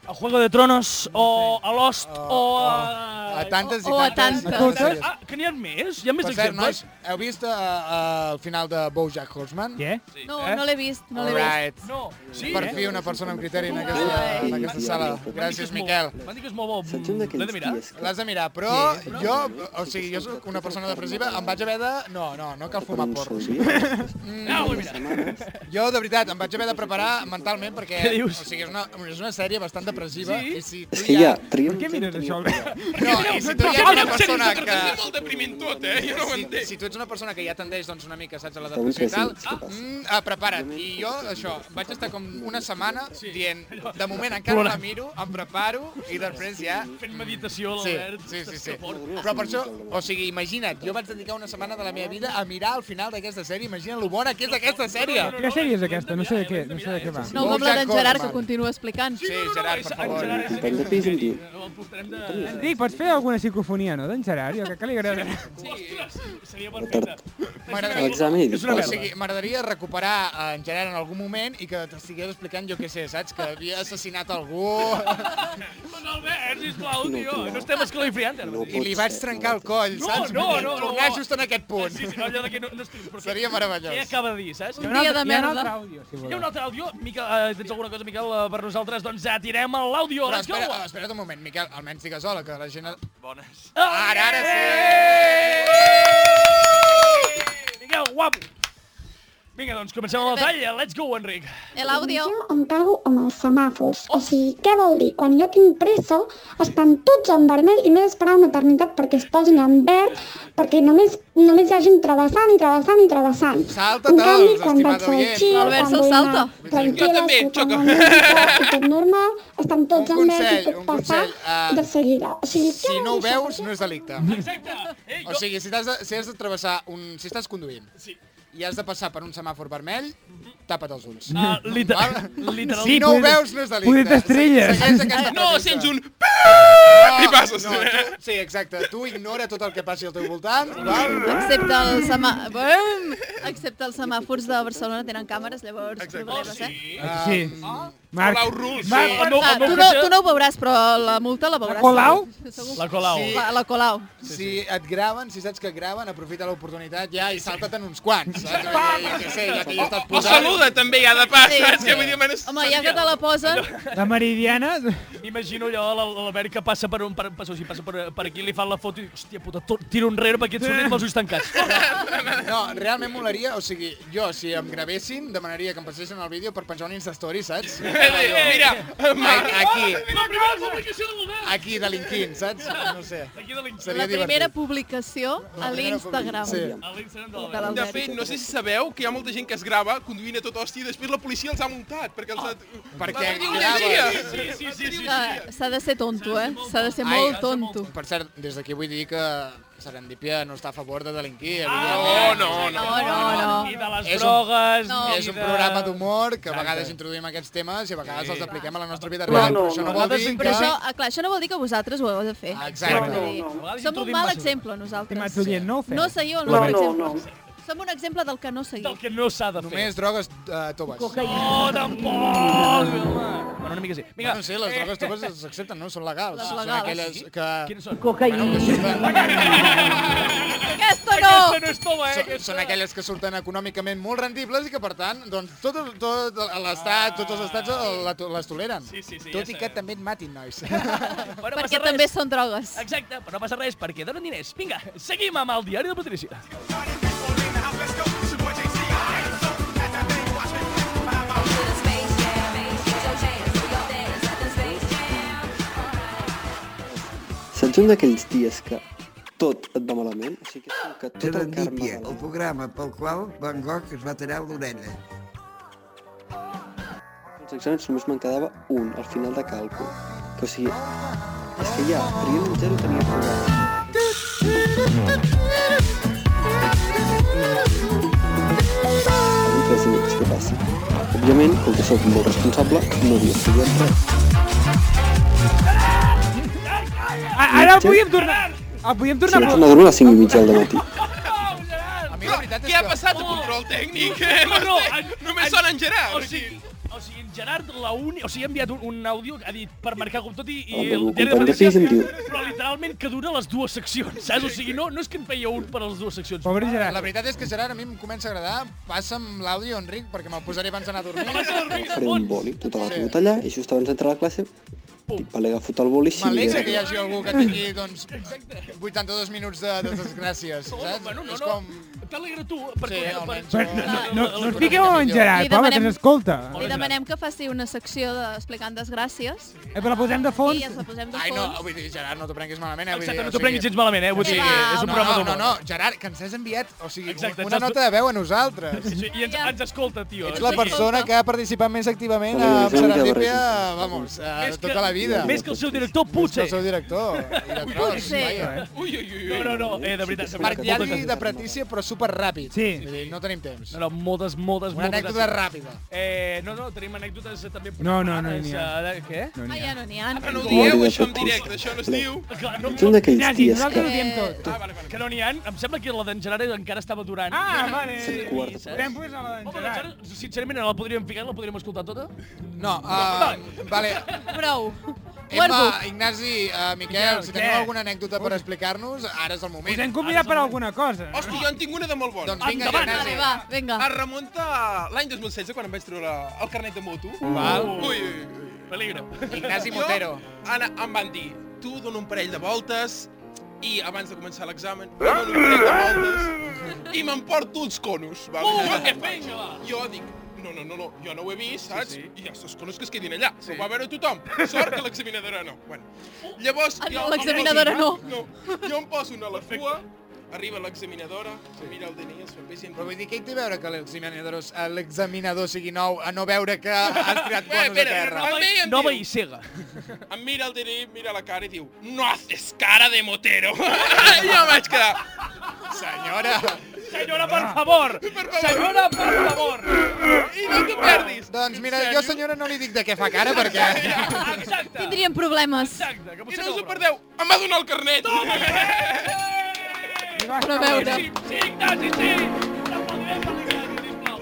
Speaker 1: a Juego de Tronos o a Lost
Speaker 3: Oh,
Speaker 1: o a...
Speaker 5: A tantes i
Speaker 4: o a
Speaker 5: tantes. i
Speaker 4: tantes.
Speaker 5: tantes.
Speaker 1: Ah, que n'hi ha més? Hi ha més
Speaker 5: Per cert, nois,
Speaker 1: exemples?
Speaker 5: heu vist eh, eh, el final de BoJack Horseman?
Speaker 3: Què?
Speaker 4: No, no l'he vist, no l'he vist.
Speaker 5: Alright.
Speaker 1: Eh? No. Sí? eh?
Speaker 5: Per fi una persona amb criteri en aquesta, en aquesta sala. Gràcies, Miquel.
Speaker 1: Van dir que és molt bo.
Speaker 9: Saps un
Speaker 1: L'he
Speaker 9: d'aquells
Speaker 1: de mirar?
Speaker 9: dies que
Speaker 5: L'has de mirar, però jo, o sigui, jo sóc una persona depressiva, em vaig haver de... No, no, no cal fumar
Speaker 9: un sol
Speaker 5: porros.
Speaker 9: dia,
Speaker 1: No, ho he mirat.
Speaker 9: setmanes,
Speaker 5: Jo, de veritat, em vaig haver de preparar mentalment perquè,
Speaker 1: Què
Speaker 5: o
Speaker 1: dius?
Speaker 5: sigui, és una, és una sèrie bastant depressiva Eh, i si tu
Speaker 9: És que ja, tria
Speaker 3: Què mires això?
Speaker 5: No, i si tu ja ets una persona que...
Speaker 7: És molt depriment tot, eh? Jo no ho
Speaker 5: Si,
Speaker 7: entenc.
Speaker 5: si tu ets una persona que ja tendeix doncs, una mica saps, a la
Speaker 9: Està un
Speaker 5: depressió i tal,
Speaker 9: pessimistes,
Speaker 5: ah,
Speaker 9: què passa?
Speaker 5: mm, ah, prepara't. I jo, això, vaig estar com una setmana dient, de moment encara
Speaker 1: Plorant.
Speaker 5: la miro, em preparo i després ja...
Speaker 1: Fent meditació,
Speaker 5: Sí,
Speaker 1: l'Albert.
Speaker 5: sí, sí, sí.
Speaker 1: Que fort.
Speaker 5: Però per això, o sigui, imagina't, jo vaig dedicar una setmana de la meva vida a mirar al final d'aquesta sèrie, imagina't lo bona que és aquesta sèrie.
Speaker 3: Quina sèrie és aquesta? No sé de què, no sé de què va.
Speaker 4: No com la d'en Gerard, que continua explicant.
Speaker 5: Sí, Gerard, per
Speaker 1: En
Speaker 5: favor.
Speaker 1: Gerard és-
Speaker 9: Tant de pis em diu.
Speaker 1: El portarem de...
Speaker 3: Enric, pots fer alguna psicofonia, no, d'en Gerard? Jo crec que li agrada.
Speaker 1: Ostres, seria
Speaker 9: tard.
Speaker 1: perfecte.
Speaker 9: a l'examen i dic,
Speaker 1: És una
Speaker 5: O
Speaker 1: merda.
Speaker 5: sigui, m'agradaria recuperar eh, en Gerard en algun moment i que t'estigués explicant, jo què sé, saps? Que havia assassinat algú
Speaker 1: Doncs Albert, sisplau, tio,
Speaker 9: No,
Speaker 1: no estem esclavifiant. ara
Speaker 9: No
Speaker 1: mateix.
Speaker 5: i li vaig trencar el coll,
Speaker 1: No,
Speaker 5: saps?
Speaker 1: no,
Speaker 5: Vull dir,
Speaker 1: no, no,
Speaker 5: Tornar
Speaker 1: no.
Speaker 5: just en aquest punt.
Speaker 1: Sí, sí, no, allò de que no, no estic... però
Speaker 5: Seria
Speaker 1: què-
Speaker 5: meravellós.
Speaker 1: Què acaba de dir, saps?
Speaker 4: Un dia de
Speaker 3: Hi ha un altre
Speaker 4: merda.
Speaker 3: àudio, si
Speaker 1: Hi ha un
Speaker 3: voleu.
Speaker 1: altre àudio? Miquel, eh, tens alguna cosa, Miquel, eh, per nosaltres? Doncs ja tirem a Ah, l'àudio,
Speaker 5: Però
Speaker 1: let's go!
Speaker 5: espera, oh, espera't un moment, Miquel, almenys digues hola, que la gent...
Speaker 7: Bones.
Speaker 5: Ara, ara sí!
Speaker 1: Miquel, guapo! Vinga, doncs comencem el detall. Let's go, Enric.
Speaker 4: El àudio.
Speaker 10: Jo em cago amb els semàfors. O sigui, què vol dir? Quan jo tinc pressa, estan tots en vermell i m'he d'esperar una eternitat perquè es posin en verd, perquè només, només hi ha gent travessant i travessant i travessant.
Speaker 5: Salta-te'ls,
Speaker 10: en canvi, quan
Speaker 5: estimat
Speaker 10: vaig al
Speaker 5: oient.
Speaker 10: xil,
Speaker 4: L'Albert
Speaker 10: quan
Speaker 4: se'l
Speaker 10: vull
Speaker 4: salta.
Speaker 10: anar tranquil·la,
Speaker 7: Jo també,
Speaker 10: escoltant
Speaker 7: xoca.
Speaker 10: la música i tot normal, estan tots
Speaker 5: Un
Speaker 10: en verd i
Speaker 5: consell,
Speaker 10: puc
Speaker 5: un
Speaker 10: passar
Speaker 5: consell, ah,
Speaker 10: de seguida. O sigui, què
Speaker 5: Si
Speaker 10: vol
Speaker 5: no ho
Speaker 10: dir això?
Speaker 5: veus, no és delicte.
Speaker 1: Exacte. Ei,
Speaker 5: O
Speaker 1: jo...
Speaker 5: sigui, si, t'has de, si has de travessar un... Si estàs conduint
Speaker 1: Sí.
Speaker 5: i has de passar per un semàfor vermell, tapa't els ulls.
Speaker 1: Ah, liter
Speaker 5: Val?
Speaker 1: literalment.
Speaker 5: Si
Speaker 3: Sí,
Speaker 5: no ho
Speaker 3: poder-
Speaker 5: veus, no és delicte.
Speaker 3: poder t'estrelles.
Speaker 5: Se- segueix aquesta
Speaker 7: No,
Speaker 5: tècnica.
Speaker 7: sents un...
Speaker 5: No,
Speaker 7: I passes.
Speaker 5: No, tu, sí, exacte. Tu ignora tot el que passi al teu voltant. Val?
Speaker 4: Excepte els, semà... Bum! Excepte els semàfors de Barcelona tenen càmeres, llavors
Speaker 5: Oh,
Speaker 4: problemes, eh?
Speaker 3: Sí. Marc,
Speaker 7: Colau Rus.
Speaker 3: Marc,
Speaker 4: Marc, tu, no, tu no ho veuràs, però la multa la veuràs.
Speaker 3: Colau?
Speaker 4: Segur.
Speaker 1: La Colau.
Speaker 4: Sí. La, la Colau.
Speaker 5: Si et graven, si saps que et graven, aprofita l'oportunitat ja i salta't en uns quants. Saps? Ja, ja, ja, sé, ja
Speaker 1: Oh,
Speaker 5: que hi estàs
Speaker 7: O
Speaker 5: posat.
Speaker 7: saluda també ja de pas,
Speaker 4: Sí,
Speaker 7: saps?
Speaker 4: sí.
Speaker 7: Que vull dir, menes...
Speaker 4: Home, ja que te la posen...
Speaker 3: La Meridiana...
Speaker 1: M'imagino allò, l'Al- l'Albert que passa per un... Per, passa, o sigui, passa per, per aquí, li fan la foto i... Hòstia puta, tot, tiro enrere perquè et surtin amb els ulls tancats.
Speaker 5: No, realment molaria, o sigui, jo, si em gravessin, demanaria que em passessin el vídeo per penjar un Instastory, saps?
Speaker 1: Eh,
Speaker 7: Mira,
Speaker 5: Aquí, aquí,
Speaker 1: La primera publicació de l'Albert!
Speaker 5: aquí delinquint, saps? No sé.
Speaker 1: Aquí de l'Instagram.
Speaker 5: Seria
Speaker 4: La primera
Speaker 5: divertit.
Speaker 4: publicació a l'Instagram.
Speaker 5: Sí.
Speaker 1: A l'Instagram de
Speaker 4: De
Speaker 1: l'Albert.
Speaker 7: de
Speaker 4: l'Albert.
Speaker 7: fet, no sé si sabeu que hi ha molta gent que es grava conduint a tot hòstia i després la policia els ha multat, perquè els ha...
Speaker 5: Perquè
Speaker 7: Va tenir un
Speaker 5: grava.
Speaker 7: dia.
Speaker 1: Sí, sí, sí, sí.
Speaker 4: Que Ah, S'ha de ser tonto, eh? S'ha de ser
Speaker 5: Ai,
Speaker 4: molt tonto.
Speaker 5: Per cert, des d'aquí vull dir que Serendipia no està a favor de delinquir.
Speaker 7: No,
Speaker 1: Ah,
Speaker 5: evidentment.
Speaker 7: no, no.
Speaker 4: No, no,
Speaker 1: I
Speaker 4: no.
Speaker 1: de les
Speaker 5: És un-
Speaker 1: drogues...
Speaker 4: No.
Speaker 1: ni
Speaker 5: És un
Speaker 1: de-
Speaker 5: programa d'humor que a
Speaker 1: Exacte.
Speaker 5: vegades introduïm aquests temes i a vegades els apliquem a la nostra vida real. però això no, vol dir
Speaker 4: Però
Speaker 5: que...
Speaker 4: això, ah, clar, això no vol dir que vosaltres ho heu de fer.
Speaker 5: Exacte.
Speaker 4: Vull dir,
Speaker 1: no.
Speaker 4: Som un mal exemple, nosaltres.
Speaker 3: Estimats oients, no ho feu.
Speaker 4: No seguiu el
Speaker 3: No,
Speaker 4: nostre
Speaker 3: no,
Speaker 4: exemple. Som un exemple del que no seguiu.
Speaker 1: Del que no s'ha de fer.
Speaker 5: Només drogues eh, toves.
Speaker 1: No, tampoc! Bueno, una mica sí. Vinga, Eh.
Speaker 5: No sé, les drogues toves s'accepten, no? Són legals.
Speaker 4: Les
Speaker 5: Són
Speaker 4: legals.
Speaker 5: aquelles que...
Speaker 1: quines són?
Speaker 5: Bueno, que surten,
Speaker 4: Aquesta no!
Speaker 1: Aquesta no és tova, eh?
Speaker 5: són, són aquelles que surten econòmicament molt rendibles i que, per tant, doncs, tot, el- tot l'estat, tots els estats eh, la to- les toleren.
Speaker 1: Ah. Sí, sí, sí, ja
Speaker 5: Tot i
Speaker 1: sé.
Speaker 5: que també et matin, nois.
Speaker 1: Bueno, no
Speaker 4: Perquè
Speaker 1: passa
Speaker 4: també
Speaker 1: res. Eh,
Speaker 4: són drogues.
Speaker 1: Exacte, però no passa res, perquè donen diners. Vinga, seguim amb el diari de Patricia.
Speaker 9: Saps un d'aquells dies que tot et va malament? O sigui que, és com que tot el karma va
Speaker 2: Serendípia, el
Speaker 9: malament.
Speaker 2: programa pel qual Van Gogh es va tallar l'orella.
Speaker 9: Els exàmens només me'n quedava un, al final de càlcul. Que, o sigui, és que ja, tenia un zero, tenia problema. Avui tres i mig, què passa? Òbviament, com que soc molt responsable, no havia estudiat res.
Speaker 3: A- Ara el podíem tornar...
Speaker 5: Ah,
Speaker 3: El podíem
Speaker 9: Si
Speaker 3: tornar...
Speaker 9: vaig
Speaker 3: a-
Speaker 9: anar a dormir a les 5 i mitja del matí.
Speaker 5: A mi la veritat
Speaker 7: Què ha passat de control tècnic? No, no, només sona en Gerard.
Speaker 1: O sigui, o sigui, en Gerard, la uni... O sigui, ha enviat un, un àudio, ha dit, per marcar com tot i, i
Speaker 9: El meu
Speaker 1: el diari de
Speaker 9: company de
Speaker 1: Patricia,
Speaker 9: pis em diu.
Speaker 1: però literalment que dura les dues seccions, saps? O sigui, no, no és que en feia un per a les dues seccions. Ah,
Speaker 3: Pobre
Speaker 5: La
Speaker 3: Gerard.
Speaker 5: veritat és que Gerard a mi em comença a agradar. Passa'm l'àudio, Enric, perquè me'l posaré abans d'anar a dormir.
Speaker 9: Faré un boli, tota la rebut allà, i just abans d'entrar a la classe, dic, vale, agafo el boli, si
Speaker 5: M'alegra que hi
Speaker 9: aniré...
Speaker 5: hagi algú que tingui, doncs, 82 minuts de, de desgràcies,
Speaker 1: Oh,
Speaker 5: saps?
Speaker 1: bueno, no,
Speaker 5: és
Speaker 1: no.
Speaker 5: com...
Speaker 1: T'alegra tu. Per, Ah,
Speaker 5: Sí, almenys jo-
Speaker 3: No, no us piqueu
Speaker 5: Li
Speaker 3: en Gerard, pobre, que ens escolta.
Speaker 4: Li demanem que faci una secció de- explicant desgràcies
Speaker 3: Eh, però la posem de
Speaker 4: i
Speaker 3: fons.
Speaker 4: ens la posem de
Speaker 5: Ai, no,
Speaker 4: fons.
Speaker 5: Ah, vull dir, Gerard, no t'ho prenguis malament, eh? Vull
Speaker 1: Exacte,
Speaker 5: dir,
Speaker 1: no
Speaker 5: o
Speaker 1: t'ho prenguis
Speaker 5: sigui-
Speaker 1: gens malament, eh? Vull
Speaker 4: Sí,
Speaker 1: dir,
Speaker 4: va,
Speaker 1: és un
Speaker 4: va.
Speaker 1: programa
Speaker 5: no, no,
Speaker 1: d'humor.
Speaker 5: no, Gerard, que ens has enviat, o sigui,
Speaker 1: Exacte,
Speaker 5: Exacte, una
Speaker 1: ens has-
Speaker 5: nota de veu a nosaltres.
Speaker 1: Sí, I ens, ens escolta, tio.
Speaker 5: Ets
Speaker 1: O
Speaker 5: la
Speaker 1: sigui,
Speaker 5: persona que ha participat més activament a
Speaker 9: Vale, Gerard,
Speaker 5: Serendipia,
Speaker 9: Gerard.
Speaker 5: vamos, a
Speaker 1: Més que-
Speaker 5: tota la vida.
Speaker 1: Més que el seu director,
Speaker 5: Més que
Speaker 1: Puig.
Speaker 5: el seu director. I de tros,
Speaker 4: Potser.
Speaker 5: vaja.
Speaker 7: Ui, ui, ui,
Speaker 1: No,
Speaker 7: ui.
Speaker 1: no, no, eh, de veritat. de veritat.
Speaker 5: Partidari de pretícia, però superràpid.
Speaker 3: Sí.
Speaker 5: Vull dir, no tenim temps.
Speaker 1: No, no, moltes, moltes,
Speaker 5: Una
Speaker 1: moltes...
Speaker 5: anècdota ràpida.
Speaker 1: Eh, no, no, tenim anècdotes eh, també...
Speaker 3: No, no, no
Speaker 1: preparades,
Speaker 3: n'hi ha.
Speaker 1: eh, de- Què?
Speaker 4: Ai, ja no n'hi ha.
Speaker 7: Però no ho
Speaker 9: Diari
Speaker 7: dieu,
Speaker 9: de
Speaker 7: això en
Speaker 9: Patricia.
Speaker 7: directe, això no es diu.
Speaker 1: Clar, no,
Speaker 9: Ets un d'aquells
Speaker 3: Ignasi,
Speaker 9: dies
Speaker 3: nosaltres
Speaker 9: que...
Speaker 3: ho diem tot.
Speaker 7: Ah, vale, vale.
Speaker 1: que no n'hi ha. Em sembla que la d'en Gerard encara estava durant.
Speaker 3: Ah, vale.
Speaker 9: Sí, quarta part.
Speaker 3: Podem posar la d'en
Speaker 1: Home, la
Speaker 3: Gerard.
Speaker 1: Gerard, sincerament, no la podríem ficar, la podríem escoltar tota?
Speaker 5: No, uh, vale.
Speaker 4: Prou. Ho has
Speaker 5: Emma,
Speaker 4: vist?
Speaker 5: Ignasi, uh, Miquel, si
Speaker 3: Miquel,
Speaker 5: teniu
Speaker 3: què?
Speaker 5: alguna anècdota per explicar-nos, ara
Speaker 3: Us
Speaker 5: és el
Speaker 3: hem
Speaker 5: moment.
Speaker 3: convidat per alguna cosa.
Speaker 7: Hosti, jo en tinc una de molt bona.
Speaker 5: Doncs vinga,
Speaker 1: Endavant.
Speaker 4: Vale,
Speaker 5: Ignasi.
Speaker 4: va, vinga.
Speaker 7: Es remunta a l'any 2016, quan em vaig treure el carnet de moto.
Speaker 9: Ah.
Speaker 5: Val.
Speaker 7: Ui, ui, ui.
Speaker 1: Peligro.
Speaker 5: Ignasi Montero.
Speaker 7: Jo, Anna, em van dir, tu dona un parell de voltes i abans de començar l'examen, jo dono un
Speaker 9: Eh!
Speaker 7: parell de voltes Oh, i m'emporto els conos. Va,
Speaker 1: Uh,
Speaker 7: jo
Speaker 9: Eh!
Speaker 7: què faig?
Speaker 1: vinga, va.
Speaker 7: eh. Jo dic, no, no, no, no, jo no ho he vist, saps? Sí, sí. I els conos que es quedin allà, sí. ho va veure tothom. Sort que l'examinadora no. Bueno, llavors...
Speaker 4: Ah, no,
Speaker 7: jo em
Speaker 4: l'examinadora
Speaker 7: poso- No, jo em poso una a la cua, arriba l'examinadora, mira el DNI, es fa bé
Speaker 5: Però
Speaker 7: sempre...
Speaker 5: vull dir, què hi té a veure que l'examinador eh, l'examinador sigui nou a no veure que has tirat
Speaker 7: "Eh, Espera,
Speaker 5: bonos a
Speaker 7: espera,
Speaker 5: terra?
Speaker 7: em ve i em
Speaker 1: Nova
Speaker 7: diu-
Speaker 1: i cega.
Speaker 7: Em mira el DNI, em mira la cara i diu No haces cara de motero. I jo em vaig quedar...
Speaker 5: Senyora!
Speaker 1: Senyora, per favor!
Speaker 7: favor.
Speaker 1: Senyora, per favor!
Speaker 7: I no t'ho perdis.
Speaker 5: Doncs mira, jo senyora no li dic de què fa cara perquè...
Speaker 4: Exacte. Tindríem problemes.
Speaker 1: Exacte, que
Speaker 7: I no us ho perdeu. Em va donar el carnet. Toma!
Speaker 1: Però
Speaker 4: a veure.
Speaker 1: Sí, sí, Ignasi, sí! Un aplaudiment per l'Ignasi, sisplau.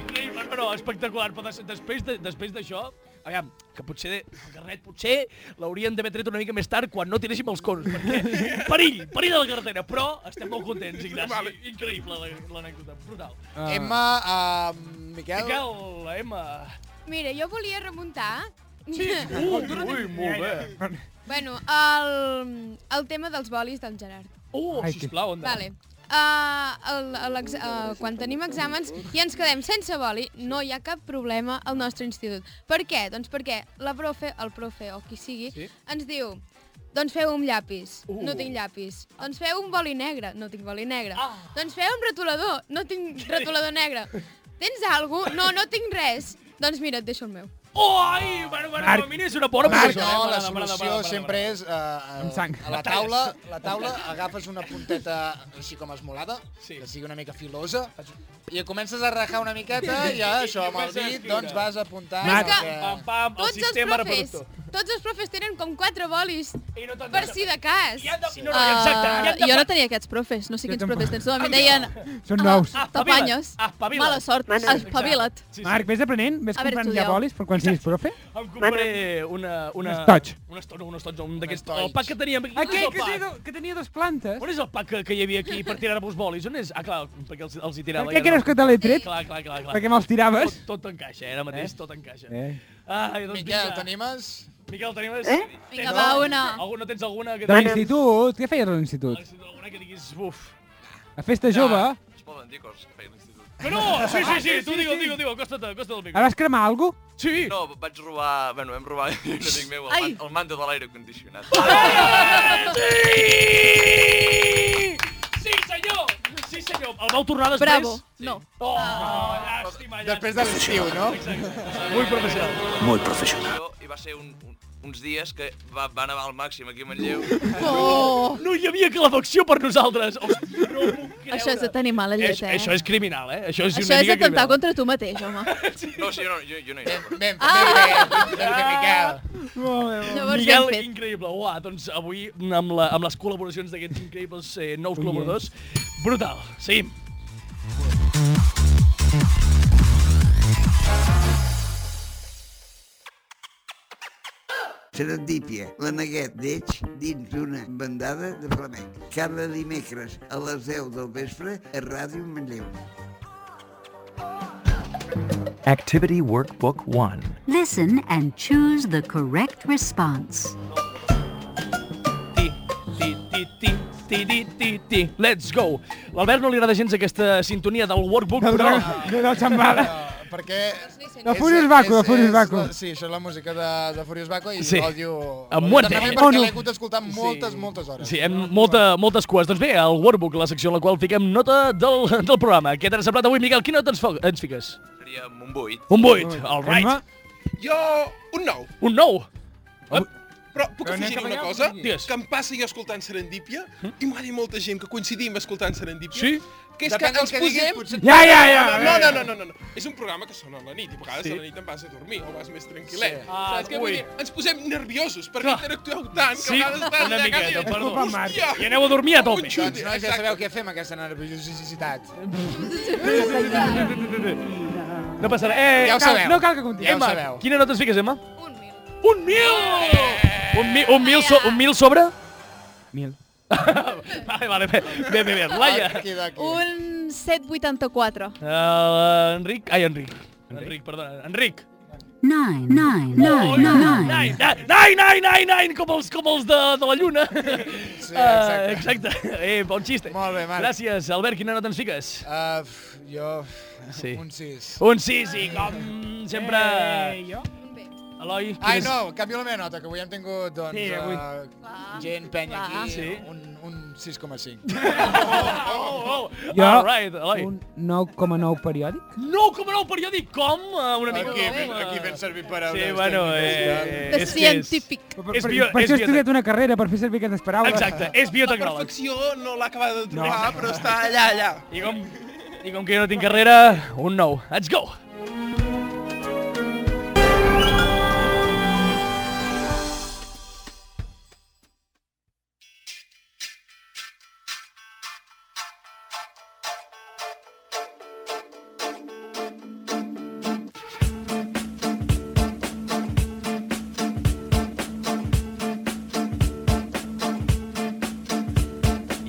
Speaker 1: Increïble, no, no, espectacular. Però des, després de- després d'això, aviam, que potser el carnet potser l'haurien d'haver tret una mica més tard quan no tiréssim els cons, perquè perill, perill de la carretera, però estem molt contents, Ignasi. Vale. Increïble la- l'anècdota, brutal.
Speaker 5: Ah. Emma, uh, Miquel...
Speaker 1: Miquel, Emma...
Speaker 8: Mira, jo volia remuntar...
Speaker 1: Sí, ui, ui, molt bé.
Speaker 8: Bueno, el, el tema dels bolis del Gerard.
Speaker 1: Uh, Ai, sisplau, endavant.
Speaker 8: Vale. Uh, el, el, ex- uh, quan tenim exàmens i ens quedem sense boli, no hi ha cap problema al nostre institut. Per què? Doncs perquè la profe, el profe o qui sigui,
Speaker 11: Sí.
Speaker 8: ens diu doncs feu un llapis,
Speaker 11: Uh.
Speaker 8: no tinc llapis. Doncs feu un boli negre, no tinc boli negre.
Speaker 1: Ah.
Speaker 8: Doncs feu un retolador, no tinc retolador negre. Tens alguna No, no tinc res. Doncs mira, et deixo el meu.
Speaker 1: Oi! Bueno, bueno, com a mínim és una bona
Speaker 5: Marc,
Speaker 1: professora, eh?
Speaker 5: no, la
Speaker 1: M'agrada, m'agrada,
Speaker 5: solució
Speaker 1: m'agrada,
Speaker 5: sempre és... eh, eh,
Speaker 3: Amb sang.
Speaker 5: A la taula, la taula agafes una punteta així com esmolada, que sigui una mica filosa, i comences a rajar una miqueta i ja, això, amb el
Speaker 1: Comences a
Speaker 5: dit,
Speaker 1: escriure.
Speaker 5: doncs vas apuntant...
Speaker 1: Marc.
Speaker 5: el que-
Speaker 1: Pam, pam, el
Speaker 8: Tots els
Speaker 1: sistema
Speaker 8: profes,
Speaker 1: reproductor.
Speaker 8: tots els profes tenen com quatre bolis,
Speaker 1: no
Speaker 8: per si de cas. Ja,
Speaker 1: no, no, exacte, ja et
Speaker 4: Uh, jo no tenia aquests profes, no sé quins profes tens tu. A mi em deien,
Speaker 3: Són nous.
Speaker 4: t'apanyes, mala sort, ah, espavila't.
Speaker 3: Marc, vés aprenent, vés
Speaker 4: A veure,
Speaker 3: comprant ja
Speaker 4: estudieu.
Speaker 3: bolis per quan siguis profe.
Speaker 1: Em compraré una...
Speaker 3: Un
Speaker 1: una...
Speaker 3: estoig.
Speaker 1: Un estoig, no, un estoig, no, un d'aquests... El pack que teníem... Aquí,
Speaker 3: Aquell que
Speaker 1: tenia,
Speaker 3: que tenia dues plantes.
Speaker 1: On és el pack que, que hi havia aquí per tirar-vos bolis? On és? Ah, clar, perquè els, els hi tirava.
Speaker 3: Per què creus que te l'he tret?
Speaker 1: Clar, clar, clar, clar.
Speaker 3: Perquè me'ls tiraves?
Speaker 1: Tot, tot encaixa, eh? ara mateix,
Speaker 3: Eh?
Speaker 1: tot encaixa.
Speaker 3: Eh.
Speaker 1: Ai, doncs
Speaker 5: Miquel,
Speaker 1: vinga.
Speaker 5: t'animes?
Speaker 1: Miquel, t'animes?
Speaker 5: Eh?
Speaker 4: Vinga, va, una.
Speaker 1: Algú, no tens alguna que
Speaker 3: De
Speaker 1: diguis...
Speaker 3: l'institut, què feies a l'institut?
Speaker 1: Alguna que diguis... Uf.
Speaker 3: A festa jove,
Speaker 12: Es poden dir coses que feia a l'institut.
Speaker 1: Que no! Sí, sí, sí, tu digue, digue, digue, acosta't, acosta't al micro.
Speaker 3: ara vas cremar alguna cosa?
Speaker 1: Sí.
Speaker 12: No, vaig robar... Bueno, hem robat, jo no dic meu, el,
Speaker 1: Ai.
Speaker 12: man, el mando de l'aire condicionat.
Speaker 1: Sí! Sí, senyor! Sí, senyor. El vau tornar després?
Speaker 4: Bravo. No.
Speaker 1: Oh, llàstima, llàstima.
Speaker 5: Després de l'estiu, no?
Speaker 1: Molt professional.
Speaker 12: Molt professional. I va ser un, un, uns dies que va, va nevar al màxim aquí a Manlleu.
Speaker 1: Oh! No hi havia calefacció per nosaltres. Hosti,
Speaker 4: Això és de tenir mala llet,
Speaker 1: això,
Speaker 4: eh?
Speaker 1: això és criminal, eh? Això és
Speaker 4: Això
Speaker 1: una
Speaker 4: és
Speaker 1: mica
Speaker 4: atentar
Speaker 1: criminal.
Speaker 4: contra tu mateix, home.
Speaker 12: No, sí, no, jo, jo no hi anava.
Speaker 5: Ben,
Speaker 4: Ah!
Speaker 5: ben, ben,
Speaker 1: Ah.
Speaker 5: Miquel.
Speaker 3: Molt bé,
Speaker 4: Llavors,
Speaker 1: Miguel,
Speaker 4: ben fet.
Speaker 1: increïble. Uà, doncs avui, amb, la, amb les col·laboracions d'aquests increïbles eh, nous col·laboradors, brutal. Seguim.
Speaker 2: Serendípia, la neguet d'Eix dins d'una bandada de flamenc. Cada dimecres a les 10 del vespre a Ràdio Manlleu.
Speaker 13: Activity Workbook 1.
Speaker 14: Listen and choose the correct response.
Speaker 1: Ti, ti, ti, ti, ti, ti, ti. Let's go. L'Albert no li agrada gens aquesta sintonia del workbook,
Speaker 3: Del
Speaker 1: però...
Speaker 3: drac- del xambala.
Speaker 5: Perquè...
Speaker 3: De Furious Baco, de Furious Baco.
Speaker 5: Sí, això és la música de, de Furious Baco i
Speaker 1: Sí.
Speaker 5: l'òdio...
Speaker 1: Em muerte.
Speaker 5: També
Speaker 1: Oh,
Speaker 5: perquè
Speaker 1: no.
Speaker 5: l'he hagut d'escoltar moltes, moltes hores.
Speaker 1: Sí, hem molta, moltes cues. Doncs bé, el workbook, la secció en la qual fiquem nota del, del programa. Què t'ha semblat avui, Miquel? Quina nota ens, fo- ens fiques?
Speaker 12: Seria amb un buit.
Speaker 1: Un 8, all
Speaker 3: Emma?
Speaker 1: right.
Speaker 7: Jo, un nou.
Speaker 1: Un 9.
Speaker 7: Però puc
Speaker 1: Però anem
Speaker 7: afegir
Speaker 1: cap
Speaker 7: una
Speaker 1: allà,
Speaker 7: cosa?
Speaker 1: sí.
Speaker 7: Digues. Que em passa jo escoltant Serendípia, i m'ha dit molta gent que coincidim escoltant Serendípia,
Speaker 1: Sí?
Speaker 7: que és que
Speaker 5: Depèn del
Speaker 7: ens
Speaker 5: que diguis,
Speaker 7: posem...
Speaker 5: potser-
Speaker 3: Ja, ja, ja,
Speaker 7: No, no,
Speaker 3: ja, ja.
Speaker 7: no, no, no, no. És un programa que sona a la nit, i a vegades a la nit em vas a dormir, o vas més tranquil·let.
Speaker 1: Sí. Ah,
Speaker 7: Saps què
Speaker 1: ui.
Speaker 7: vull dir? Ens posem nerviosos, perquè interactueu tant, que
Speaker 1: Sí,
Speaker 7: a vegades estàs
Speaker 1: una
Speaker 7: allà
Speaker 1: miqueta,
Speaker 7: casa
Speaker 1: perdó.
Speaker 7: i... Hòstia!
Speaker 1: I aneu a dormir a tope.
Speaker 5: Doncs, nois, ja sabeu què fem, aquesta nerviositat.
Speaker 1: No passarà. Eh,
Speaker 5: Ja ho
Speaker 1: cal-
Speaker 5: sabeu.
Speaker 1: No cal que continuï.
Speaker 5: Ja ho
Speaker 1: Emma,
Speaker 5: sabeu.
Speaker 1: quina nota ens fiques, Emma? Un mil.
Speaker 5: Eh!
Speaker 1: Un mil! Un mil, so, un mil sobre?
Speaker 3: Mil.
Speaker 1: vale, vale, bé, bé, bé, bé. Laia.
Speaker 4: Un 784.
Speaker 1: Uh, Enric, ai, Enric. Enric, perdona, Enric.
Speaker 14: Nine, nine,
Speaker 1: Ui,
Speaker 14: nine, nine.
Speaker 1: Nine, nine, nine, nine, nine, com els, com els de, de la lluna. Sí,
Speaker 5: exacte.
Speaker 1: exacte. Eh, bon xiste. Molt bé, Marc. Gràcies. Albert, quina nota ens fiques?
Speaker 5: Uh, f- jo...
Speaker 1: Sí.
Speaker 5: Un 6.
Speaker 1: Un sis i com sempre...
Speaker 5: Eh,
Speaker 1: jo? Eloi, quin
Speaker 5: Ai,
Speaker 1: és...
Speaker 5: no, canvio la meva nota, que avui hem tingut, doncs,
Speaker 1: Sí, avui-
Speaker 5: uh, gent penya
Speaker 1: clar.
Speaker 5: aquí,
Speaker 1: Sí.
Speaker 5: un, un 6,5.
Speaker 1: Oh, oh.
Speaker 3: Jo,
Speaker 1: All right, Eloi.
Speaker 3: un 9,9 periòdic.
Speaker 1: 9,9 periòdic, com? Eh, Una mica
Speaker 5: Aquí,
Speaker 1: com,
Speaker 5: ben-
Speaker 1: eh,
Speaker 5: aquí ben servit paraules.
Speaker 1: Sí, bueno, eh...
Speaker 4: De
Speaker 1: és que és-
Speaker 4: científic.
Speaker 1: És
Speaker 3: Per,
Speaker 1: bio-
Speaker 3: per
Speaker 1: és
Speaker 3: això he
Speaker 1: biotec-
Speaker 3: estudiat una carrera, per fer servir aquestes paraules.
Speaker 1: Exacte, és
Speaker 7: La
Speaker 1: biotecnòleg.
Speaker 7: perfecció no l'ha acabat de trobar,
Speaker 1: No.
Speaker 7: però està allà, allà.
Speaker 1: I com, I com que jo no tinc carrera, un nou. Let's go!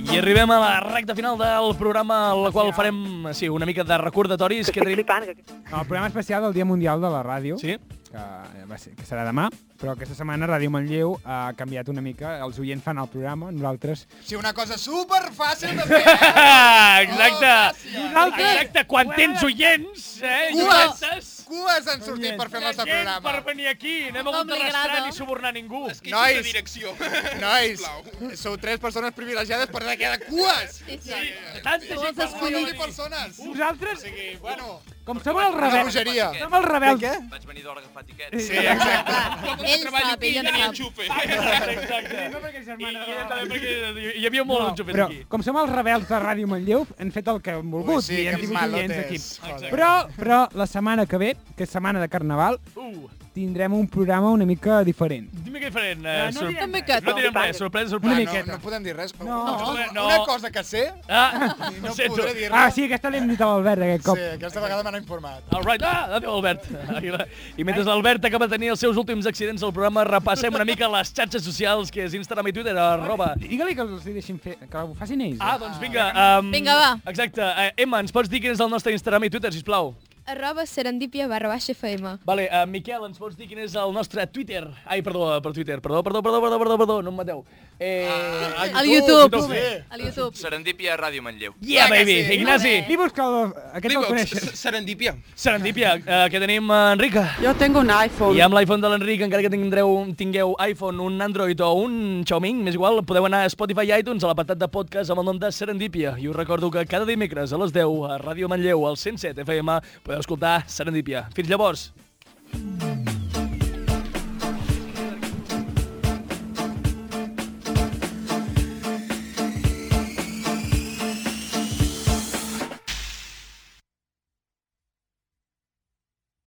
Speaker 1: I arribem a la recta final del programa, en la qual farem sí, una mica de recordatoris. Que estic
Speaker 3: flipant. No, el programa especial del Dia Mundial de la Ràdio,
Speaker 1: sí?
Speaker 3: que, eh, va ser, que serà demà, però aquesta setmana Ràdio Manlleu ha canviat una mica, els oients fan el programa, nosaltres...
Speaker 5: Sí, una cosa superfàcil de fer, eh?
Speaker 1: Exacte!
Speaker 5: gràcies.
Speaker 1: Exacte, quan tens oients, eh? i
Speaker 5: Cues,
Speaker 1: oientes,
Speaker 5: cues han sortit per fer el nostre
Speaker 1: Gent
Speaker 5: programa.
Speaker 1: per venir aquí, no hem hagut
Speaker 5: Com li
Speaker 1: d'arrastrar
Speaker 5: agrada.
Speaker 1: ni subornar ningú.
Speaker 5: Nois, nois, sou tres persones privilegiades per haver quedat cues.
Speaker 1: Sí, sí. Tanta gent
Speaker 5: Moltes
Speaker 1: per cues.
Speaker 5: persones.
Speaker 3: Vosaltres...
Speaker 5: O sigui, bueno,
Speaker 3: Com som els rebels.
Speaker 5: bogeria.
Speaker 3: Som els rebels.
Speaker 5: Què?
Speaker 12: Vaig venir d'hora a agafar tiquet.
Speaker 5: Sí,
Speaker 1: eh?
Speaker 5: exacte.
Speaker 4: Ell sap, ell en sap.
Speaker 1: Hi havia molt no,
Speaker 3: Però, com som els rebels de Ràdio Manlleu, hem fet el que hem volgut
Speaker 5: sí,
Speaker 3: i
Speaker 5: que
Speaker 3: hem tingut
Speaker 5: malotes,
Speaker 3: oients aquí.
Speaker 5: joder.
Speaker 3: Però, però la setmana que ve, que és setmana de Carnaval,
Speaker 1: Uh.
Speaker 3: tindrem un programa una mica diferent.
Speaker 1: Una mica diferent.
Speaker 3: Eh,
Speaker 1: Eh,
Speaker 3: no
Speaker 1: sor-
Speaker 3: direm
Speaker 5: res.
Speaker 1: No direm res, sorpresa, sorpresa.
Speaker 5: Ah, no, no podem dir res. No.
Speaker 1: No.
Speaker 5: Una cosa que sé,
Speaker 1: Ah,
Speaker 5: i no
Speaker 1: ho sento.
Speaker 5: podré dir
Speaker 3: Ah,
Speaker 5: res.
Speaker 3: sí, aquesta l'hem dit a l'Albert aquest cop.
Speaker 5: Sí, aquesta vegada me n'ha informat.
Speaker 1: All right. Ah, adéu, Albert. Aguilar. I mentre l'Albert acaba de tenir els seus últims accidents al programa, repassem una mica les xarxes socials, que és Instagram i Twitter, arroba...
Speaker 3: Digue-li que els hi deixin fer, que ho facin ells.
Speaker 1: Ah, doncs vinga. Um,
Speaker 8: Vinga, va.
Speaker 1: Exacte. Eh, Emma, ens pots dir quin és el nostre Instagram i Twitter, sisplau?
Speaker 8: Arroba serendipia barra baixa FM.
Speaker 1: Vale, uh, Miquel, ens pots dir quin és el nostre Twitter? Ai, perdó, eh, per Twitter. Perdó, perdó, perdó, perdó, perdó, perdó no em mateu. Eh,
Speaker 12: Ah,
Speaker 4: Al YouTube.
Speaker 1: YouTube.
Speaker 4: Al YouTube.
Speaker 12: Serendipia Ràdio Manlleu.
Speaker 1: Yeah, baby.
Speaker 5: eh.
Speaker 1: Ignasi.
Speaker 3: Li busca el... Aquest el coneixes.
Speaker 1: Serendipia. Serendipia, eh, que tenim eh, Enrica.
Speaker 11: Yo tengo un iPhone.
Speaker 1: I amb l'iPhone de l'Enric, encara que tindreu, tingueu iPhone, un Android o un Xiaomi, més igual, podeu anar a Spotify i iTunes a l'apartat de podcast amb el nom de Serendipia. I us recordo que cada dimecres a les 10 a Ràdio Manlleu, al 107 FM, podeu escoltar Serendipia. Fins llavors.